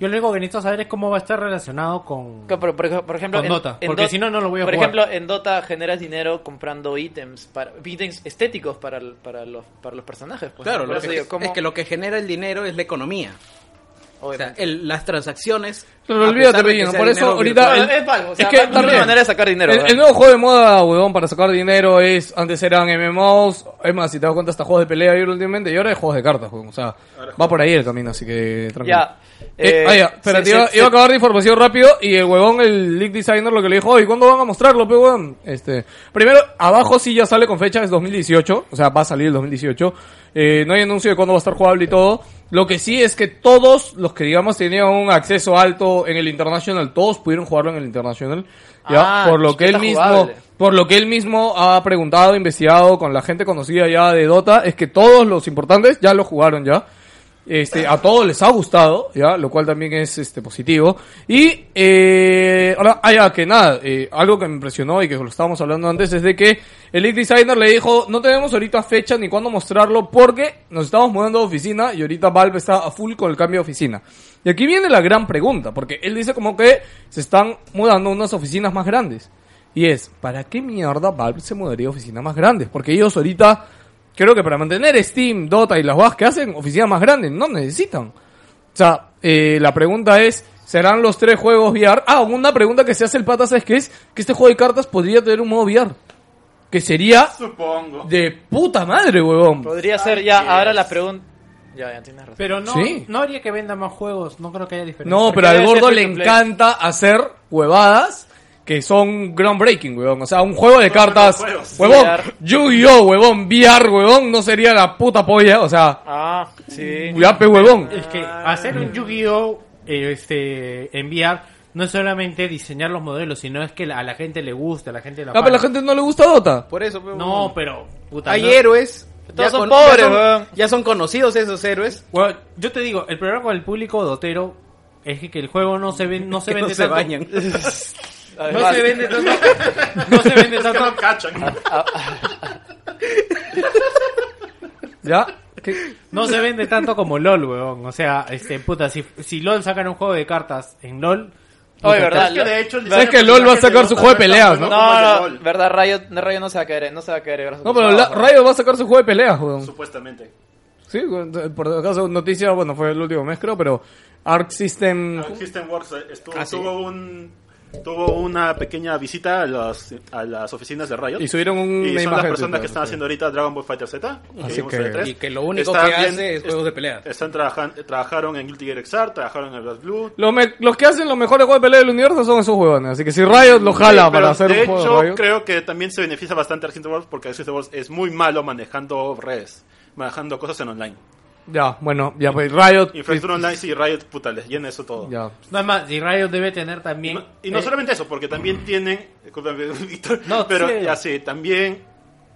Yo lo único que necesito saber es cómo va a estar relacionado con...
que por, por- por ejemplo...
Con Dota, porque si no, no lo voy a
Por
jugar.
ejemplo, en Dota generas dinero comprando ítems, para, ítems estéticos para, el- para, los, para los personajes. Pues.
Claro,
Por
lo
eso
que-
digo, ¿cómo?
es que lo que genera el dinero es la economía. O sea,
Obviamente.
el- las transacciones.
Pero
a pesar
olvídate,
de que
Pellino,
sea
por eso
dinero
ahorita-
No,
el-
es Valve, o sea,
es que
Valve no es
también-
una manera de sacar dinero.
El,
¿verdad?
el nuevo juego de moda, huevón, para sacar dinero es... Antes eran MMOs, es más, si te das cuenta, hasta juegos de pelea y últimamente, y ahora es juegos de cartas, huevón. O sea, va por ahí el camino, así que tranquilo.
Ya.
Eh,
eh,
ah, ya, espérate,
se-
iba,
se-
iba a acabar de información rápido y el huevón, el leak designer, lo que le dijo, oye, ¿cuándo van a mostrarlo, pe huevón? Este, primero, abajo sí ya sale con fecha, es 2018, o sea, va a salir el 2018. Eh, no hay anuncio de cuándo va a estar jugable y todo. Lo que sí es que todos los que, digamos, tenían un acceso alto en el International, todos pudieron jugarlo en el International. ¿ya?
Ah,
por lo que él
está
mismo,
jugable.
por lo que él mismo ha preguntado, investigado con la gente conocida ya de Dota, es que todos los importantes ya lo jugaron ya. Este, a todos les ha gustado, ya, lo cual también es este positivo. Y eh, ahora, ah, ya, que nada, eh, algo que me impresionó y que lo estábamos hablando antes es de que el lead designer le dijo, no tenemos ahorita fecha ni cuándo mostrarlo porque nos estamos mudando de oficina y ahorita Valve está a full con el cambio de oficina. Y aquí viene la gran pregunta, porque él dice como que se están mudando a unas oficinas más grandes. Y es, ¿para qué mierda Valve se mudaría a oficinas más grandes? Porque ellos ahorita, creo que para mantener Steam, Dota y las guas que hacen, oficinas más grandes no necesitan. O sea, eh, la pregunta es, ¿serán los tres juegos VR? Ah, una pregunta que se hace el pata, ¿sabes qué es? Que este juego de cartas podría tener un modo VR. Que sería
Supongo.
de puta madre, huevón.
Podría ser ya, ahora la pregunta... Ya, ya tienes razón.
Pero no,
Sí.
no haría que venda más juegos, no creo que haya diferencia.
No,
Porque
pero al
debe ser
gordo le
free to play.
encanta hacer huevadas que son groundbreaking, huevón. O sea, un juego de
No, no,
cartas,
juegos.
huevón.
VR.
Yu-Gi-Oh, huevón. VR, huevón. No sería la puta polla, o sea,
Ah, sí.
ya, pe, huevón.
Es que hacer un Yu-Gi-Oh! eh, este, enviar no es solamente diseñar los modelos, sino es que la- a la gente le gusta, a la gente la
Ah, pero a la
paga.
gente no le gusta Dota.
Por eso, pues,
No, pero. Puta,
hay
no-
héroes.
Todos son
ya
pobres,
son-
weón.
ya son conocidos esos héroes.
Bueno, yo te digo, el problema con el público dotero es que, que el juego no se, ven, no se
que
vende
no se
tanto.
bañan.
No se vende tanto. No se vende tanto.
Cachan.
Ya.
No se vende tanto como LOL, weón. O sea, este, puta, si, si LOL sacan un juego de cartas en LOl. puta,
Oye, verdad.
te-
Lo-
¿Sabes que LOL va a sacar su juego de peleas, no?
No, no, verdad, Rayo, Rayo no se va a caer, eh, no se va a caer.
No, pero la- Riot va a sacar su juego de peleas, huevón.
Supuestamente.
Sí, huevón, por acaso, noticia, bueno, fue el último mes, creo, pero Arc System...
System Works eh, estuvo,
Ah, sí.
tuvo un tuvo una pequeña visita a las a las oficinas de Riot.
Y subieron un-
Y
una
son las
imagen de
personas
Twitter,
que están
sí.
haciendo ahorita Dragon Ball Fighter Z,
Así
vimos
que-
en el 3.
Y que lo único
Están
que
bien-
hace es juegos de pelea.
Están trabajando trabajaron en Guilty Gear XR, trabajaron en Blood Blue.
Los, me- los que hacen los mejores juegos de pelea del universo son esos huevones. Así que si Riot lo jala
Sí, pero
para hacer
de
un juego
hecho,
de Riot.
creo que también se beneficia bastante Arc System Works porque Arc System Works es muy malo manejando redes, manejando cosas en online.
Ya, bueno, ya pues Riot.
Infraestructura online sí, Riot puta les llena eso todo.
Ya.
No es más, y Riot debe tener
Y
también.
no- Y no
eh,
solamente eso, porque también tienen. Discúlpame, Víctor.
No,
pero
sí.
ya sí, también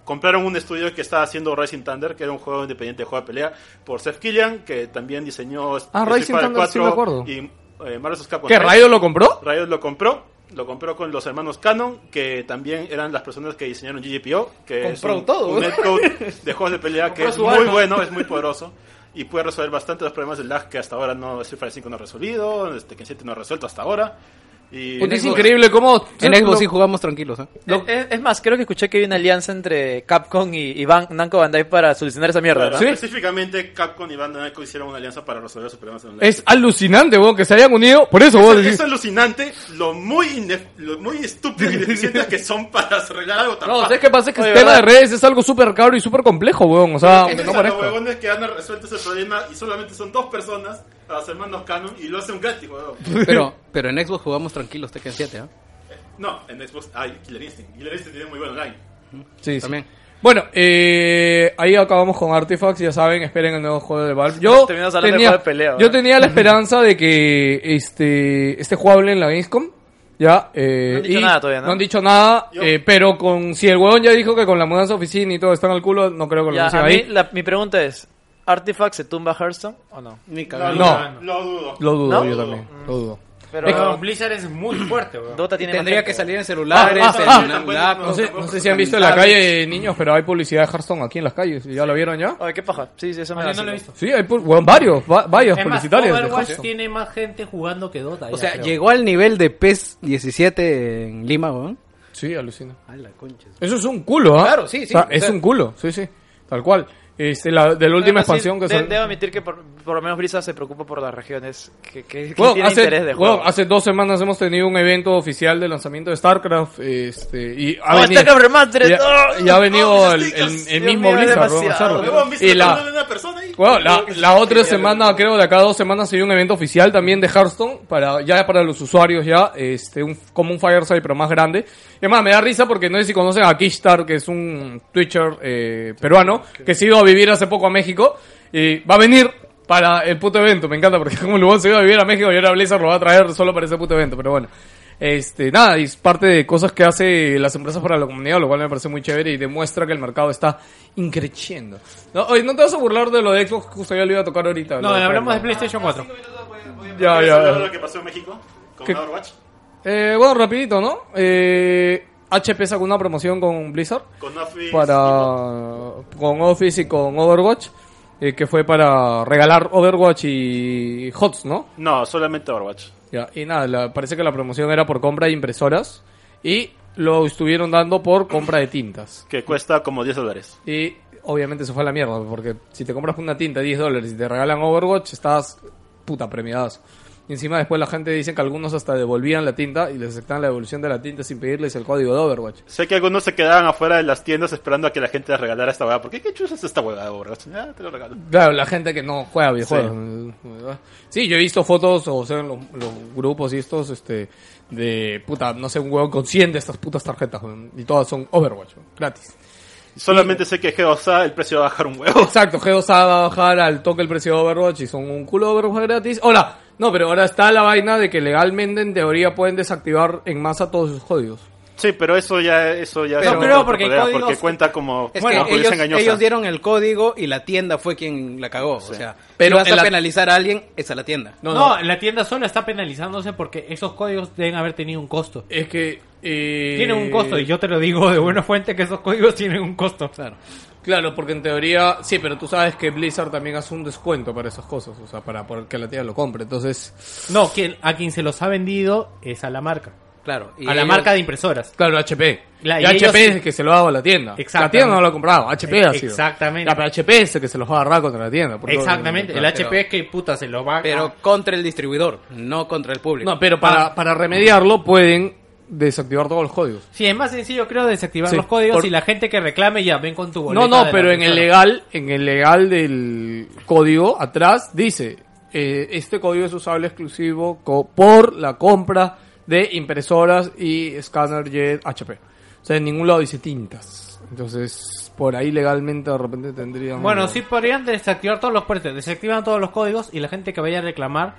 compraron un estudio que estaba haciendo Rising Thunder, que era un juego independiente de juego de pelea, por Seth Killian, que también diseñó.
Ah,
Street
Rising
Fighter
Thunder, sí me acuerdo.
Y eh, Marvel vs. Capcom
¿Qué,
3.
Riot lo compró?
Riot lo compró. Lo compró con los hermanos Canon, que también eran las personas que diseñaron GGPO, que es
Compró
un,
todo.
un netcode de juegos de pelea que es muy bueno, es muy poderoso y puede resolver bastante los problemas del lag que hasta ahora no Street Fighter 5 no ha resolvido, este, Ken 7 no ha resuelto hasta ahora. Y
Puta, es increíble cómo.
En Xbox sí
lo-
jugamos tranquilos, ¿eh?
Eh, Es, es más, creo que escuché que hay una alianza entre Capcom y, y Ban- Namco Bandai para solucionar esa mierda.
Claro,
¿Sí?
Específicamente Capcom y Bandai Namco hicieron una alianza para resolver sus problemas en online.
Es alucinante, weón, que se hayan unido. Por eso,
Es-
weón.
es
decís-
alucinante lo muy, ine- lo muy estúpido y deficientes que son para arreglar algo tan
No,
fácil.
¿sabes qué pasa? Es que
Oye,
el tema de
¿verdad?
redes es algo súper caro y súper complejo, weón. O sea, aunque
Entonces,
no
a los
parezca.
huevones que han resuelto ese problema y solamente son dos personas, a los hermanos Canon, y lo hacen gratis, huevón.
Pero, pero en Xbox jugamos tranquilos, Tekken 7, ¿ah?
No, en Xbox hay Killer Instinct. Killer Instinct tiene muy buen online.
Sí, sí.
También.
Bueno, eh, ahí acabamos con Artifacts, ya saben, esperen el nuevo juego de Valve. Yo
Terminamos hablando de
tenía,
juego de pelea,
yo
¿verdad?
tenía la esperanza de que este este jugable en la Gamescom, ya, eh,
No han dicho
y
nada todavía, ¿no?
han dicho nada,
Yo-
eh, pero con si el huevón ya dijo que con la mudanza de oficina y todo están al culo, no creo que lo
Ya,
anuncien
a mí,
ahí.
la- mi pregunta es, ¿Artifact se tumba Hearthstone o no?
Ni
No,
cagando.
No.
no, lo dudo.
Lo dudo,
¿No?
yo también, lo dudo.
Pero
Pero Blizzard es muy fuerte, weón.
Dota tiene más
Tendría
gente,
que salir en
Ah,
celulares,
ah,
en
ah.
en
No
laptops.
sé, no sé si han visto en
Ah,
la calle, niños, pero hay publicidad de Hearthstone aquí en las calles, ¿ya lo vieron ya?
¿no? Oye, qué paja. Sí, sí, eso me
Ah,
da
yo no lo he visto.
Sí, hay pu- huevón, varios, va- varios
Es más,
publicitarios de
Overwatch
Hearthstone.
tiene más gente jugando que Dota.
O sea, llegó al nivel de PES 17 en Lima, weón.
Sí, alucina.
A la concha.
Eso es un culo, ¿ah?
Claro, sí, sí,
O sea,
o
es
sea-
un culo, sí, sí. Tal cual. Este, la, de la última
Además, sí,
expansión que
de-
salió.
Debo admitir que por, por lo menos Brisa se preocupa por las regiones que, que, que
Bueno,
tiene
hace,
interés de
bueno,
juego.
hace dos semanas hemos tenido un evento oficial de lanzamiento de StarCraft. Este, y ha
¡Oh,
venido,
StarCraft Remastered!
y ha- y ha
¡Oh,
venido el,
mis
el-
stickers!
el
Dios
mismo
mío, es
Blizzard. ¿no?
demasiado.
Lanzarlo.
Huevón, ¿viste
Y
el
la-
nombre de una persona ahí?
Bueno, la, la otra semana, creo, de acá dos semanas se dio un evento oficial también de Hearthstone, para, ya para los usuarios ya, este, un, como un Fireside, pero más grande. Y además, me da risa porque no sé si conocen a Kishtar, que es un Twitcher eh, peruano, que se ha ido a vivir hace poco a México, y va a venir para el puto evento. Me encanta porque como Lugón se iba a vivir a México y ahora Blizzard lo va a traer solo para ese puto evento. Pero bueno, este, nada, y es parte de cosas que hace las empresas para la comunidad, lo cual me parece muy chévere y demuestra que el mercado está increciendo. No, oye, no te vas a burlar de lo de Xbox, justo ya lo iba a tocar ahorita.
No,
lo de
hablamos de
traerlo.
PlayStation 4.
Ya,
¿Quieres
ya,
hablar
ya.
de lo que pasó en México con
¿Qué?
Overwatch?
Eh, bueno, rapidito, ¿no? Eh, HP sacó una promoción con Blizzard.
Con Office.
para con Office y con Overwatch eh, que fue para regalar Overwatch y HOTS, ¿no?
No, solamente Overwatch.
Ya, y nada, la- parece que la promoción era por compra de impresoras y lo estuvieron dando por compra de tintas.
Que cuesta como 10 dólares.
Y obviamente se fue a la mierda, porque si te compras una tinta de 10 dólares y te regalan Overwatch, estás puta premiadas. Y encima después la gente dice que algunos hasta devolvían la tinta y les aceptaban la devolución de la tinta sin pedirles el código de Overwatch.
Sé que algunos se quedaban afuera de las tiendas esperando a que la gente les regalara esta hueá. ¿Por qué qué chuzas esta hueá de Overwatch? Ya, te lo regalo.
Claro, la gente que no juega videojuegos. Sí, yo he visto fotos, o sea, en los, los grupos y estos, este, de puta, no sé, un huevo con 100 de estas putas tarjetas, weón, y todas son Overwatch, weón, gratis.
Solamente sé que G2A el precio va a bajar un huevo.
Exacto, G2A va a bajar al toque el precio de Overwatch y son un culo de Overwatch gratis. Hola, no, pero ahora está la vaina de que legalmente en teoría pueden desactivar en masa todos sus códigos.
Sí, pero eso ya, eso ya es
Pero- No,
otra
pero porque
pelea,
códigos-
porque cuenta como
Es
bueno,
que
publicidad
ellos,
engañosa.
ellos dieron el código y la tienda fue quien la cagó. O sea,
Pero
pero vas
en
a
la-
penalizar a alguien, es a la tienda.
No, no,
No, la tienda solo está penalizándose porque esos códigos deben haber tenido un costo.
es que... eh,
Tienen un costo, y yo te lo digo de buena fuente que esos códigos tienen un costo. Claro.
Claro, porque en teoría, sí, pero tú sabes que Blizzard también hace un descuento para esas cosas, o sea, para, para que la tía lo compre. Entonces,
No, quien, a quien se los ha vendido es a la marca.
Claro. y
a la
ellos-
marca de impresoras.
claro, HP.
La-
y
y ellos-
HP es el que se lo ha dado a la tienda. La
Exactamente.
tienda no lo ha comprado, HP ha
E-
sido.
exactamente.
Ya, pero HP es el que se los va a agarrar contra la tienda. por todo-
Exactamente. El
Claro.
HP es que puta se lo va a-
Pero contra el distribuidor, no contra el público.
No, pero para,
Ah.
para remediarlo pueden desactivar todos los códigos.
Sí, es más sencillo, creo, desactivar
Sí,
los códigos
por-
y la gente que reclame ya, ven con tu boleta.
No, no,
de la
pero en el
impresora.
legal, en el legal del código atrás dice, eh, este código es usable exclusivo co- por la compra de impresoras y escáner JET HP. O sea, en ningún lado dice tintas. Entonces, por ahí legalmente de repente tendrían...
Bueno, sí podrían desactivar todos los puertos, desactivan todos los códigos y la gente que vaya a reclamar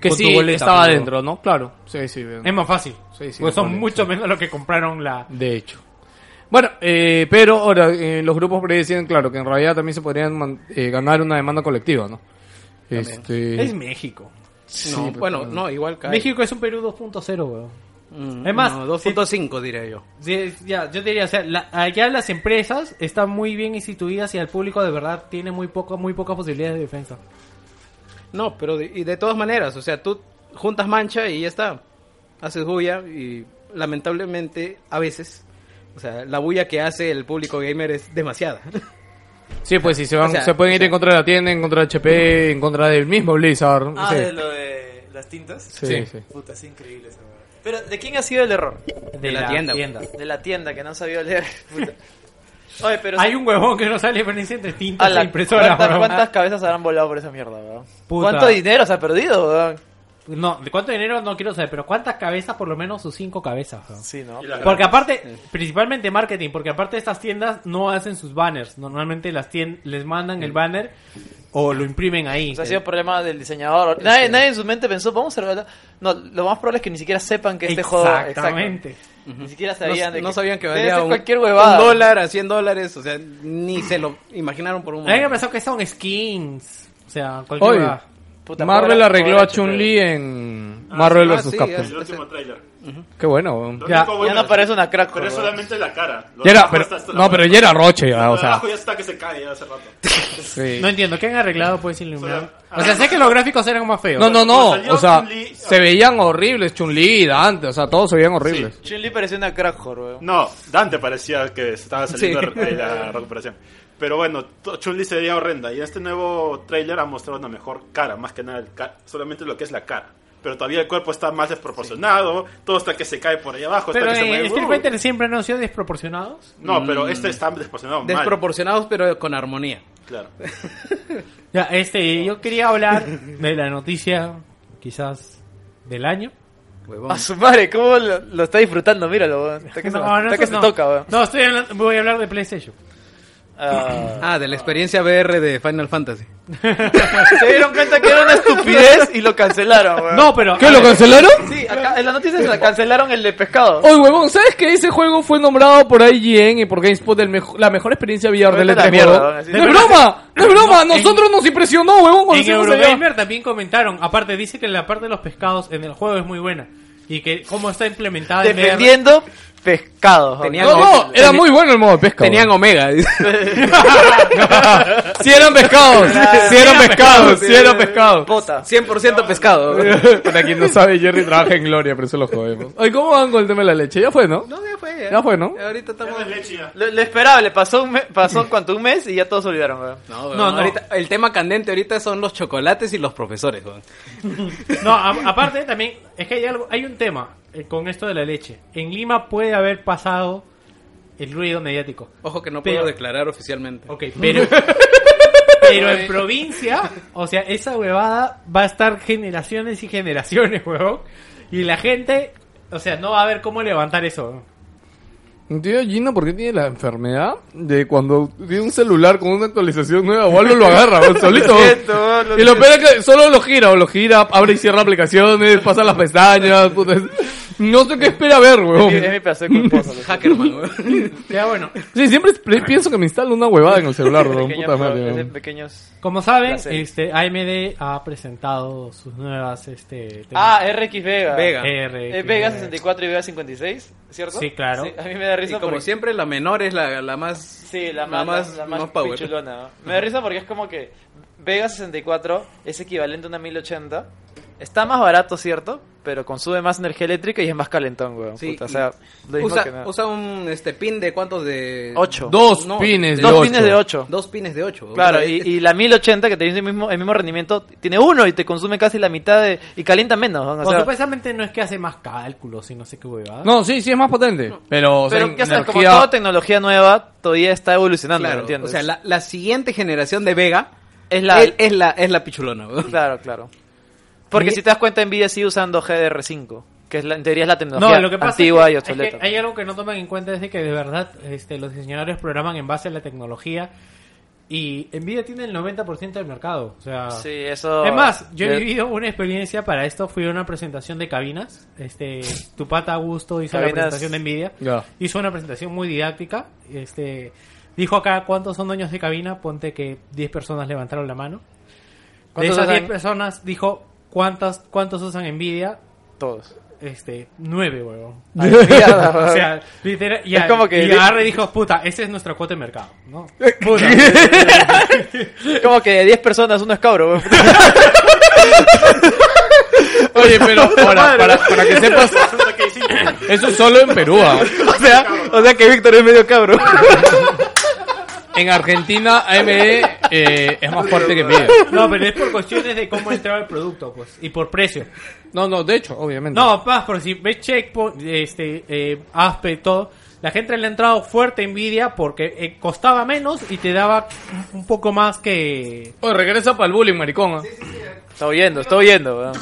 que
con tu
sí
boleta,
estaba
pero-
dentro, ¿no? Claro. Sí, sí. bien.
Es más fácil.
Sí, sí,
porque son
vale,
mucho menos los que compraron la.
De hecho. Bueno, eh, pero ahora eh, los grupos predecían, claro, que en realidad también se podrían man- eh, ganar una demanda colectiva, ¿no? Este...
Es México.
No,
sí, pues,
bueno,
pero-
no, igual cae.
México es un Perú 2.0, weón.
Mm,
Es más,
no, 2.5 diría yo.
Sí, Ya, yo diría, o sea, la- allá las empresas están muy bien instituidas y al público de verdad tiene muy poco, muy pocas posibilidades de defensa.
No, pero de, y de todas maneras, o sea, tú juntas mancha y ya está. Haces bulla y lamentablemente a veces, o sea, la bulla que hace el público gamer es demasiada.
Sí, pues si se van,
O sea,
se pueden
o
ir
sea-
en contra de la tienda, en contra de HP, en contra del mismo Blizzard.
Ah,
sí.
de lo de las tintas.
Sí, sí.
Puta, es increíble esa huevada. Pero, ¿de quién ha sido el error?
De,
la tienda.
De la tienda, que no han sabido leer. Puta. Oye, pero...
Hay un huevón que no sale diferencia entre
A
tintas
la-
e impresoras,
¿cuántas,
weón.
cuántas cabezas habrán volado por esa mierda, weón?
Puta.
¿Cuánto dinero se ha perdido, weón?
No, de cuánto dinero no quiero saber, pero cuántas cabezas, por lo menos sus cinco cabezas. weón.
Sí, ¿no?
Y la-
Porque aparte, principalmente marketing, porque aparte estas tiendas no hacen sus banners. Normalmente las tien- les mandan el banner o lo imprimen ahí.
O sea, ha sido problema del diseñador. Nadie, nadie en su mente pensó, vamos a regalar... No, lo más probable es que ni siquiera sepan que este juego...
Exactamente.
exacto. Ni siquiera
No,
sabían de
no sabían que
debe
valía
ser
un,
cualquier
un
huevada.
dólar a 100 dólares, o sea, ni se lo imaginaron por un
A mí me
momento.
pensó que son skins. O sea,
Oye,
cualquier... huevada.
Puta,
Marvel
pobre-
arregló
pobre
a Chun-Li en Marvel
sí, ah,
vs.
sí,
Capcom.
es-
El último tráiler.
Qué bueno. weón.
Lo
Ya,
único bueno
ya no
es-
parece una crack,
Pero es
weón.
solamente la cara. Lo
Ya era-
abajo
pero-
está hasta la
no, pero
mano.
ya era Roche, ya,
Lo
o
de
sea.
abajo ya está que se cae ya hace rato.
sí.
No entiendo, ¿qué han arreglado pues sin iluminar?
Solo- Ah.
O sea, sé que los gráficos eran más feos.
No, no, no.
Cuando salió
O sea,
Chun-Li-
se veían horribles Chun-Li y Dante, o sea, todos se veían horribles.
Chun-Li pareció una crack, weón.
No, Dante parecía que se estaba saliendo
Sí.
de de la recuperación. Pero bueno, to- Chun-Li se veía horrenda. Y en este nuevo trailer ha mostrado una mejor cara, más que nada el ca- solamente lo que es la cara. Pero todavía el cuerpo está más desproporcionado, todo está que se cae por ahí abajo, está
Pero eh,
que Pues, se
en
mueve. uh.
Street Fighter siempre no han sido desproporcionados.
No, pero este está desproporcionado mal.
Desproporcionados pero con armonía.
Claro.
Ya, este, yo quería hablar de la noticia, quizás, del año.
A su madre, ¿cómo lo, lo está disfrutando? Míralo, weón. Está que se, está que
eso
se toca, weón.
No, estoy hablando- voy a hablar de PlayStation.
Ah,
Ah, de la experiencia VR de Final Fantasy.
se dieron cuenta que era una estupidez y lo cancelaron,
Ah.
weón.
No, pero.
¿Qué, lo cancelaron?
Sí, acá en las noticias se la cancelaron el de pescado.
Oye, Oh, huevón, ¿sabes que ese juego fue nombrado por IGN y por GameSpot el mejo- la mejor experiencia VR del E
Vete a la
E3,
mierda,
huevón?
huevón, así
¡No
de-
es broma! ¡No es broma! Nosotros nos impresionó, huevón, cuando
En
hicimos allá.
Eurogamer también comentaron. Aparte, dice que la parte de los pescados en el juego es muy buena. Y que cómo está implementada en VR.
Defendiendo pescado.
Tenía-
No, no, era muy bueno el modo de pesca.
Tenían Omega. dice.
Si eran pescados,
Ah,
si eran pescados, si eran pescados.
Bota.
100% pescado.
Para quien no sabe, Jerry trabaja en Gloria, por eso lo jodemos. Oye, ¿cómo van con el tema de la leche? Ya fue, ¿no?
No, ya fue. ya.
Ya fue, ¿no?
Ahorita estamos...
Lo, lo esperable, pasó, un me- pasó cuanto un mes y ya todos se olvidaron, weón.
No,
No,
no,
no.
Ahorita, el tema candente ahorita son los chocolates y los profesores. weón.
No, a- aparte también, es que hay, algo, hay un tema eh, con esto de la leche. En Lima puede haber pasado el ruido mediático.
Ojo que no puedo
Pero-
declarar oficialmente.
Ok, pero. Pero en provincia, o sea, esa huevada va a estar generaciones y generaciones, huevón. Y la gente, o sea, no va a ver cómo levantar eso.
Tío Gino, ¿por qué tiene la enfermedad de cuando tiene un celular con una actualización nueva o algo lo agarra, weón, solito? weón? y lo peor es que solo lo gira, o lo gira, abre y cierra aplicaciones, pasa las pestañas, puta, es- No sé qué espera ver,
Es eh, mi- es mi
weón.
pedazo de culposo. lo-
Hackerman. weón.
Ya bueno,
Sí, siempre pre- pienso que me instalo una huevada en el celular, weón.
pequeño,
Puta madre,
pero es de
weón.
pequeños...
como saben,
La serie.
este AMD ha presentado sus nuevas este
Ah, RX Vega.
Vega.
R,
Eh, Vega 64 y Vega 56, ¿cierto?
Sí, claro.
a mí me da
Y
risa
como
porque...
siempre, la menor es la, la más...
Sí, la,
la
más,
más-
la, más,
más power.
pichulona, ¿no? Me da risa porque es como que Vega 64 es equivalente a una 1080. Está más barato, ¿cierto? Pero consume más energía eléctrica y es más calentón, weón.
Sí,
puta, o
y-
sea, lo mismo que
Usa,
nada.
usa un este pin de cuántos de...
Ocho.
Dos
No,
pines de
Dos
ocho.
pines de 8.
Dos pines de 8.
Claro, y, y la 1080 que tiene el mismo, el mismo rendimiento, tiene uno y te consume casi la mitad de, y calienta menos. ¿no? O
Pues,
sea,
supuestamente no es que hace más cálculos y no sé qué huevada.
No, sí, sí es más potente. Pero, o sea,
pero ya sabes, como
energía-
toda tecnología nueva, todavía está evolucionando, ¿me
O
¿entiendes?
sea, la, la siguiente generación de Vega
es la...
es, es la, es la pichulona. weón.
Claro, claro. Porque si te das cuenta, Nvidia sigue usando GDR5, que es la, en teoría es la tecnología
lo que pasa
antigua
es que,
y
es que
obsoleta.
hay algo que no toman en cuenta es de que de verdad este, los diseñadores programan en base a la tecnología y Nvidia tiene el 90% del mercado. O sea,
Ah. Sí, eso...
es más, yo he
de-
vivido una experiencia para esto. Fui a una presentación de cabinas. Este, tu pata Augusto hizo la
Cabinas.
presentación de Nvidia.
Ya.
Hizo una presentación muy didáctica. Este, dijo acá cuántos son dueños de cabina. Ponte que 10 personas levantaron la mano. De
¿Cuántos
esas 10
usan?
personas dijo cuántas, cuántos usan Nvidia.
Todos.
Este, 9, huevón.
Ay, mierda,
O
weón.
sea, literal, y,
Es
a-
como que-
y agarra y dijo, puta, ese es nuestro cuota de mercado, ¿no? Puta.
Es como que de 10 personas uno es cabro. weón.
Oye, pero ahora, para, para que sepas, eso es solo en Perú. ¿ah?
o, sea, o sea que Víctor es medio cabro.
En Argentina, AMD eh, es más fuerte que Nvidia.
No, pero es por cuestiones de cómo entraba el producto, pues, y por precio.
No, no, de hecho, obviamente.
No, más, por si ves Checkpoint, este, eh, Aspe y todo, la gente le ha entrado fuerte a Nvidia porque eh, costaba menos y te daba un- un poco más que...
Oye, regresa para el bullying, maricón. ¿ah?
Está oyendo, está oyendo. weón.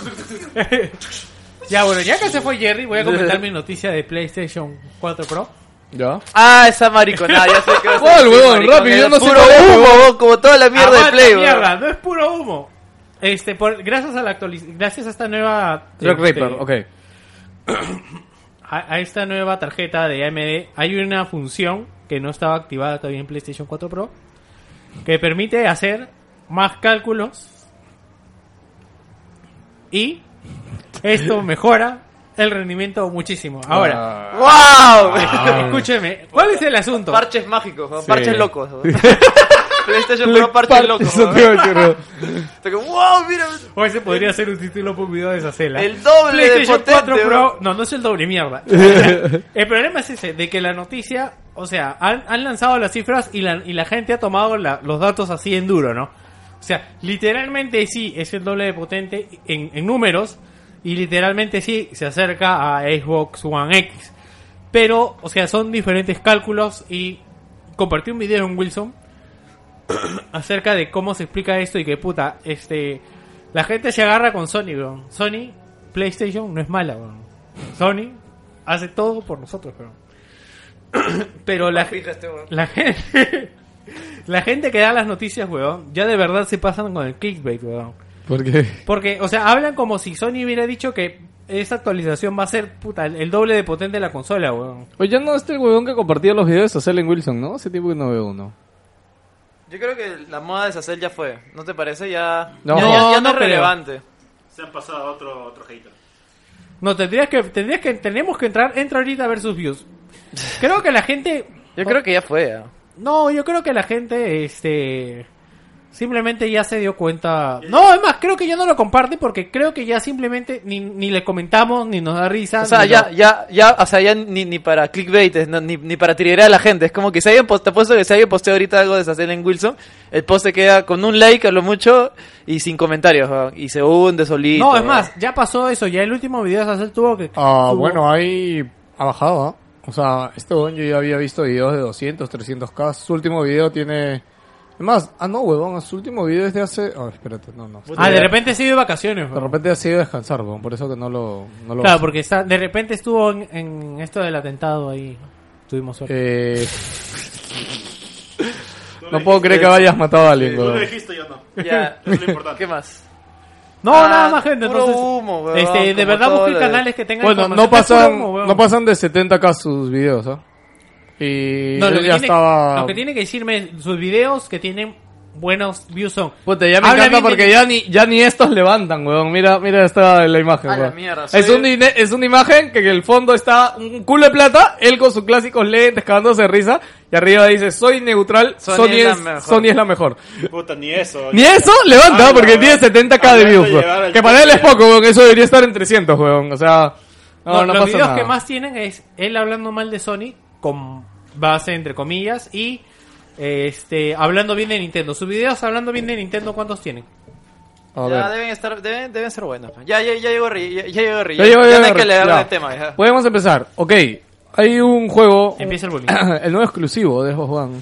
Ya, bueno, ya que se fue Jerry, voy a comentar mi noticia de PlayStation 4 Pro.
Ya.
Ah, esa mariconada, ya sé que va a ser
¿Cuál,
así,
huevón?
mariconada.
Rápido, yo no sé
Puro
cuál es,
humo,
huevón.
huevón, como toda la mierda de
Aguanta,
Play, huevón.
Ah, mierda, no es puro humo. Este, por, gracias a la actualiz- gracias a esta nueva
Rock
este,
Reaper, ok.
a, a esta nueva tarjeta de AMD hay una función que no estaba activada todavía en PlayStation 4 Pro que permite hacer más cálculos y esto mejora el rendimiento muchísimo.
Ah.
Ahora,
¡Wow!
Ah. escúcheme, ¿cuál es el asunto?
Parches mágicos, ¿no?
Sí.
parches locos. ¿no? PlayStation Pro parches locos.
Eso
¿no?
te iba a decir, ¿no?
Te digo, ¡Wow! Mira,
O ese podría ser un título para un video de esa cela.
El doble de
PlayStation
potente,
4 Pro.
bro.
No, no es el doble mierda. O sea, el problema es ese, de que la noticia, o sea, han, han lanzado las cifras y la, y la gente ha tomado la- los datos así en duro, ¿no? O sea, literalmente sí, es el doble de potente en, en números y literalmente sí, se acerca a Xbox One X. Pero, o sea, son diferentes cálculos y compartí un video en Wilson acerca de cómo se explica esto y que puta, este, la gente se agarra con Sony, weón. Sony, PlayStation no es mala, weón. Sony hace
este,
todo por nosotros, weón. Pero la, ge- la gente, La gente que da las noticias, weón, ya de verdad se pasan con el clickbait, weón.
Porque
Porque, o sea, hablan como si Sony hubiera dicho que esta actualización va a ser puta, el doble de potente de la consola, weón.
Oye, ya no está el huevón que compartía los videos de Selen Wilson, ¿no? Hace tiempo que no veo uno.
Yo creo que la moda de Sacel ya fue. ¿No te parece? Ya
No.
ya, ya- ya no,
No,
es
no creo.
relevante.
Se han pasado a otro, otro hater.
No, tendrías que, tendrías que, tenemos que entrar, entra ahorita a ver sus views. Creo que la gente,
Yo creo que ya fue. ¿eh? ya.
no, yo creo que la gente, este, simplemente ya se dio cuenta.
Eh.
No, es más, creo que ya no lo comparte porque creo que ya simplemente ni, ni le comentamos, ni nos da risa.
O
Ah,
sea,
ni
ya,
lo-
ya, ya, o sea, ya ni, ni para clickbait, no, ni, ni para tirar a la gente. Es como que si alguien post- te apuesto que si alguien postea ahorita algo de Sacel en Wilson, el post se queda con un like a lo mucho y sin comentarios, weón. y se hunde solito.
No, es
weón.
más, ya pasó eso, ya el último video de Hazel tuvo que...
Ah,
tuvo-
bueno, ahí ha bajado, ¿ah? O sea, este don yo ya había visto videos de 200, 300k. Su último video tiene... Es más, ah, no, huevón, su último video es de hace... Oh, espérate, no, no.
Ah, de repente se dio de vacaciones.
De
weón.
repente ha sido descansar, huevón, por eso que no lo... No lo
Claro, porque está, de repente estuvo en, en esto del atentado ahí. Tuvimos suerte.
Eh, no puedo creer que hayas matado a alguien,
Tú lo
huevón.
dijiste, yo no.
Ya.
Es lo importante.
¿Qué más?
no,
Ah,
nada más, gente.
puro
Entonces,
humo, weón,
este, de
como
verdad
todo
busquen
lo de-
canales que tengan
Bueno, no
información. Es puro
pasan,
humo, weón.
no pasan de 70k sus videos, ¿ah? Y
No,
él
lo, que
ya
tiene,
estaba...
lo que tiene que decirme es sus videos que tienen buenos views son.
Puta, ya me
Habla
encanta
bien
porque
de-
ya ni, ya ni estos levantan, weón. Mira, mira esta la imagen,
A la
weón.
mierda. soy-
Es, un ine- es una imagen que en el fondo está un culo de plata, él con sus clásicos lentes cagándose de risa, y arriba dice, soy neutral,
Sony
Sony,
es la
es,
mejor".
Sony es la mejor.
Puta, ni eso.
Ni eso levanta,
Ah,
porque
weón.
tiene
Ah,
70k de
Hablando
views,
de
weón.
llegar al
Que para él es
tope,
poco, weón, eso debería estar en 300, weón. O sea, no,
No,
no
los
pasa
videos
nada.
que más tienen es él hablando mal de Sony, con base entre comillas, y este hablando bien de Nintendo. Sus videos hablando bien de Nintendo, ¿cuántos tienen?
A
Ya
ver.
deben, estar, deben, deben ser buenos. Ya, ya, ya llegó Ri. Ya, ya llegó Ri.
Ya, ya, ya,
no hay
ya,
que leer
ya.
el tema. Ya.
Podemos empezar. Ok, hay un juego...
Empieza el bullying.
el nuevo exclusivo de Xbox One.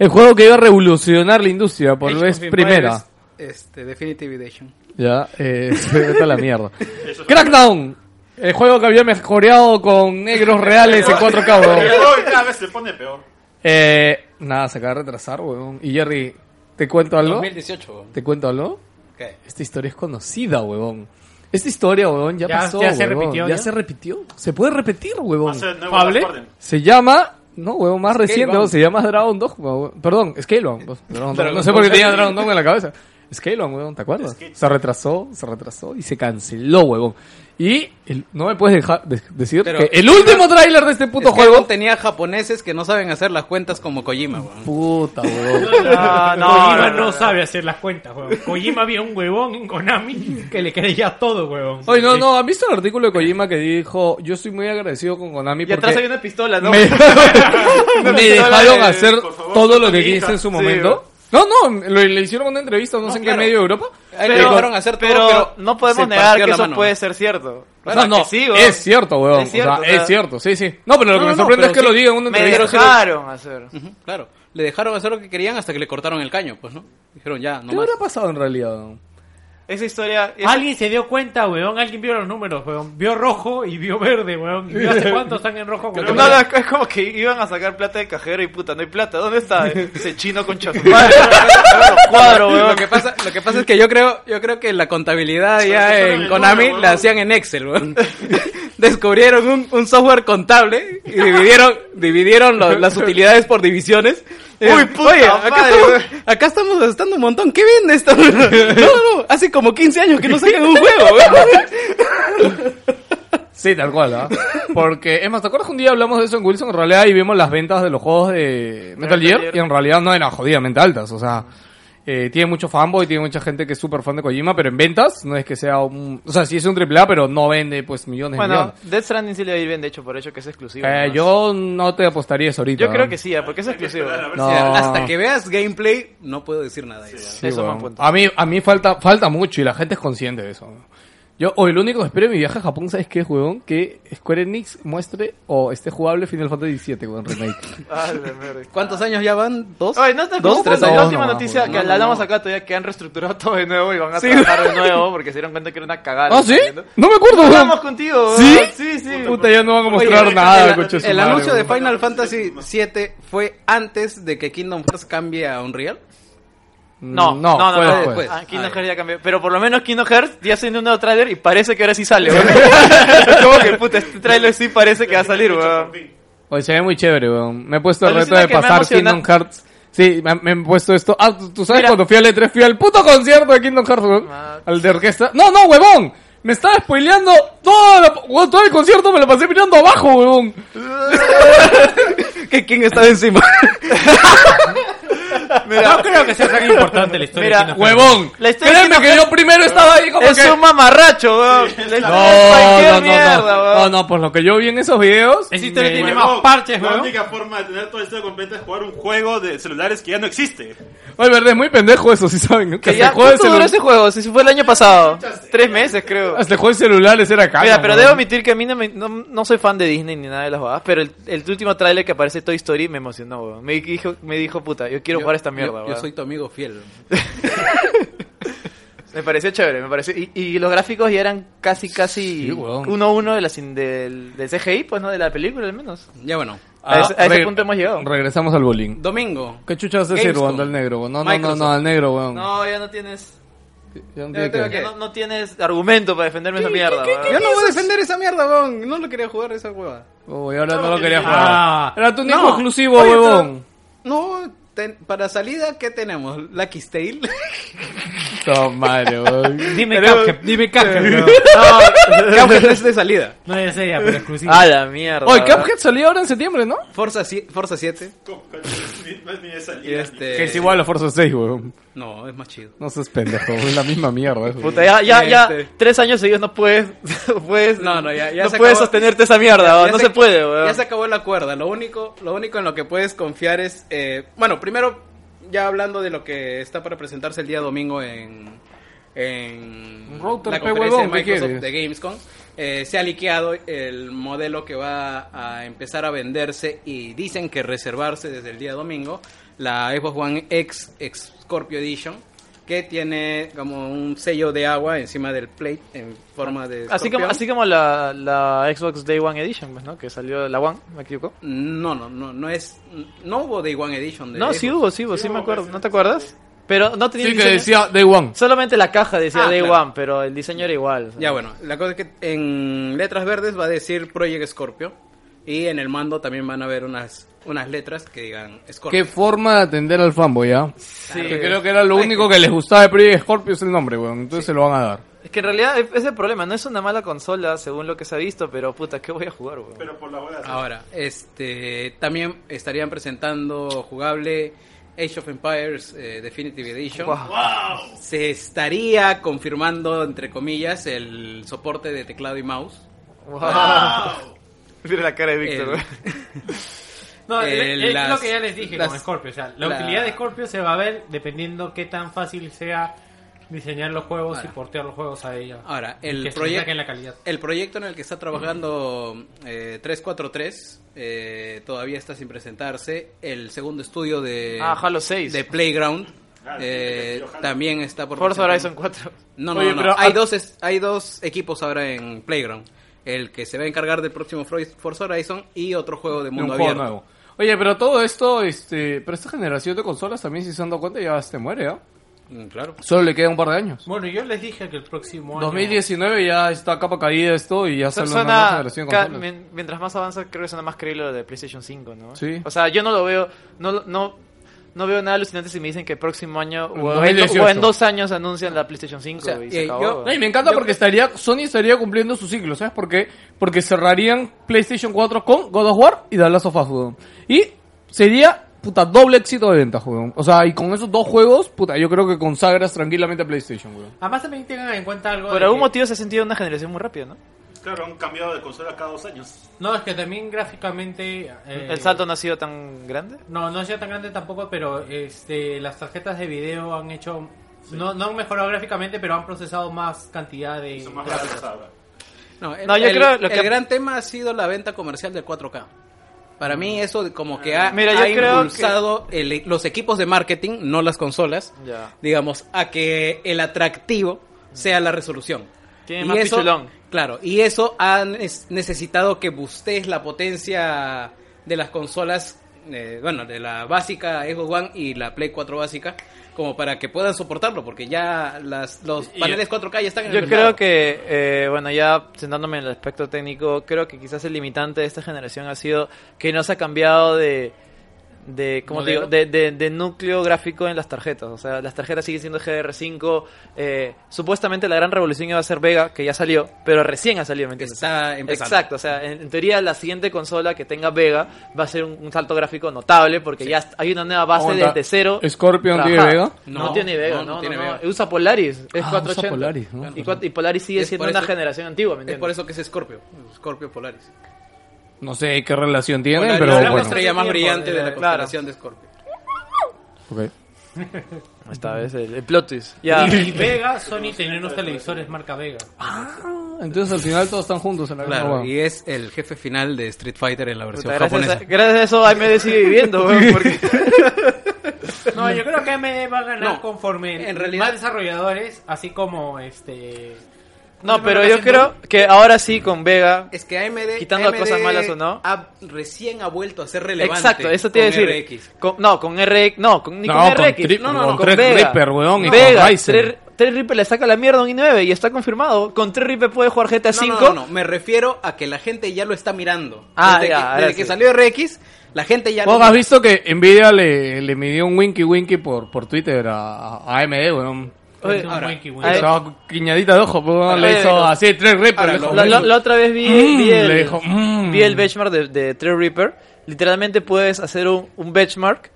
El juego que iba a revolucionar la industria por
Age
vez
of Empires,
primera.
Este, Definitive Edition.
Ya, eh, se vete a la mierda. Crackdown, el juego que había mejoreado con negros reales en 4K,
Y
weón.
luego cada vez se pone peor.
Eh, nada, se acaba de retrasar, weón. Y Jerry, ¿te cuento algo?
2018. weón.
¿Te cuento algo?
¿Qué?
Esta historia es conocida, weón. Esta historia, weón, ya,
Ya-
pasó,
ya se
huevón.
repitió,
ya,
¿ya?
se repitió. Se puede repetir,
Va
weón.
a ser el nuevo
¿Pable?
Last Guardian.
Se llama... No, weón, más reciente,
Scalebound.
weón, se llama Dragon Dogma, weón. Perdón, Scalebound. weón. Dragon Dogma. No sé por qué tenía Dragon Dogma en la cabeza. Scalebound, weón, ¿te acuerdas? Se retrasó, se retrasó y se canceló, weón. Y el- no me puedes dejar de- decir
Pero-
que el último tráiler de este puto
Es que
juego...
Gon tenía japoneses que no saben hacer las cuentas como Kojima, weón.
Puta, weón.
No, no,
Kojima no,
no, no, no.
sabe hacer las cuentas, weón. Kojima había un huevón en Konami que le creía todo, huevón.
Oye, no, no, ¿han visto el artículo de Kojima que dijo, yo estoy muy agradecido con Konami
Y atrás hay
porque
una pistola, ¿no?
me, me dejaron
de-
hacer
por favor,
todo lo que
Kojima.
quise en su
Sí,
momento? No, no, lo- le hicieron una entrevista, no, sé en qué medio de Europa.
Ahí
Le
le
dijo-
dejaron hacer todo,
pero,
pero
no podemos
se
negar
partió
que
la
eso
mano.
puede ser cierto.
No, no, es cierto, weón.
Es cierto,
o sea,
o sea-
es cierto, sí, sí. No, pero lo que me
No, no,
sorprende es
pero
que lo
sí.
diga en una
Me
entrevista.
dejaron hacer.
Ujú, claro. Le dejaron hacer lo que querían hasta que le cortaron el caño, pues, ¿no? Dijeron ya, no
¿Qué
más.
habrá pasado en realidad?
Esa historia... esa-
Alguien se dio cuenta, huevón. Alguien vio los números, huevón. Vio rojo y vio verde, huevón. ¿Y vio hace cuánto están en rojo?
No,
huevón?
no, es es como que iban a sacar plata de cajero y puta, no hay plata. ¿Dónde está ese chino con chato? cuadro,
Lo
weón.
que pasa, lo que pasa es que yo creo, yo creo que la contabilidad
eso
ya
era
en
el
Konami
número,
la
weón.
hacían en Excel, weón. Descubrieron un, un software contable y dividieron, dividieron lo- las utilidades por divisiones.
Uy, puta
acá,
madre,
estamos,
weón.
acá estamos gastando un montón. ¿Qué vende esto? No, no, no, hace como 15 años que no sacan un juego, weón.
Sí, tal cual, ¿ah? Porque, es más, ¿te acuerdas que un día hablamos de eso en Wilson? En realidad, y vimos las ventas de los juegos de Metal Gear, y en realidad no eran jodidamente altas, o sea... Eh, tiene mucho fanboy, tiene mucha gente que es súper fan de Kojima, pero en ventas no es que sea un... O sea, sí es un AAA, pero no vende pues millones de
Bueno,
millones.
Death Stranding sí le va a ir bien, de hecho, por hecho que es exclusivo.
Eh,
nomás.
yo no te apostaría eso ahorita.
Yo creo que sí, ya, porque es exclusivo.
Esperar a ver
No.
si-
Hasta que veas gameplay, no puedo decir nada. ya.
Sí,
Eso es
weón.
buen punto.
A mí, a mí falta, falta mucho y la gente es consciente de eso. Yo, o el único que espero en mi viaje a Japón, ¿sabes qué, weón? Que Square Enix muestre o esté jugable Final Fantasy VII, weón, remake.
Ah, la mierda.
¿Cuántos años ya van? ¿Dos?
Oye, no te
Dos,
preocupes,
tres
la
años.
última
No,
noticia
no,
que la damos acá todavía que han reestructurado todo de nuevo y van a trabajar de nuevo porque se dieron cuenta que era una cagada.
¿Ah, sí?
¿entiendes?
No me acuerdo,
Hablamos
weón.
contigo.
¿Sí?
Sí, sí.
Puta, ya no van a
Oye,
mostrar
el-
nada,
el,
coche su
el
madre,
anuncio de
weón.
Final Fantasy VII fue antes de que Kingdom Hearts cambie a Unreal.
No, no, no,
Mm, fue
no,
después.
después.
Ah, Kingdom Hearts ya cambió. Pero por lo menos Kingdom Hearts ya salió un nuevo trailer y parece que ahora sí sale, weón. Como que puta, este trailer sí parece que va a salir, weón.
Oye, se ve muy chévere, weón. Me he puesto el reto
Alucina
de
que me ha
pasar
emocionado.
Kingdom Hearts. Sí, me, me he puesto esto. Ah, tú, tú sabes
Mira.
cuando fui al E3, fui al puto concierto de Kingdom Hearts, weón.
Ah.
Al de orquesta. No, no, huevón. Me estaba spoileando todo, todo el concierto, me lo pasé mirando abajo, huevón.
Que quién estaba encima.
No creo que sea tan importante la historia.
Mira,
de Kingdom Hearts.
Huevón.
La historia
Créeme
de
que yo primero estaba ahí como
Es
que...
un mamarracho, weón. Le
No,
sale cualquier
no, no,
mierda,
no.
weón.
No, no, por lo que yo vi en esos videos...
Esa historia
me-
tiene más parches,
La
weón.
única forma de tener toda la historia completa es jugar un juego de celulares que ya no existe.
Oye, verdad, es muy pendejo eso, si saben.
Que
Hasta
ya,
el juego de
¿Cuánto duró
celu-
ese juego? Si fue el año pasado. Tres meses, creo.
Hasta el juego de celulares era caca.
Mira, pero
huevón.
debo admitir que a mí no, me- no, no soy fan de Disney ni nada de las bodas, pero el, el último tráiler que aparece Toy Story me emocionó, weón. Me dijo, me dijo, puta, yo quiero jugar esta mierda,
Yo, yo
weón.
soy tu amigo fiel.
Me pareció chévere, me pareció... Y, y los gráficos ya eran casi, casi
Sí, weón.
uno a uno de la, cin- del, del CGI, pues, ¿no? De la película, al menos.
Ya bueno.
A ese- a ese
Ah, reg-
punto hemos llegado.
Regresamos al bullying.
Domingo.
¿Qué chucha vas a decir,
Gamescom.
weón, al negro? weón? No, no, no, no,
Microsoft.
al negro, weón.
No, ya no tienes...
Ya no
ya
tiene
no
que
tengo que- no- no tienes argumento para defenderme esa mierda, weón.
Yo no voy a defender esa mierda, weón. No lo quería jugar esa hueva.
Uy, ahora no lo
que
quería
sí.
jugar.
Ah.
Era tu único
No.
exclusivo,
Oye,
huevón.
No, ten- para salida, ¿qué tenemos? Lucky Tale.
No, madre, weón.
Dime Cuphead, dime Cuphead.
Cuphead es de salida.
No es ella, pero exclusiva.
Ah,
A la mierda.
Oye,
weón.
Cuphead salió ahora en septiembre, ¿no?
Forza, si- Forza 7. Y este...
Que es igual a Forza 6, huevón.
No, es más chido.
No seas pendejo, es la misma mierda. eso.
Puta, ya, ya, ya,
Este.
tres años seguidos no puedes, puedes,
No, no, ya- ya
no
se
puedes
acabó.
sostenerte esa mierda, weón.
Ya
no se, puede, weón.
Ya se acabó la cuerda. Lo único, lo único en lo que puedes confiar es. eh, bueno, primero, ya hablando de lo que está para presentarse el día domingo en. En
Router,
la
pe,
conferencia de
huevón, ¿qué
Microsoft
quieres?
de Gamescom eh, se ha liqueado el modelo que va a empezar a venderse y dicen que reservarse desde el día domingo la Xbox One X, X Scorpio Edition que tiene como un sello de agua encima del plate en forma de
Así como,
escorpión.
así como la, la Xbox Day One Edition, pues, ¿no? Que salió la One, me equivoco.
No, no, no, no es. No hubo Day One Edition. De
No,
Xbox.
sí hubo, sí hubo, sí, me acuerdo. ¿No te acuerdas? Pero no tenía
Sí, que
diseño.
decía Day One.
Solamente la caja decía
Ah,
Day
claro.
One, pero el diseño era igual. o sea.
Ya bueno, la cosa es que en letras verdes va a decir Project Scorpio. Y en el mando también van a ver unas, unas letras que digan Scorpio.
Qué forma de atender al fanboy, ¿ya?
Sí.
Que creo que era lo único que les gustaba de Project Scorpio es el nombre, weón. Entonces se lo van a dar.
Es que en realidad es es el problema, no es una mala consola según lo que se ha visto, pero puta, ¿qué voy a jugar, weón?
Pero por la
Ah.
hora.
Ahora, este. También estarían presentando jugable Age of Empires eh, Definitive Edition. Se estaría confirmando, entre comillas, el soporte de teclado y mouse.
Mira la cara de Víctor,
El-
weón.
No,
Eh,
el- el-
las-
es lo que ya les dije con
las-
Scorpio. O sea, la,
la-
utilidad de Scorpio se va a ver dependiendo qué tan fácil sea diseñar los juegos y portear los juegos a ella.
Ahora,
Y
el
que se
proyecto.
saquen la calidad.
El proyecto en el que está trabajando eh, 343 eh, todavía está sin presentarse. El segundo estudio de,
Ah, Halo 6.
de Playground
Ah,
eh,
sí, Halo.
también está por
Forza
presentar-
Horizon 4.
No, no,
Oye,
no.
pero
Hay,
a-
dos es- hay dos equipos ahora en Playground. El que se va a encargar del próximo Fro- Forza Horizon y otro juego de
De un
mundo
juego
abierto.
nuevo. Oye, pero todo esto, este, pero esta generación de consolas también, si se han dado cuenta, ya se muere, ¿ah?
Mm, claro.
Solo le queda un par de años.
Bueno, yo les dije que el próximo año.
2019 ya está capa caída esto y ya sale una nueva
Suena,
generación de
ca-
consolas.
mien- mientras más avanza, creo que suena más creíble lo de PlayStation 5, ¿no?
Sí.
O sea, yo no lo veo, no, lo- no, no veo nada alucinante si me dicen que el próximo año
En
o en, do-
2018.
o en dos años anuncian la PlayStation 5
sea,
y se
y
acabó.
yo-
No, y me encanta porque estaría Sony estaría cumpliendo su ciclo, ¿sabes por qué? Porque cerrarían PlayStation 4 con God of War y The Last of Us, weón. Y sería, puta, doble éxito de ventas, weón. O sea, y con esos dos juegos, puta, yo creo que consagras tranquilamente a PlayStation, weón.
Además, también tengan en cuenta algo.
Por
de
algún
que-
motivo se ha sentido una generación muy rápida, ¿no?
Claro, han cambiado de consola cada dos años.
No, es que también gráficamente. eh,
El salto no ha sido tan grande.
No, no sea tan grande tampoco, pero este, las tarjetas de video han hecho No, no han mejorado gráficamente, pero han procesado más cantidad de...
Son más baratos ahora.
No, el,
No, yo
el-
creo lo que-
el gran tema ha sido la venta comercial del 4K. Para mí eso de- como que ha,
Ah, Mira, yo
ha
creo
impulsado el- e, los equipos de marketing, no las consolas,
Ya.
digamos, a que el atractivo sea la resolución.
Tiene más pichulón.
Claro, y eso ha nes- necesitado que bustes la potencia de las consolas, eh, bueno, de la básica Xbox One y la Play 4 básica, como para que puedan soportarlo, porque ya las, los
Y-
paneles 4K ya están en el
Yo creo
mercado.
que, eh, bueno, ya sentándome en el aspecto técnico, creo que quizás el limitante de esta generación ha sido que no se ha cambiado de, de ¿cómo te digo? De, de- de núcleo gráfico en las tarjetas. O sea, las tarjetas siguen siendo GDR5. eh, supuestamente la gran revolución iba a ser Vega, que ya salió, pero recién ha salido, ¿me
que
entiendes?
está empezando.
Exacto, o sea, en, en teoría la siguiente consola que tenga Vega va a ser un, un salto gráfico notable porque ya est- hay una nueva base
Aguanta.
desde cero.
¿Scorpion tiene
trabajada.
Vega?
No,
No,
tiene Vega, no,
no, no tiene
no, no.
Vega.
Usa Polaris, es
Ah,
480.
usa Polaris, ¿no?
y, cuat- y Polaris sigue
Es
siendo
por
una
eso-
generación antigua, ¿me
Es
entiendes?
por eso que es Scorpio, Scorpio Polaris.
No sé qué relación tiene,
Polaris
pero
es la
bueno. Ah,
estrella más brillante de la
claro.
constelación de Scorpio.
Ok.
Esta vez el, el plot twist. Ya.
Y Vega, Sony tenía unos televisores marca Vega.
Ah, entonces al final todos están juntos en la misma
Claro,
hueá.
y es el jefe final de Street Fighter en la
Puta,
versión
gracias, a,
japonesa.
gracias a eso AMD sigue viviendo, weón, porque
No, yo creo que me va a ganar
No,
conforme
en realidad-
más desarrolladores, así como este...
No, pero yo creo que ahora sí con Vega.
Es que AMD,
Quitando
AMD
cosas malas o no.
ha- recién ha vuelto a ser relevante.
Exacto, eso te iba a
con
decir.
RX.
Con- no, con RX, no, con, ni
No,
con
con
RX,
Tri-
no, no,
con
no, con
Thread
Vega.
Ripper, weón, y
Vega,
con Ryzen.
Thread- Thread Ripper le saca la mierda a un i9 y está confirmado. Con 3 Ripper puede jugar GTA
No,
5.
No, no, no, me refiero a que la gente ya lo está mirando.
Ah,
desde
ya,
que,
ahora
desde
sí. Oh,
que salió RX, la gente ya
¿Vos
lo
has visto que Nvidia le, le midió un winky winky por, por Twitter a, a AMD, weón?
Oye,
Un
ahora,
winky, winky.
ahora-
Le hizo quiñadita de ojo, pues, weón, le
Oye,
hizo
lo-
así, tres rippers.
ahora,
le
Ah, lo-
dijo,
La, la- la otra vez vi,
Mm,
vi el,
le dijo, mm.
vi el benchmark de, de Thread Ripper. Literalmente puedes hacer un, un benchmark,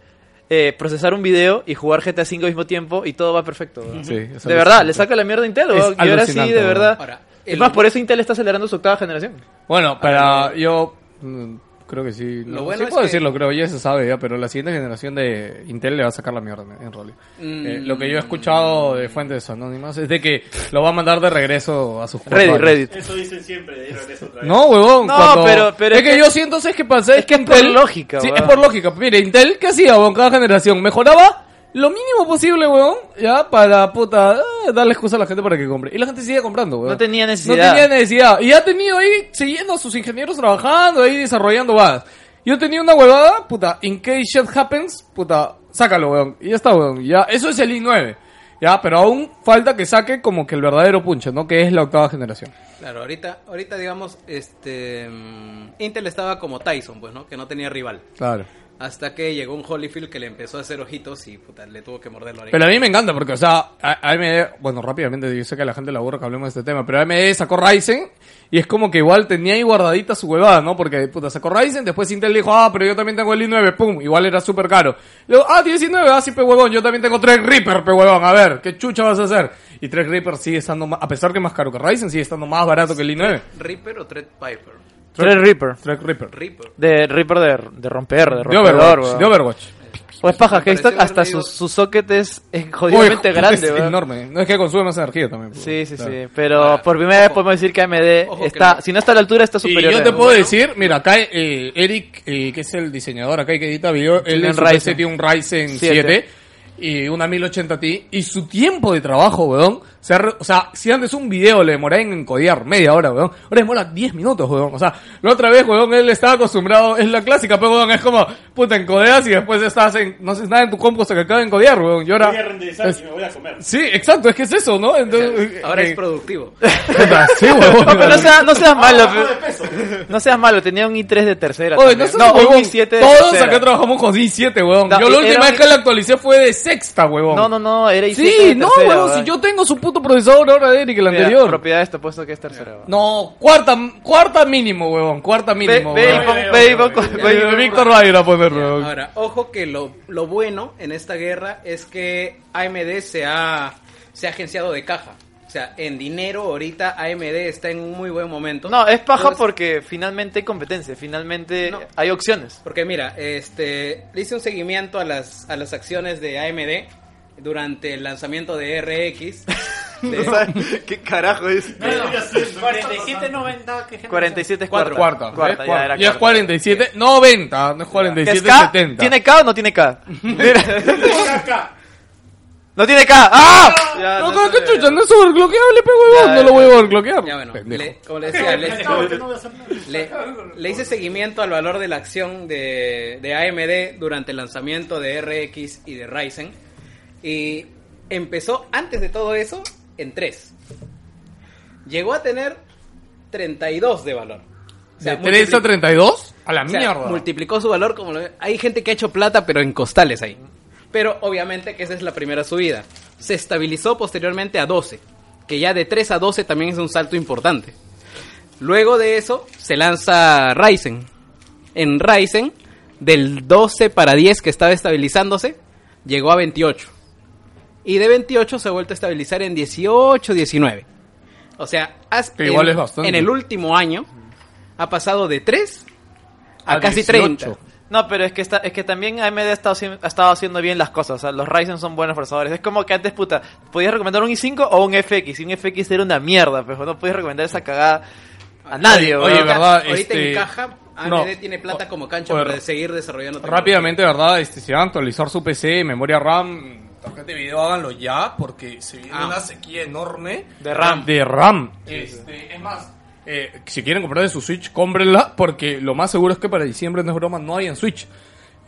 eh, procesar un video y jugar GTA 5 al mismo tiempo y todo va perfecto. weón.
Sí, es
de verdad,
alucinante.
le saca la mierda a Intel.
Es
weón, Y ahora sí,
alucinante,
de
weón.
verdad.
Ahora,
es
el-
más, por eso Intel está acelerando su octava generación.
Bueno, pero yo mm, creo que sí. no,
Lo bueno
sí
es
puedo
que-
decirlo, creo, ya se sabe ya, pero la siguiente generación de Intel le va a sacar la mierda, en realidad. Eh, lo que yo he escuchado
Mm.
de fuentes anónimas es de que lo va a mandar de regreso a sus
Reddit,
usuarios.
Reddit.
Eso dicen siempre, de ir a regreso otra vez.
No, huevón.
No,
cuando-
pero- pero
es
es
que,
que-
yo siento, ¿sabes qué pasa?
es que es por lógica,
Sí,
huevón.
es por lógica. Mire, Intel, ¿qué hacía, huevón? Cada generación mejoraba lo mínimo posible, huevón, ya, para, puta, ah, darle excusa a la gente para que compre. Y la gente sigue comprando, huevón.
No tenía
No
necesidad.
tenía necesidad. Y ha tenido ahí, siguiendo a sus ingenieros trabajando, ahí desarrollando vadas. Yo tenía una huevada, puta, in case shit happens, puta, sácalo, weón. Y ya está, weón. Ya, eso es el i9. Ya, pero aún falta que saque como que el verdadero punche, ¿no? Que es la octava generación.
Claro, ahorita, ahorita digamos, este mm, Intel estaba como Tyson, pues, ¿no? Que no tenía rival.
Claro.
Hasta que llegó un Holyfield que le empezó a hacer ojitos y puta, le tuvo que morder la oreja.
Pero a mí me encanta porque, o sea, a- AMD, bueno, rápidamente, yo sé que a la gente le aburre que hablemos de este tema, pero AMD sacó Ryzen y es como que igual tenía ahí guardadita su huevada, ¿no? Porque, puta, sacó Ryzen, después Intel dijo, ah, pero yo también tengo el i9, pum, igual era súper caro. Luego, ah, 19, ah, sí, pe huevón, yo también tengo 3 Reaper, pe huevón, a ver, ¿qué chucha vas a hacer? Y 3 Reaper sigue estando, ma- a pesar que es más caro que Ryzen, sigue estando más barato que el i9.
¿Reaper o Threadpiper?
Thread Ripper.
3 Reaper.
Reaper.
De Reaper de, de romper, de
De
rompedor,
Overwatch,
weón.
de Overwatch.
O es paja, que esto-
Pareció
hasta
haber
su,
leído-
su socket es, es
Uy,
jodidamente
es
grande, weón.
enorme. No es que consume más energía también. pues,
Sí, sí,
claro.
sí. Pero por primera vez podemos decir que AMD
Ojo que
está,
no.
si no está a la altura, está superior.
Y yo
a
te
él.
puedo decir, mira, acá eh, Eric, eh, que es el diseñador acá y que edita video, él
Tiene
en
un
su PC
Ryzen.
tiene un Ryzen
Siete.
7 y una 1080 Ti y su tiempo de trabajo, weón, se ha re- o sea, si antes un video le demoraba en encodear media hora, weón, ahora demora 10 minutos, weón, o sea, la otra vez, weón, él estaba acostumbrado, es la clásica, pero weón, es como, puta, encodeas y después estás en, no haces nada en tu compu hasta que acaba de encodear, weón, y ahora...
Voy a renderizar
es-
y me voy a comer.
sí, exacto, es que es eso, ¿no? Entonces,
Ahora
eh,
es productivo.
puta, sí, weón.
No, pero no seas, no seas malo,
Ah,
pe-
de peso.
no seas malo, tenía un i3 de tercera.
Oye,
también.
no seas
no un
huevón.
i7 de
Todos
tercera.
acá trabajamos con i7, weón.
No,
yo la
era
última
un-
vez que la actualicé fue de sexta, weón.
No, no, no, era i7
Sí,
de
no,
tercera,
weón. Si
weón.
yo tengo su puto procesador ahora de Eric, el
Mira,
anterior.
propiedades te he puesto que es tercera. weón.
No, cuarta, cuarta mínimo, weón. Cuarta
Ve,
mínimo,
ve y
weón.
pon- ve y pon- ve y
Eh,
pon-
Víctor va a ir a poner, weón.
Ahora, ojo que lo, lo bueno en esta guerra es que AMD se ha, se ha agenciado de caja. O sea, en dinero ahorita AMD está en un muy buen momento.
No, es paja
Entonces,
porque finalmente hay competencia, finalmente
No.
hay opciones.
Porque mira, este, le hice un seguimiento a las, a las acciones de AMD durante el lanzamiento de RX.
O sea, ¿Qué carajo es?
No, no, 47.90, ¿qué generación?
47 es
Cuarta.
cuarta.
Cuarta.
Cuarta,
¿ves?
ya era
Y es
cuarta.
47, 90, no es
¿Es
47,
K?
70.
¿Tiene K o no tiene K?
Acá.
¡No tiene K! ¡Ah!
Ya,
No,
no,
creo
no,
que
ya,
chucha, no es overclockeable, pe huevón,
Ya,
no
ya,
lo voy a overclockear.
Ya bueno,
Pendejo.
le- como le decía, le,
No, que no voy a hacer nada.
le- le hice seguimiento al valor de la acción de, de AMD durante el lanzamiento de RX y de Ryzen. Y empezó antes de todo eso en 3. Llegó a tener 32 de valor. O sea,
¿De 3 a
multipli-
32? A la
o sea,
mierda.
multiplicó su valor como lo ve- Hay gente que ha hecho plata, pero en costales ahí. Pero obviamente que esa es la primera subida. Se estabilizó posteriormente a 12, que ya de 3 a 12 también es un salto importante. Luego de eso se lanza Ryzen. En Ryzen, del 12 para 10 que estaba estabilizándose, llegó a 28. Y de 28 se ha vuelto a estabilizar en 18, 19. O sea, has-
Que igual
en-
es bastante.
en el último año ha pasado de 3 a,
A
casi
18.
30.
No, pero es que está, es que también AMD ha estado, haci- ha estado haciendo bien las cosas. O sea, los Ryzen son buenos procesadores. Es como que antes, puta, podías recomendar un i5 o un FX. Y un FX era una mierda, pero no podías recomendar esa cagada a nadie,
Oye,
weón.
¿verdad?
Ahorita
este,
en caja, AMD
no.
tiene plata como cancha
Oye,
para seguir desarrollando. tecnología.
Rápidamente, ¿verdad? Este, si van a actualizar su PC, memoria RAM,
Tarjeta de video, háganlo ya, porque se viene
Ah.
una sequía enorme.
De RAM.
de RAM.
Este, es más,
Eh, si quieren comprar de su Switch, cómprenla, porque lo más seguro es que para diciembre, no es broma, no hay en Switch.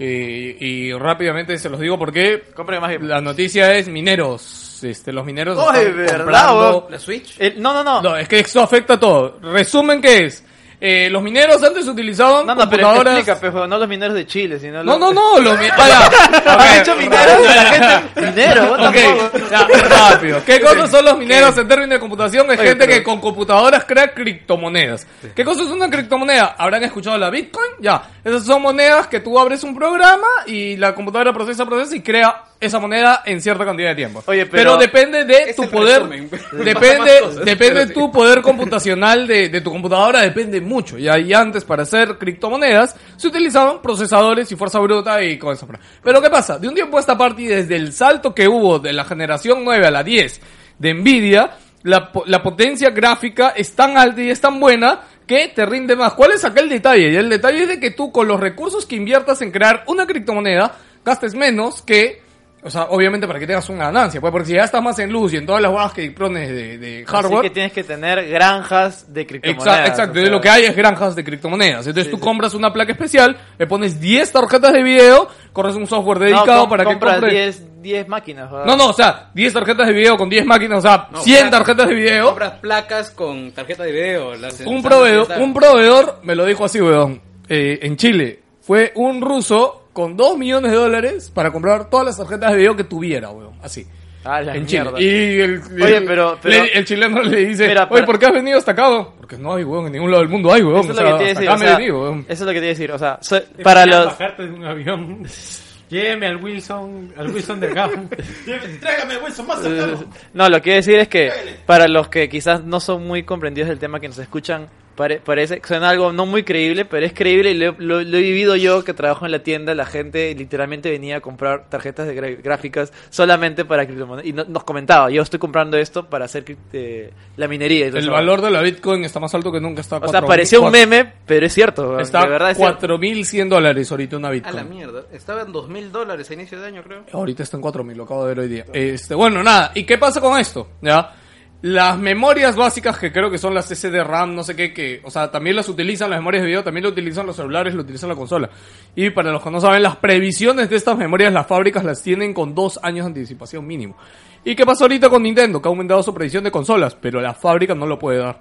Eh, y rápidamente se los digo porque
Compren más bien.
la noticia es mineros. Este, los mineros
Oh,
están
es verdad,
comprando-
weón.
La Switch.
El- no, no, no.
No, es que eso afecta a todo. Resumen, ¿qué es? Eh, los mineros antes utilizaban
No, no, pero es que
computadoras...
explica, pejo, no los mineros de Chile,
no,
sino los...
no, no, los mi- para.
Has
Ok.
dicho mineros de la gente. Minero, vos
Ok,
tampoco.
ya, rápido. ¿Qué cosas son los mineros en términos de computación? Es gente que con computadoras crea criptomonedas. ¿Qué cosa es una criptomoneda? ¿Habrán escuchado la Bitcoin? Ya. Esas son monedas que tú abres un programa y la computadora procesa, procesa y crea esa moneda en cierta cantidad de tiempo.
Oye,
pero,
pero-
depende de tu
el
poder.
resumen.
Depende, depende de tu poder computacional de, de tu computadora, depende mucho. Ya, y antes para hacer criptomonedas se utilizaban procesadores y fuerza bruta y cosas. Pero ¿qué pasa? De un tiempo a esta parte y desde el salto que hubo de la generación 9 a la 10 de Nvidia, la, po- la potencia gráfica es tan alta y es tan buena que te rinde más. ¿Cuál es acá el detalle? Y el detalle es de que tú con los recursos que inviertas en crear una criptomoneda gastes menos que o sea, obviamente para que tengas una ganancia, pues porque si gastas más en luz y en todas las bajas que pones de, de
Así que
hardware.
tienes que tener granjas de criptomonedas.
Exacto, exacto.
o
Entonces,
sea.
lo que hay es granjas de criptomonedas. Entonces tú compras una placa especial, le pones 10 tarjetas de video, corres un software
No,
dedicado
com-
para que
compras
compres.
10, 10 máquinas, ¿verdad?
No, no, o sea, 10 tarjetas de video con 10 máquinas, o sea, 100 tarjetas de video.
Compras placas con tarjeta de video. las-
Un
las-
proveedor,
las-
un proveedor me lo dijo así, weón. eh, en Chile fue un ruso con 2 millones de dólares para comprar todas las tarjetas de video que tuviera, weón. Así.
Ah, la
en Chile.
mierda.
Y el,
Oye, pero- pero-
le- el chileno le dice,
Mira,
oye,
para-
¿por qué has venido hasta acá? weón?" Porque no hay, weón, en ningún lado del mundo hay, weón. o
Eso es lo
sea,
que
hasta
te iba a decir,
acá
o
me
sea,
he venido, weón.
Eso es lo que te iba a decir, o sea, so- para los...
Bajarte de un avión. Lléveme al Wilson, al Wilson del GAF.
Tráigame el Wilson más cercano.
No, lo que quiero decir es que para los que quizás no son muy comprendidos del tema que nos escuchan, pare- parece suena algo no muy creíble, pero es creíble y lo, lo- lo he vivido yo que trabajo en la tienda, la gente literalmente venía a comprar tarjetas de gra- gráficas solamente para criptomonedas y no- nos comentaba, yo estoy comprando esto para hacer cri- eh, la minería. y todo
El
eso.
valor de la Bitcoin está más alto que nunca. Está
O sea, parecía un meme, pero es cierto,
Está
de verdad es cierto.
4.100 dólares ahorita una
A la
Bitcoin.
mierda. Estaba en 2.000 dólares a inicio de año, creo.
Ahorita está en 4000, lo acabo de ver hoy día. Este, bueno, nada, ¿y qué pasa con esto? ¿Ya? Las memorias básicas que creo que son las SD RAM, no sé qué, que, o sea, también las utilizan las memorias de video, también lo utilizan los celulares, lo utilizan la consola. Y para los que no saben, las previsiones de estas memorias, las fábricas las tienen con dos años de anticipación mínimo. ¿Y qué pasa ahorita con Nintendo? Que ha aumentado su previsión de consolas, pero la fábrica no lo puede dar.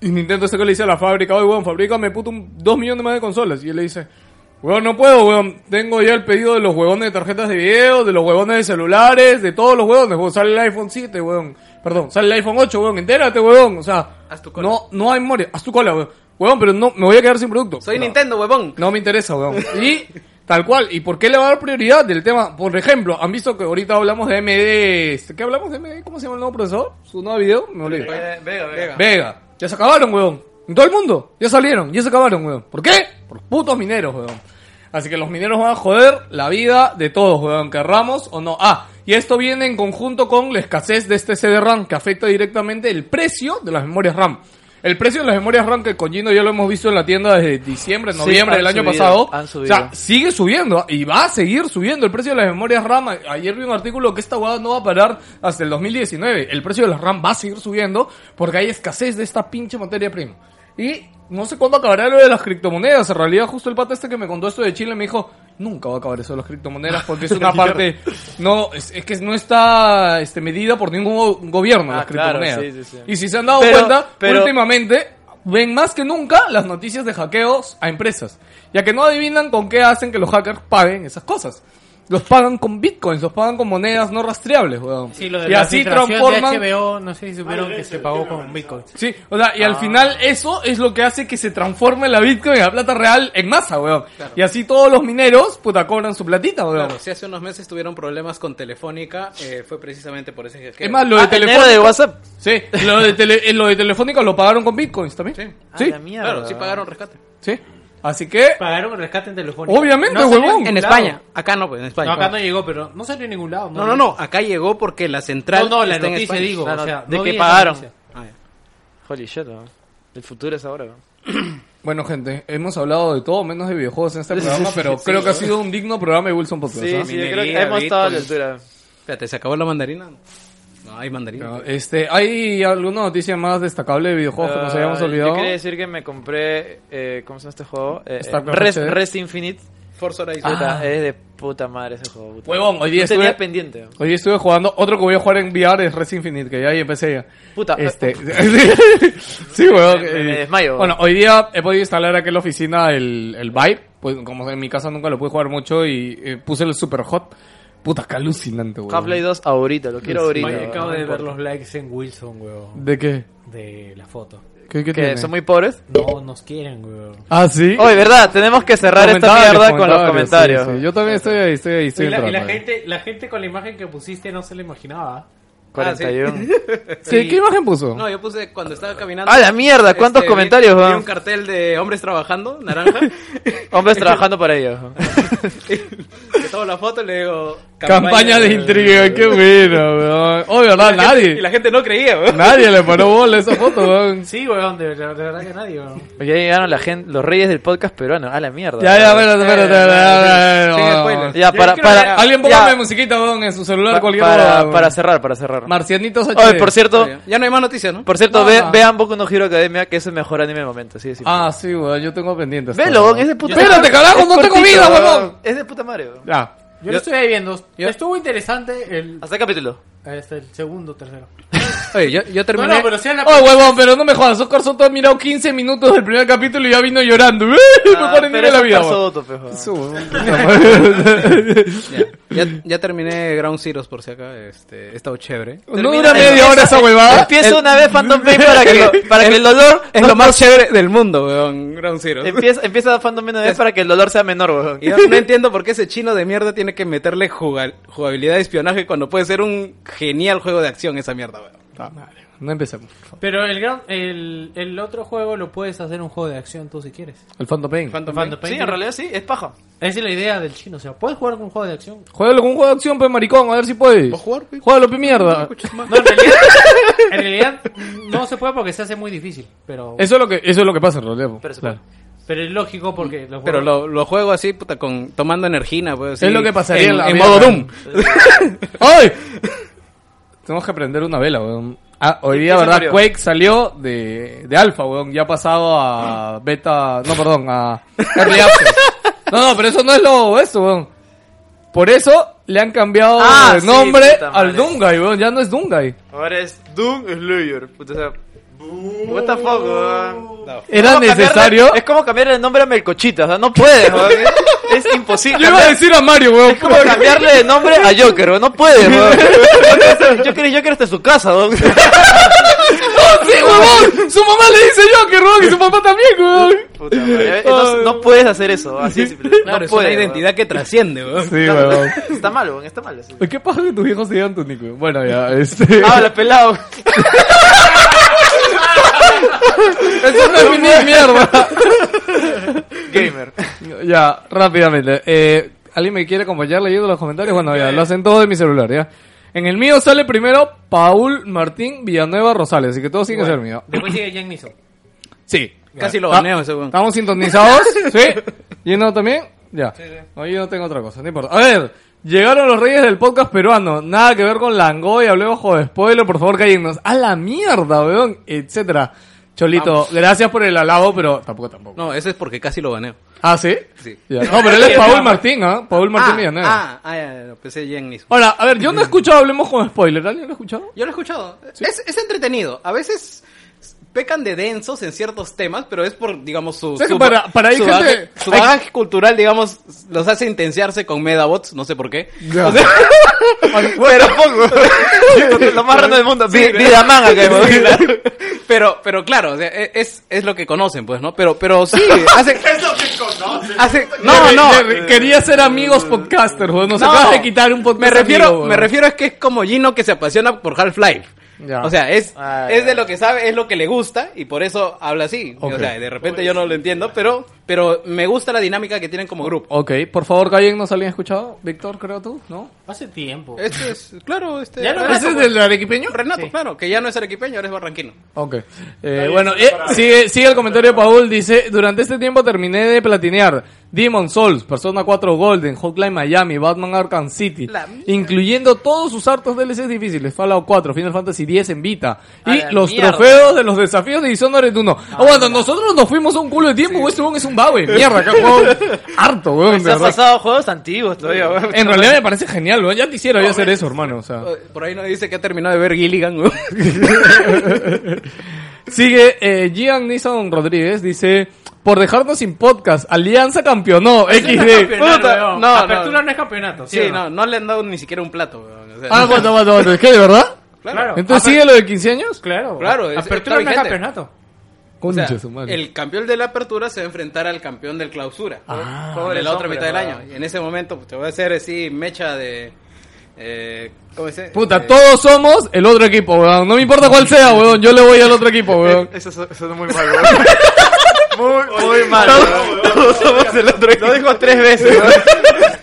Y Nintendo se que le dice a la fábrica, oye, weón, fabrícame puto un, dos millones más de consolas. Y él le dice, weón, no puedo, weón. Tengo ya el pedido de los huevones de tarjetas de video, de los huevones de celulares, de todos los huevones. Weón, sale el iPhone 7, weón. Perdón, sale el iPhone 8, weón. Entérate, weón. O sea,
Haz tu cola.
No, no hay memoria. Haz tu cola, weón. Weón, pero no, me voy a quedar sin producto.
Soy
No.
Nintendo, huevón.
No me interesa, weón. Y tal cual. ¿Y por qué le va a dar prioridad del tema? Por ejemplo, han visto que ahorita hablamos de MD... este, ¿Qué hablamos de MD? ¿Cómo se llama el nuevo procesador? ¿Su nuevo video? Me olvido.
Eh, Vega, Vega.
Vega. Ya se acabaron, weón. En todo el mundo. Ya salieron. Ya se acabaron, weón. ¿Por qué? Por putos mineros, weón. Así que los mineros van a joder la vida de todos, weón. Querramos o no. Ah, Y esto viene en conjunto con la escasez de este CD-RAM que afecta directamente el precio de las memorias RAM. El precio de las memorias RAM que con Gino ya lo hemos visto en la tienda desde diciembre, noviembre
han
del año
subido,
pasado.
han
O
subido.
sea, sigue subiendo ¿ah? y va a seguir subiendo el precio de las memorias RAM. A- Ayer vi un artículo que esta hueá no va a parar hasta el 2019. El precio de las RAM va a seguir subiendo porque hay escasez de esta pinche materia prima. Y no sé cuándo acabará lo de las criptomonedas. En realidad, justo el pata este que me contó esto de Chile me dijo, nunca va a acabar eso de las criptomonedas porque es una parte... No, es, es que no está este, medida por ningún go- gobierno
Ah,
las
claro,
criptomonedas.
sí, sí, sí.
Y si se han dado
Pero-
cuenta,
pero-
últimamente ven más que nunca las noticias de hackeos a empresas, ya que no adivinan con qué hacen que los hackers paguen esas cosas. Los pagan con bitcoins, los pagan con monedas no rastreables, weón.
Sí, lo de
y
la
así
filtración
transforman
de HBO, no sé si supieron que
leche,
se pagó
tiene
con
organizado.
Bitcoin.
Sí, o sea, y al
Ah.
final eso es lo que hace que se transforme la Bitcoin a plata real en masa, weón. Y así todos los mineros, puta, cobran su platita, weón.
Claro, si hace unos meses tuvieron problemas con Telefónica, eh, fue precisamente por ese hackeo.
Es más, lo de
Ah, enero
Telefónica...
de WhatsApp.
Sí, lo de, tele- eh, lo de Telefónica lo pagaron con Bitcoins también. Sí,
Ah,
sí,
la mierda.
Claro, sí pagaron rescate.
Así que,
Pagaron el rescate en telefónica.
obviamente,
No,
huevón.
En España. Acá no, pues en España.
No, acá no llegó, pero no salió en ningún lado.
No, no, no. Acá llegó porque la
No,
central.
no, la
está en
noticia
España.
digo.
No,
o
no,
sea,
de
no
que
vi esa
pagaron.
noticia.
Ah, ya.
Holy shit, weón. El futuro es ahora, weón.
Bueno, gente, hemos hablado de todo menos de videojuegos en este programa, pero creo que ha sido un digno programa de Wilson Podcast.
Sí,
¿ah?
sí, yo creo que
Minería,
hemos estado a la
Bitcoin.
altura.
Espérate, ¿se acabó la mandarina? No, hay mandarina.
Pero, Este, ¿Hay alguna noticia más destacable de videojuegos que nos hayamos
Ah,
olvidado?
Yo quería decir que me compré, eh, ¿cómo se llama este juego? Eh,
Starcraft
Rest,
HD.
Rest Infinite.
Forza Horizon.
Puta, es de puta madre ese juego. puta.
Huevón, hoy día
No tenía
estuve-
pendiente. weón.
Hoy estuve jugando, otro que voy a jugar en VR es Res Infinite, que ya ahí empecé ya.
Puta.
Este, sí, weón.
Me- me- me
eh,
desmayo.
Bueno, hoy día he podido instalar aquí en la oficina el, el Vibe, pues como en mi casa nunca lo pude jugar mucho y eh, puse el Super Hot. Puta, qué alucinante, weón.
Half-Life 2 ahorita, lo quiero ahorita.
Oye,
weón,
acabo
no
de
importa.
ver los likes en Wilson, weón.
¿De qué?
De la foto.
¿Qué, qué tiene?
Que son muy pobres.
No nos quieren, weón.
Ah, sí.
Oye, ¿verdad? Tenemos que cerrar esta
Comentarios,
mierda con los comentarios.
sí, sí. Yo también estoy ahí, estoy ahí, estoy
y la, y la
entrando ahí.
gente, la gente con la imagen que pusiste no se la imaginaba. Ah,
41.
Sí, ¿Qué imagen puso?
No, yo puse cuando estaba caminando.
¡A la mierda! ¿Cuántos
este, vi-
comentarios,
vi
weón?
un cartel de hombres trabajando, naranja.
Hombres trabajando para ellos.
que tomo la foto y le digo.
Campaña de intriga, qué bueno, weón. Oh, verdad,
Y
nadie.
la gente no creía, weón.
Nadie le paró bola a esa foto, weón.
Sí, weón, de, de verdad que nadie, weón.
Ya llegaron la gente, los reyes del podcast peruano. ¡A la mierda!
Ya, ya, espérate, espérate,
Sí,
espérate.
spoiler.
espérate.
Ya, para, para,
Alguien
ya,
póngame musiquita, weón, en su celular,
pa-
cualquier huevada,
para,
weón.
para cerrar, para cerrar.
Marcianitos HD.
Oye, por cierto,
Ya no hay más noticias, ¿no?
por cierto,
No,
ve-
no.
vean Boku no Hero Academia, que es el mejor anime del momento. Sí, sí.
Ah, sí, weón, yo tengo pendientes.
Velo, weón, es de puta
Espérate, carajo, no tengo
cortito,
vida,
weón.
weón.
Es de puta madre, weón.
Ya.
Yo, lo estuve viendo. Estuvo interesante el,
Hasta el capítulo.
hasta el segundo, tercero.
Oye, yo, yo
No,
terminé.
no, pero sí en la
Oh, huevón, pero no me jodas. Oscar Soto ha mirado 15 minutos del primer capítulo y ya vino llorando. ¡Eh!
Ah,
Mejor anime de la vida, weón. Eso, weón.
Ya, ya terminé Ground Zeroes por si acá. Este, he estado chévere.
No dura media hora esa huevada.
Empieza
El-
una vez Phantom Pain para que, para que el dolor.
Es
no-
lo más chévere del mundo, weón. Ground Zeroes.
Empieza, empieza Phantom Pain una vez para que el dolor sea menor, weón.
Y yo no entiendo por qué ese chino de mierda tiene que meterle juga- jugabilidad de espionaje cuando puede ser un genial juego de acción esa mierda, weón.
Ah, madre, No empecemos. por favor.
Pero el, gran, el, el otro juego lo puedes hacer un juego de acción tú si quieres.
El Phantom Pain.
Phantom Pain.
Sí, en realidad sí, es paja.
Esa es la idea del chino. O sea, puedes jugar con un juego de acción.
Juégalo con un juego de acción, pe maricón, a ver si puedes.
¿Puedo jugar,
pues?
pe?
Juégalo, pe mierda.
No, en realidad, en realidad no se puede porque se hace muy difícil. Pero,
Eso es lo que, eso es lo que pasa en realidad. pues.
Pero se
Claro.
pero es lógico porque los
Pero
juegos-
lo, lo juego así, puta, con, tomando energina, weón. así,
Es lo que pasaría en,
en,
la
en
vida
modo
real.
Doom.
¡Ay! Tenemos que prender una vela, weón. Ah, hoy día,
¿Quién se
¿verdad?
murió?
Quake salió de, de alfa, weón. Ya ha pasado
Ah.
a beta... No, perdón, a early access. No, no, pero eso no es lo... Eso, weón. Por eso le han cambiado
Ah,
de
sí,
nombre
puta madre.
al Dungai, weón. Ya no es Dungai.
Ahora es Doom Slayer. Puta, o sea, what the fuck,
Era
weón. Como cambiarle-
necesario...
Es como cambiarle el nombre a Melcochita, o sea, no puedes, weón. Es, es imposible.
Yo iba a decir a Mario, weón.
Es como cambiarle de nombre a Joker, weón. No puedes, weón. Yo quería Joker hasta su casa, weón.
¡Oh, sí, huevón! Su mamá le dice Joker, weón, y su papá también, weón.
Puta madre. Entonces, no puedes hacer eso, así es simple.
Claro,
no
es una
puedes,
identidad que trasciende, weón.
Sí,
weón.
weón.
Está mal, weón, está mal. así. Ah,
Ay, ¿Qué pasa que tus viejos se llaman Tunico? Bueno, ya, este...
Habla, pelado.
¡Eso no es mi mierda!
Gamer.
Ya, rápidamente. Eh, ¿Alguien me quiere acompañar leyendo los comentarios? Bueno, ya, lo hacen todos de mi celular, ya. En el mío sale primero Paul Martín Villanueva Rosales, así que todo tiene que ser mío.
Después sigue Jan Niso.
Sí.
Casi lo
Ta-
baneo ese weón.
Ah, ¿Estamos sintonizados? ¿Sí? ¿Yendo también? Ya. No, yo no tengo otra cosa, no importa. A ver, llegaron los reyes del podcast peruano. Nada que ver con Langoy, hablemos de spoiler, por favor, cállennos. ¡A la mierda, weón! Etcétera. Cholito, gracias por el alabo, pero tampoco, tampoco.
No, ese es porque casi lo baneo.
¿Ah, sí?
Sí.
Ya. No, pero él es Paul Martín, ¿ah? Paul Martín
ah,
Villanueva.
ah, ah, ya, ya, lo pensé ya en eso.
Ahora, a ver, yo no he escuchado Hablemos con Spoiler. ¿Alguien lo ha escuchado?
Yo lo he escuchado. Es, es entretenido. A veces pecan de densos en ciertos temas, pero es por, digamos, su...
¿Sabes
su
que para- para ahí
su
gente-
bagaje- su
hay-
bagaje cultural, digamos, los hace intensiarse con Medabots, no sé por qué.
Ya.
Lo más raro del mundo.
Sí,
Vi-
claro.
vida manga que
Sí, claro. pero, pero claro, o sea, e, es, es lo que conocen, pues, ¿no? Pero, pero sí, hace,
Es lo que conoces.
hace, no,
Jerry,
no.
Jerry, quería ser amigos podcaster, weón. Nos
No.
acabas de quitar un podcast.
Me
amigo,
refiero,
weón.
me refiero es que es como Gino que se apasiona por Half-Life.
Ya.
O sea, es,
Ah,
es
ya.
de lo que sabe, es lo que le gusta y por eso habla así.
Ok.
O sea, de repente
Pues
yo no lo entiendo, pero, pero me gusta la dinámica que tienen como grupo.
Ok, por favor, cállennos. ¿Alguien ha escuchado? Víctor, creo tú, ¿no?
Hace tiempo.
Este es, claro, este.
Ya lo
Renato,
¿Ese es del arequipeño?
Renato, claro, que ya no es arequipeño, ahora es barranquino.
Ok. Eh, bueno, eh, sigue, sigue el comentario de Paul. Dice, durante este tiempo terminé de platinear Demon Souls, Persona 4 Golden, Hotline Miami, Batman Arkham City,
La mierda.
incluyendo todos sus hartos DLCs difíciles, Fallout 4, Final Fantasy X en Vita,
A
y
la
los
mierda.
trofeos de los desafíos de Dishonored 1. Aguanta, nosotros nos fuimos a un culo de tiempo, güey, este weón es un babe, mierda, que ha jugado harto, weón, de
Se has
verdad.
pasado juegos antiguos todavía, weón.
En realidad me parece genial, weón, ya quisiera yo hacer eso, hermano, o sea.
Por ahí nos dice que ha terminado de ver Gilligan, güey.
Sigue eh, Gian Nissan Rodríguez, dice, por dejarnos sin podcast, Alianza campeonó, XD.
Puta,
weón.
no,
Apertura
no.
no, es campeonato. ¿sí
Sí,
o
no, no le han dado ni siquiera un plato, güey. O sea,
Ah, aguanta, aguanta, aguanta, ¿es que de verdad?
Claro.
Entonces
Aper-
sigue lo de 15 años.
Claro.
Claro, es- está
Apertura no es
vigente.
campeonato.
O sea,
Concha su madre.
el campeón de la apertura se va a enfrentar al campeón del clausura.
Ah.
¿no? de
Pobres
la otra
hombres,
mitad del
¿verdad?
año. Y en ese momento pues, te voy a hacer así mecha de... Eh, ¿Cómo se dice?
Puta,
Eh,
todos somos el otro equipo, weón. No me importa cuál sea, weón. Yo le voy al otro equipo, weón.
Eso su- suena muy mal, weón. Muy, muy mal. weón. Todos somos el otro equipo. Lo dijo tres veces, weón.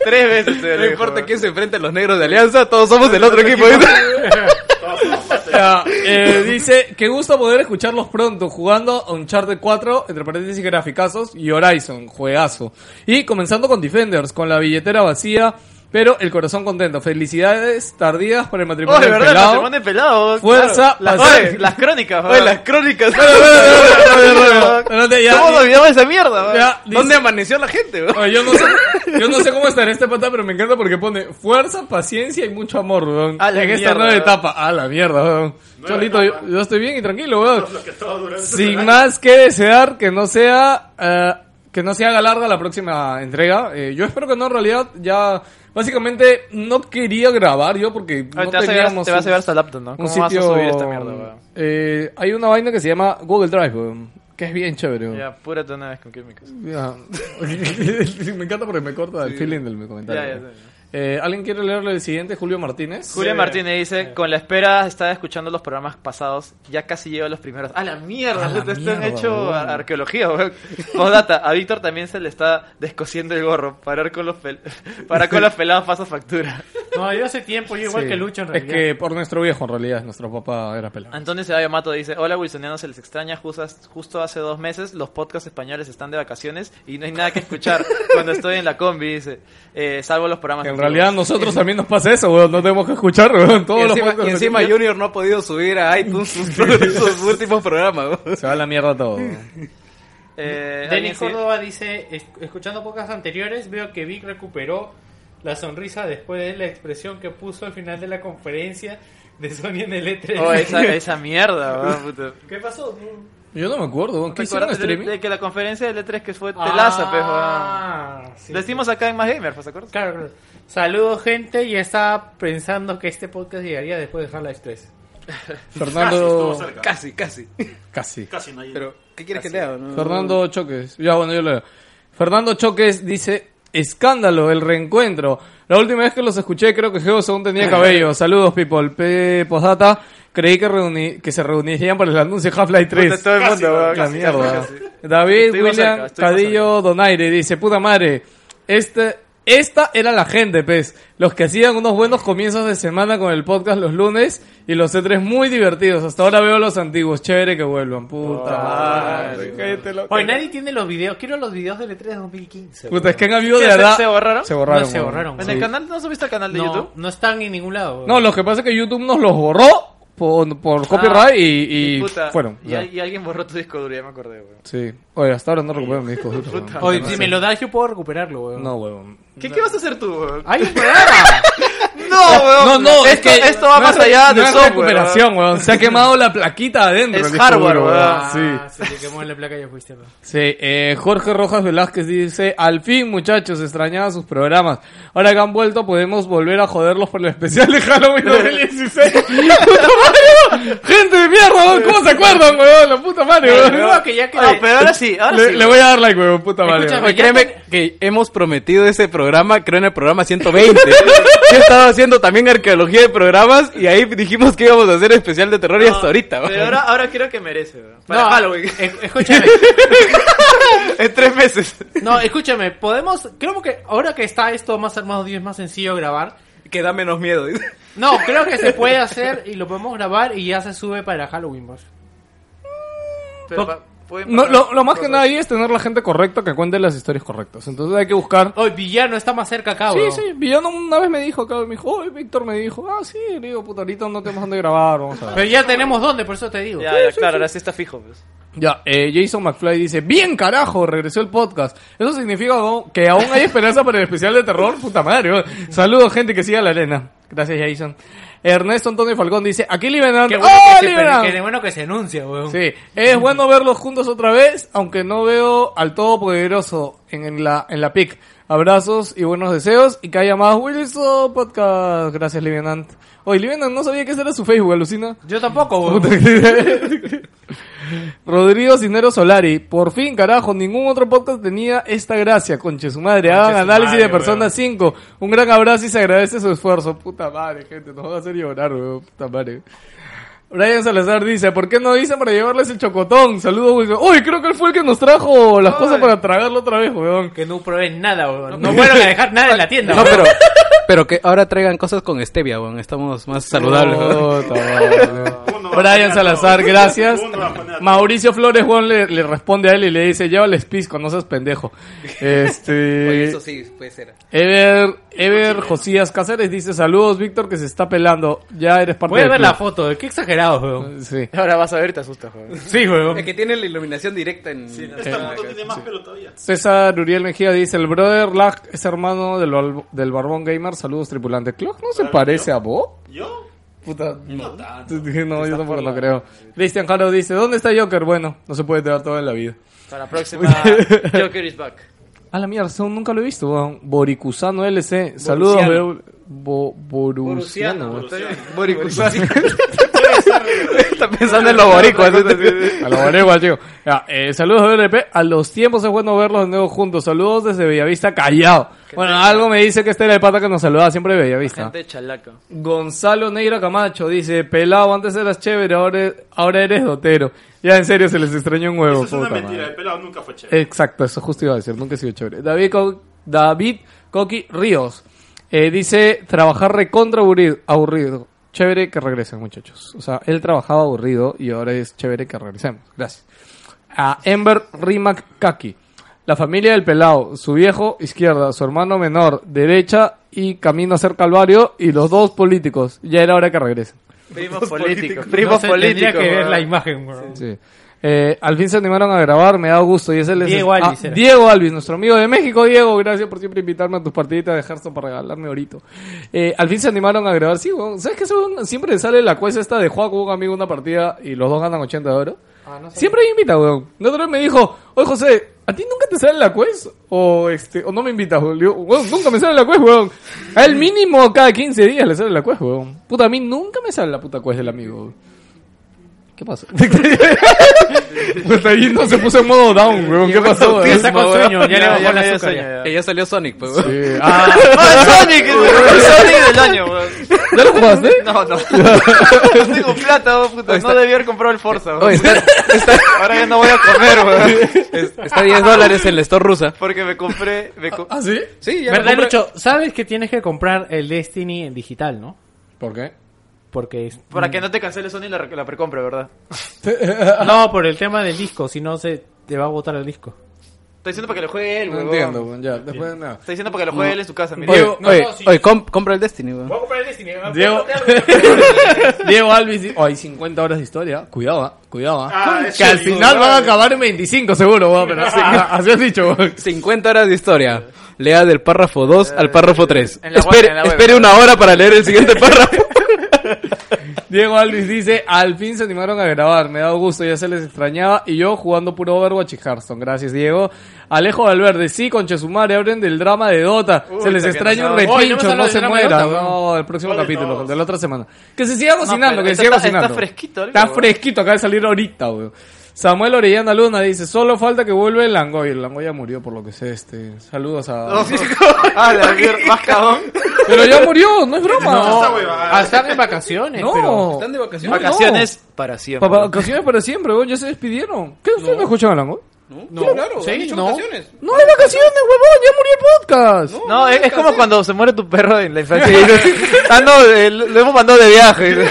Tres veces. te lo
No
dijo, ¿eh?
importa
weón.
quién se enfrente a los negros de Alianza, todos somos del otro equipo.
Ya, eh, dice, que gusto poder escucharlos pronto jugando a Uncharted 4, entre paréntesis graficazos, y Horizon, juegazo. Y comenzando con Defenders, con la billetera vacía, pero el corazón contento. Felicidades tardías por el matrimonio
Oye,
del
"Oh, verdad,
pelado.
se pone pelado.
Fuerza,
Las,
pasión.
oye, las crónicas,
Oye,
weón.
las crónicas.
No te- ya,
¿Cómo
ya,
nos olvidamos esa mierda, weón?
ya, dice-
¿Dónde amaneció la gente? weón?
Oye, yo no sé, yo no sé cómo estará este pata, pero me encanta porque pone fuerza, paciencia y mucho amor, weón.
A la
en esta
mierda,
nueva
weón.
etapa. A la mierda, weón.
Nueva
Cholito, yo,
etapa.
yo estoy bien y tranquilo, weón.
Lo que este todo durante
Sin
el año.
más que desear que no sea eh, que no se haga larga la próxima entrega. Eh, yo espero que no, en realidad ya básicamente no quería grabar yo porque
Oye,
no
Ah, te, vas a llevar,
teníamos
te vas a
un-
llevar hasta el laptop, ¿no?
un
¿Cómo vas a
sitio.
subir esta mierda, weón?
eh, hay una vaina que se llama Google Drive, weón, que es bien chévere. weón.
Ya, apúrate una vez con químicos.
Ya. me encanta porque me corta el feeling del comentario.
Ya, ya, ya.
Eh, ¿Alguien quiere leerle el siguiente? Julio Martínez.
Julio Martínez dice, con la espera estaba escuchando los programas pasados, ya casi llevo a los primeros. ¡A la mierda!
A la
puta, esto han
mierda,
hecho
weón.
ar- arqueología, weón. Postdata, a Víctor también se le está descosiendo el gorro. Parar con los, pel- parar con los pelados pasa factura.
No, yo hace tiempo, yo igual
Sí.
que Lucho en
Es
realidad.
que por nuestro viejo, en realidad, nuestro papá era pelado.
Antonio Ceballo Mato dice, hola Wilsoniano, se les extraña justo, justo hace dos meses, los podcasts españoles están de vacaciones y no hay nada que escuchar cuando estoy en la combi, dice, eh, salvo los programas.
En
antiguos".
realidad, nosotros también nos pasa eso, weón. No tenemos que escuchar, weón. Todos
Y
los
encima,
podcasts
y encima
que-
Junior no ha podido subir a iTunes sus, sus últimos programas. weón.
Se va a la mierda todo.
Eh, alguien
Denis
sí-
Córdoba dice, "Es- escuchando pocas anteriores, veo que Vic recuperó la sonrisa después de la expresión que puso al final de la conferencia de Sony en el E3.
Oh, esa, esa mierda, weón, puta.
¿Qué pasó?
Yo no me acuerdo, weón. ¿Qué hicieron
Acuérdate de,
streaming?
de que la conferencia del E3 que fue pelaza, pues, weón.
Ah, sí.
Lo hicimos acá en Más Gamer, ¿pues, ¿te acuerdas?
Claro, claro. Saludos, gente. Y estaba pensando que este podcast llegaría después de Half-Life 3.
Casi estuvo
Fernando.
cerca.
Casi, casi.
Casi.
Casi no hay.
Pero, ¿qué quieres que te haga? No.
Fernando Choques. Ya, bueno, yo lo leo. Fernando Choques dice: Escándalo, el reencuentro. La última vez que los escuché, creo que Geo aún tenía cabello. Saludos, people. P postdata. Creí que, reuni- que se reunirían para el anuncio de Half-Life 3.
todo el mundo,
La
weón, casi,
mierda.
casi, casi.
David
Estuvimos
William
cerca, estuvimos
Cadillo Donaire dice: Puta madre, este
Esta era la gente, pez. Los que hacían unos buenos comienzos de semana con el podcast los lunes y los E3 muy divertidos. Hasta ahora veo los antiguos. Chévere que vuelvan. Puta madre. Cállate la-
Oye, nadie tiene los videos. Quiero los videos del E3 de 2015.
Puta, es que han habido de
¿Se,
verdad.
se borraron?
Se borraron.
No, se
weón.
borraron.
¿En
Sí.
el canal no subiste al canal de
No,
YouTube?
no están en ningún lado.
No, lo que pasa es que YouTube nos los borró por, por copyright y, y
Puta,
fueron.
Y,
ya.
al- y alguien borró tu disco duro, ya me acordé, weón.
Sí. Oye, hasta ahora no recupero mis discos duros, weón.
Oye, si me lo das, yo puedo recuperarlo, weón.
No, huevón.
¿Qué, ¿Qué vas a hacer tú, weón?
Hay un programa.
No,
No,
weón.
no,
esto,
es que
esto va
no
más
es re-
allá de
no es
software.
recuperación, weón. Se ha quemado la plaquita adentro.
Es
el disco
hardware,
duro,
weón.
Sí.
Ah, sí. Se quemó en la placa y ya fuiste. weón.
Sí, eh, Jorge Rojas Velázquez dice, al fin muchachos, extrañaba sus programas. Ahora que han vuelto podemos volver a joderlos por el especial de Halloween 2016. ¡Puta madre, weón! Gente de mierda, weón! ¿cómo se acuerdan, weón? La puta madre,
Ay,
weón.
no, que ya que-
weón. No, Ah, pero ahora sí, ahora
Le,
sí.
le voy a dar like, weón, puta madre.
Escúchame,
Oye,
ya
créeme-
ten-
que hemos prometido ese programa, creo en el programa 120. Yo estaba haciendo también arqueología de programas y ahí dijimos que íbamos a hacer especial de terror y hasta ahorita.
Pero ahora, ahora creo que merece, weón. Para
No,
Halloween.
es- escúchame.
en tres meses.
No, escúchame. Podemos. Creo que ahora que está esto más armado y es más sencillo grabar.
Que da menos miedo. dice.
No, creo que se puede hacer y lo podemos grabar y ya se sube para Halloween. pues.
Pero pa- pueden
No,
pasar
lo, lo más que
cosas.
nada ahí es tener la gente correcta que cuente las historias correctas. Entonces hay que buscar.
Oye, Villano está más cerca acá,
Sí,
weón.
sí, Villano una vez me dijo acá, me dijo, "Oye, Víctor me dijo, ah, sí, le digo, puta, ahorita no tenemos dónde grabar, vamos a ver".
Pero ya tenemos dónde, por eso te digo.
Ya, ya, claro, ahora sí está fijo, pues.
Ya, eh, Jason McFly dice, bien carajo, regresó el podcast. Eso significa no- que aún hay esperanza para el especial de terror, puta madre. weón. Saludos, gente, que siga la arena. Gracias, Jason. Ernesto Antonio Falcón dice, aquí liberan.
Qué bueno,
¡Oh,
que se,
liberan!
qué bueno que se anuncia, weón.
Sí, es bueno verlos juntos otra vez, aunque no veo al Todopoderoso en, en la en la pic. Abrazos y buenos deseos y que haya más Wilson Podcast. Gracias, Livenant. Oye, Livenant, no sabía que ese era su Facebook, alucina.
Yo tampoco, weón.
Puta que- Rodrigo Cisneros Solari, por fin, carajo, ningún otro podcast tenía esta gracia, conche su madre. Hagan análisis de Persona 5. Un gran abrazo y se agradece su esfuerzo. Puta madre, gente, nos va a hacer llorar, weón. Puta madre. Brian Salazar dice, ¿por qué no dicen para llevarles el chocotón? Saludos, weón. Uy, creo que él fue el que nos trajo las cosas para tragarlo otra vez, weón.
Que no prueben nada, weón. No vuelvan a dejar nada en la tienda,
No,
weón.
pero, pero que ahora traigan cosas con stevia, weón. Estamos más saludables. weón.
Puta madre.
Uno va a
Brian
poner
Salazar,
todo.
gracias.
Uno va a poner todo.
Mauricio Flores Juan le, le responde a él y le dice, llévales pisco, no seas pendejo. Este...
Eso sí, puede ser.
Ever, Ever Josías Cáceres dice, saludos Víctor que se está pelando, ya eres parte
Voy a
del
ver la
club".
foto, qué exagerados, weón.
Sí.
Ahora vas a ver y te asustas, weón.
Sí, weón.
El que tiene la iluminación directa en...
Esta foto Este tiene más pelo todavía.
César Uriel Mejía dice, el brother Lag es hermano del, bal- del Barbón Gamer, saludos tripulante. ¿Clock no se parece a vos?
¿Yo?
Puta, no, no yo tampoco lo creo. Cristian Jaro dice, ¿dónde está Joker? Bueno, no se puede tener todo en la vida.
Para la próxima, Joker is back.
A Ah, la mierda, eso nunca lo he visto, weón. Boricusano LC. Saludos, weón. Bo- Borusiano. weón.
Está pensando en los boricuas.
A los boricuas, chico. Ya, eh, saludos, WLP. A los tiempos es bueno verlos de nuevo juntos. Saludos desde Bellavista, callado. Bueno, algo me dice que este era el pata que nos saludaba siempre de Bellavista.
Gente chalaca.
Gonzalo Neira Camacho dice, pelado, antes eras chévere, ahora, eres- ahora eres dotero. Ya, en serio, se les extrañó un huevo.
Eso es una
puta
mentira,
madre. Eh.
el pelado nunca fue chévere.
Exacto, eso justo iba a decir, nunca he sido chévere. David, Co- David Coqui Ríos eh, dice, trabajar recontra aburrido, aburrido. Chévere que regresen, muchachos. O sea, él trabajaba aburrido y ahora es chévere que regresemos. Gracias. A Ember Rimac Kaki. La familia del pelado, su viejo izquierda, su hermano menor derecha y camino a ser Calvario y los dos políticos. Ya era hora que regresen.
Primos políticos.
No
Primos
sé,
políticos.
Tendría que ver
weón.
la imagen, weón.
Sí. Eh, al fin se animaron a grabar, me da gusto. Y es el
Diego Alvis
Ah,
era.
Diego Alvis, nuestro amigo de México. Diego, gracias por siempre invitarme a tus partiditas de Hearthstone para regalarme ahorita. Eh, al fin se animaron a grabar. Sí, weón. ¿sabes qué? Según- Siempre sale la cuesta esta de juega con un amigo una partida y los dos ganan 80 de oro.
Ah,
Siempre me invita, weón. La otra vez me dijo, oye José, ¿a ti nunca te sale la quest? O este, o no me invitas, weón. Le digo, weón, nunca me sale la quest, weón. Al mínimo cada 15 días le sale la quest, weón. Puta, a mí nunca me sale la puta quest del amigo, weón. ¿Qué pasó? Puta, ahí no se puso en modo down, weón. ¿Qué pasó?
Sí, está con sueño, ya le
Ya, ya
bajó el
me dio
azúcar.
sueño,
ya.
ya.
Que ya salió Sonic, pues.
Sí. Ah,
¡Ah, Sonic! El Sonic del año, weón.
¿Ya lo jugaste?
No, no. No tengo plata, oh, puta. No debía haber comprado el Forza, weón. Ahora ya no voy a comer, weón.
Está 10 dólares en la store rusa.
Porque me compré... Me co-
¿Ah, sí?
Sí, ya
¿Verdad, Lucho? Sabes que tienes que comprar el Destiny en digital, ¿no?
¿Por qué?
Porque es...
Para que no te cancele Sony la, la precompra, ¿verdad?
Ah.
No, por el tema del disco, si no se te va a botar el disco.
Está diciendo para que lo juegue él,
No
weón.
entiendo, weón. Ya, después nada.
Está diciendo para que lo juegue él en su casa, mira.
Oye,
Oye, oye, comp- compra el Destiny, weón.
Voy a comprar el Destiny. me voy a
Diego.
comprar el
Diego Alvis dice, oh, hay 50 horas de historia. Cuidado, ah, cuidado. ah.
Ah,
que al final van a acabar en 25 seguro, weón, pero así, así has dicho, weón.
50 horas de historia. Lea del párrafo 2 al párrafo 3.
Eh, en la web,
espere
en la web.
espere una hora para leer el siguiente párrafo.
Diego Alvis dice, al fin se animaron a grabar, me da gusto, ya se les extrañaba, y yo jugando puro Overwatch y Hearthstone. Gracias, Diego. Alejo Valverde, sí, conche su madre, hablen del drama de Dota. se les
está
extraña un
bien,
Oye, ¿no
repincho,
hemos hablado
no
del
se
drama de
muera.
Dota, weón?
No, el próximo
Oye,
capítulo,
no.
de la otra semana. Que se siga cocinando,
pero
que se
está-
siga
está
cocinando.
fresquito ahorita,
Está
weón.
fresquito, acaba de salir ahorita, weón. Samuel Orellana Luna dice, solo falta que vuelva el Langoy. El Langoy ya murió, por lo que sé, este. Saludos a...
Ah, la mierda, más cagón.
Pero ya murió, no es broma.
esta huevada.
Ah, están en vacaciones,
No.
pero...
¿Están
de vacaciones?
Vacaciones para siempre.
Papá, vacaciones para siempre, weón, ya se despidieron. ¿Qué ustedes no, escuchan a Langoy?
No, claro.
Sí,
¿Sí?
no.
No hay vacaciones, huevón, ya murió el podcast.
No, es, es como cuando se muere tu perro en la infancia. y dices, ah, no, eh, lo lo hemos mandado de viaje.
Lo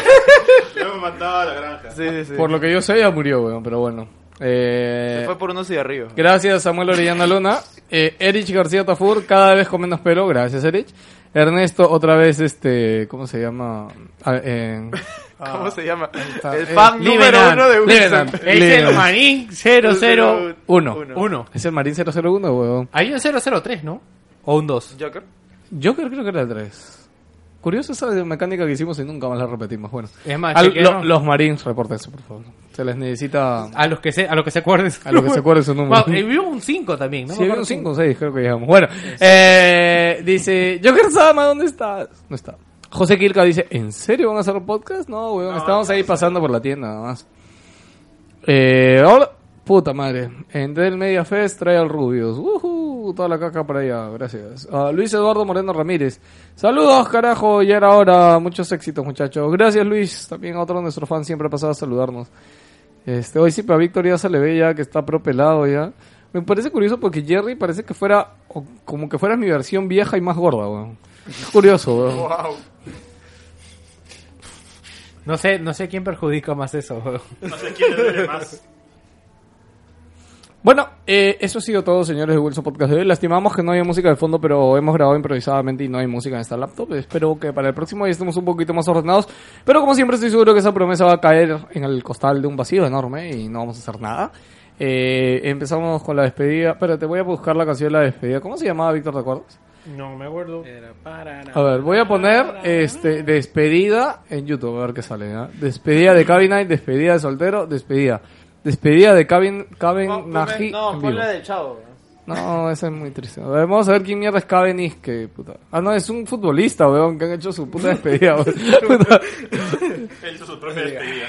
hemos mandado a la granja.
Sí, sí, sí.
Por lo que yo sé, ya murió, weón, pero bueno. Eh,
Fue por unos cigarrillos.
gracias, Samuel Orellana Luna. Eh, Erich García Tafur, cada vez con menos pelo. Gracias, Erich. Ernesto, otra vez, este, ¿cómo se llama? Ah, eh,
¿Cómo se llama?
está-
El
eh,
fan número
Liberan,
uno de
Liberan.
Wilson.
Es el
Leon.
Manín 001.
Uno.
Uno.
Es el Marín 001, weón.
Hay un 003, ¿no? O un 2.
Joker.
Yo creo, creo que era el 3. Curioso esa mecánica que hicimos y nunca más la repetimos. Bueno,
Es más,
Al-
chequearon.
lo- los Marines, reporten eso, por favor. Se les necesita
A los que se, a los que se acuerden.
a lo que se acuerde su número.
Bueno, y hubo un 5 también, ¿no?
Sí,
Me
había
acuerdo
un 5 o 6, creo que llegamos. Bueno, eh, dice, Joker Sama, ¿dónde estás? No está. José Quilca dice, ¿en serio van a hacer un podcast? No, weón, estamos ahí pasando por la tienda nada más. Eh, hola, puta madre. En Del Media Fest trae al Rubius. Ujú, toda la caca para allá, gracias. Ah, Luis Eduardo Moreno Ramírez. Saludos, carajo, ya era hora. Muchos éxitos, muchachos. Gracias, Luis. También otro de nuestros fans siempre ha pasado a saludarnos. Este, hoy sí, pero a Víctor ya se le ve ya que está propelado ya. Me parece curioso porque Jerry parece que fuera o como que fuera mi versión vieja y más gorda, weón. Es curioso, weón.
No sé, no sé quién perjudica más eso.
No sé quién le duele más.
Bueno, eh, eso ha sido todo, señores de Wilson Podcast de hoy. Lastimamos que no había música de fondo, pero hemos grabado improvisadamente y no hay música en esta laptop. Espero que para el próximo ya estemos un poquito más ordenados. Pero como siempre, estoy seguro que esa promesa va a caer en el costal de un vacío enorme y no vamos a hacer nada. Eh, empezamos con la despedida. Pero te voy a buscar la canción de la despedida. ¿Cómo se llamaba, Víctor? ¿Te acuerdas?
No me acuerdo.
A ver, voy a poner este despedida en YouTube, a ver qué sale. ¿ah? Despedida de Cabin Night, despedida de soltero, despedida. Despedida de Cabin, Cabin Naji. en vivo.
del chavo.
No, esa es muy triste. A ver, vamos a ver quién mierda es Cavendish, que puta. Ah, no, es un futbolista, weón, que han hecho su puta despedida, weón. Puta.
Él hizo su propia despedida.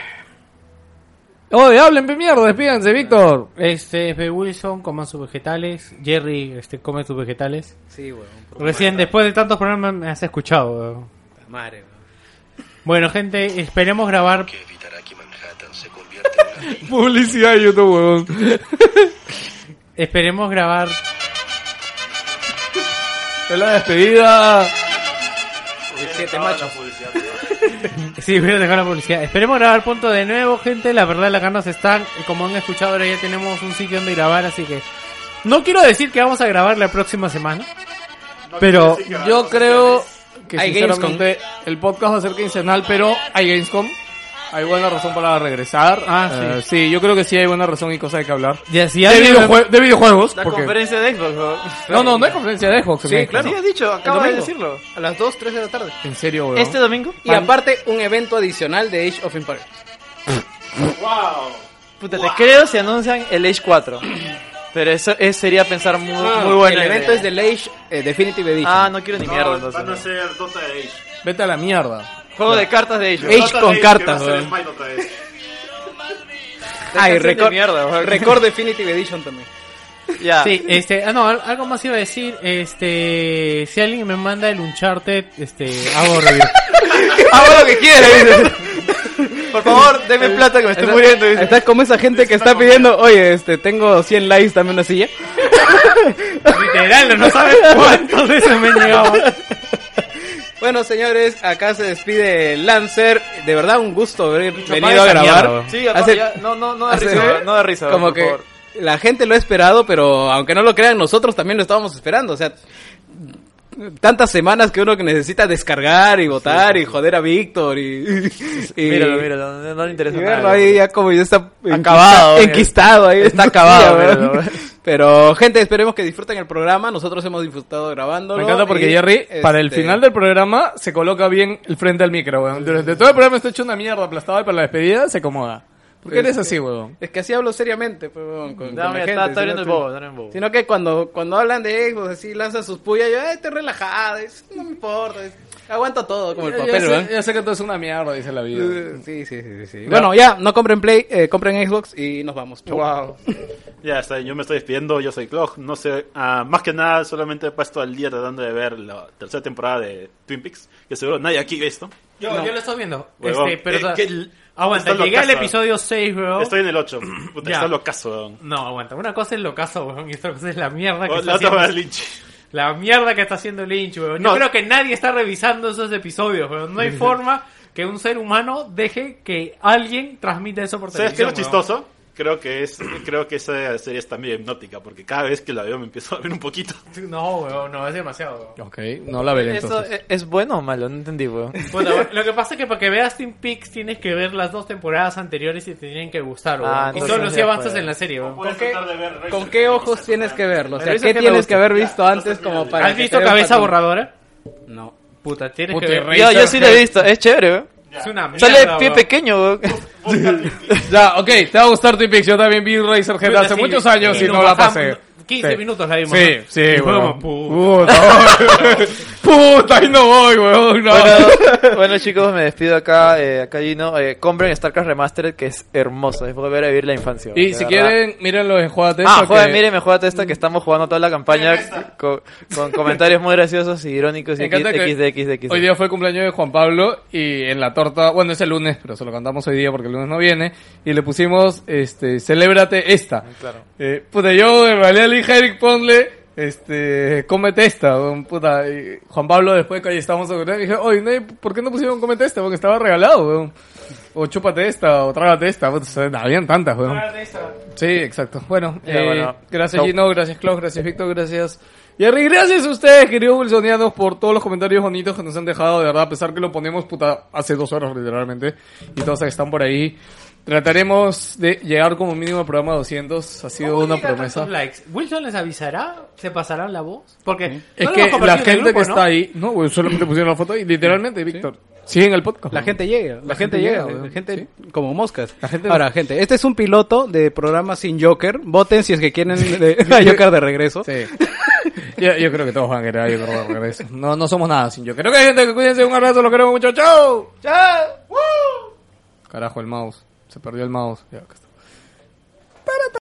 Oye, hablen, pe mierda, despídanse, Víctor.
Este, F. Wilson, coman sus vegetales. Jerry, este, come sus vegetales.
Sí, weón.
Recién, después de tantos programas, me has escuchado. weón.
Madre, weón.
Bueno, gente, esperemos grabar.
Publicidad de YouTube, weón.
Esperemos grabar.
Es la despedida.
Siete machos. publicidad.
Sí, voy a dejar la publicidad. Esperemos grabar punto de nuevo, gente. La verdad, las ganas están. Y Como han escuchado, ahora ya tenemos un sitio donde grabar, así que. No quiero decir que vamos a grabar la próxima semana.
No
Pero
quiere decir que
Yo
grabamos
creo
sesiones.
que
Hay
sinceramente el podcast va a ser quincenal, pero hay Gamescom. Hay buena razón para regresar.
Ah, sí.
Eh, sí, yo creo que sí hay buena razón y cosas de que hablar.
Y así
De,
alguien-
videojue- de videojuegos.
La
porque-
conferencia de Xbox, weón.
No, no, no hay conferencia de Xbox. en
Sí,
Gamescom.
claro.
Sí, has dicho, acabo de decirlo.
A las 2, 3 de la tarde.
En serio, weón.
Este domingo.
Y aparte, un evento adicional de Age of Empires.
¡Wow!
Puta, te creo si anuncian el Age 4. Pero eso, eso sería pensar muy, Ah, muy bueno.
El evento es del Age eh, Definitive Edition.
Ah, no quiero ni mierda
No,
entonces.
van a ser Dota de Age.
Vete a la mierda.
Juego de cartas de ellos.
Age
Dota
con
de que
cartas,
va a ser
weón.
Smite otra vez.
Ah, y
Tekken es de
Record,
mierda, weón.
Record Definitive Edition también.
Ya.
Sí, este, ah, no, al- algo más iba a decir, este, si alguien me manda el Uncharted, este, hago review.
Ah,
Hago lo que quiera, Por favor, deme plata que me estoy muriendo. dice.
Estás como esa gente que está pidiendo, oye, este, tengo 100 likes, dame una silla.
Literal, no sabes cuántos de esos me han llegado.
Bueno, señores, acá se despide Lancer. De verdad, un gusto haber venido a
apaga esa
grabar.
mierda, weón.
Sí, aparte,
Hace-
ya, no, no, no da
hace-
risa, weón, no da risa.
Como
por
que
favor.
la gente lo ha esperado, pero aunque no lo crean, nosotros también lo estábamos esperando. O sea, tantas semanas que uno que necesita descargar y votar y joder a Víctor y, y-
Míralo, míralo, no, no le interesa
y verlo
nada.
ahí ya como ya está enquista-
Acabado,
enquistado ahí.
Está acabado,
Sí,
míralo,
¿verdad? Pero gente, esperemos que disfruten el programa. Nosotros hemos disfrutado grabándolo.
Me encanta porque
y,
Jerry, para el
este,
final del programa, se coloca bien el frente al micro, weón. Durante todo el programa está hecho una mierda aplastado y para la despedida se acomoda. ¿Por qué
Este-
eres así, weón?
Es que así hablo seriamente, pues, weón,
No,
con, con la
mira,
gente,
está, está
si no
abriendo el
te-
bobo, está abriendo el bobo.
Sino que cuando, cuando hablan de Xbox, así lanzan sus puyas, yo, ay, estoy relajada, es- no me importa, es- aguanto todo como el
ya,
papel,
sé,
¿verdad?
ya sé que todo es una mierda, dice la vida.
Eh, Sí, sí, sí, sí, sí. Bueno, ya, no compren Play, eh, compren Xbox y nos vamos. Chau.
Ya está, yo me estoy despidiendo, yo soy Clog. No sé, ah, más que nada, solamente he puesto al día tratando de ver la tercera temporada de Twin Peaks, que seguro nadie aquí ve esto.
Yo, yo lo estoy viendo.
Huevón.
Este, pero,
Eh, ¿qué-
aguanta,
está
llegué al
locazo.
episodio 6, weón.
Estoy en el 8. Puta,
Ya.
está locazo, weón.
No, aguanta, una cosa es lo caso, weón, y otra cosa es la mierda que
O-
está
Oh, La otra
haciendo.
va al Lynch.
La mierda que está haciendo Lynch, weón. Yo
No.
creo que nadie está revisando esos episodios, weón. No hay forma que un ser humano deje que alguien transmita eso por
¿Sabes qué es
televisión.
lo chistoso? Creo que, es, creo que esa serie está medio hipnótica, porque cada vez que la veo me empiezo a ver un poquito.
weón. No, weón, no, es demasiado, weón.
Ok, no la veré
¿Eso
entonces.
es, es bueno o malo? No entendí, weón.
Puta, weón, lo que pasa es que para que veas Team Peaks tienes que ver las dos temporadas anteriores y te tienen que gustar, weón.
Ah,
y
entonces
solo
ya
si avanzas
fue.
en la serie, weón.
Puedes tratar de ver
¿Con
Rachel,
qué
que
ojos
quizás
tienes
sea-
que verlo? O sea,
Pero eso
¿qué
es que me
tienes
gusta.
que haber visto
Ya, no
antes como
termina.
para
¿Has
que
visto
te dé un
Cabeza
patrón?
Borradora?
No.
Puta, tienes
Puta,
que
y
ver.
Rey-
Yo, yo sí la he visto, es chévere, weón.
Es una mierda,
Sale pie
weón.
pequeño, weón.
Ya, ok, te va a gustar Twin Peaks. Yo también vi Razor Head
Puta,
hace
sí,
muchos años
sí,
y
nos
no la
bajamos
pasé.
15
Sí.
minutos la vimos.
Sí,
¿no?
sí,
Y fue
weón.
como, puta.
Puta, puta, ahí no voy, weón. No.
Bueno, bueno, chicos, me despido acá, eh, acá Gino. Eh, compren StarCraft Remastered, que es hermoso. Es volver a vivir la infancia.
y
de
si
verdad.
quieren, mírenlo en Juega
Ah, joder, mire, me juega esta que estamos jugando toda la campaña con, con comentarios muy graciosos y irónicos y
Me encanta que
xdxdx.
Hoy día fue el cumpleaños de Juan Pablo y en la torta, bueno, es el lunes, pero se lo cantamos hoy día porque el lunes no viene, y le pusimos, este, celébrate esta. Claro. Eh, puta, yo en realidad le dije a Eric, ponle, este, cómete esta, weón, puta. y Juan Pablo después que ahí estábamos con él, dije, oye, Ney, ¿por qué no pusieron cómete esta? Porque estaba regalado, weón. O chúpate esta, o trágate esta, puta, se- habían tantas, weón. Sí, exacto. Bueno,
Ya,
eh,
bueno.
gracias
Chau.
Gino, gracias Klaus, gracias Víctor, gracias Jerry, gracias a ustedes, queridos wilsonianos, por todos los comentarios bonitos que nos han dejado, de verdad, a pesar que lo ponemos puta hace dos horas literalmente, y todos que están por ahí. Trataremos de llegar como mínimo al programa 200, ha sido
¿Cómo
una
llega
promesa.
tantos likes? ¿Wilson les avisará? ¿Se pasarán la voz? Porque no
Es
lo
que
hemos compartido
la
en el
gente
grupo,
que
¿no?
está ahí, no, güey, solamente pusieron la foto y literalmente, Víctor, siguen el podcast.
La
güey.
gente llega, la, gente,
gente llega,
llega, la
weón.
gente
Sí.
como moscas.
La gente-
Ahora, gente, este es un piloto de programa sin Joker. Voten si es que quieren de- a Joker de regreso.
Sí. yo, yo creo que todos van a querer a Joker de regreso. No, no somos nada sin yo. Creo que hay gente que cuídense. Un abrazo, los queremos mucho. ¡Chao! ¡Chao! Carajo, el mouse. Se perdió el mouse. Ya, acá está.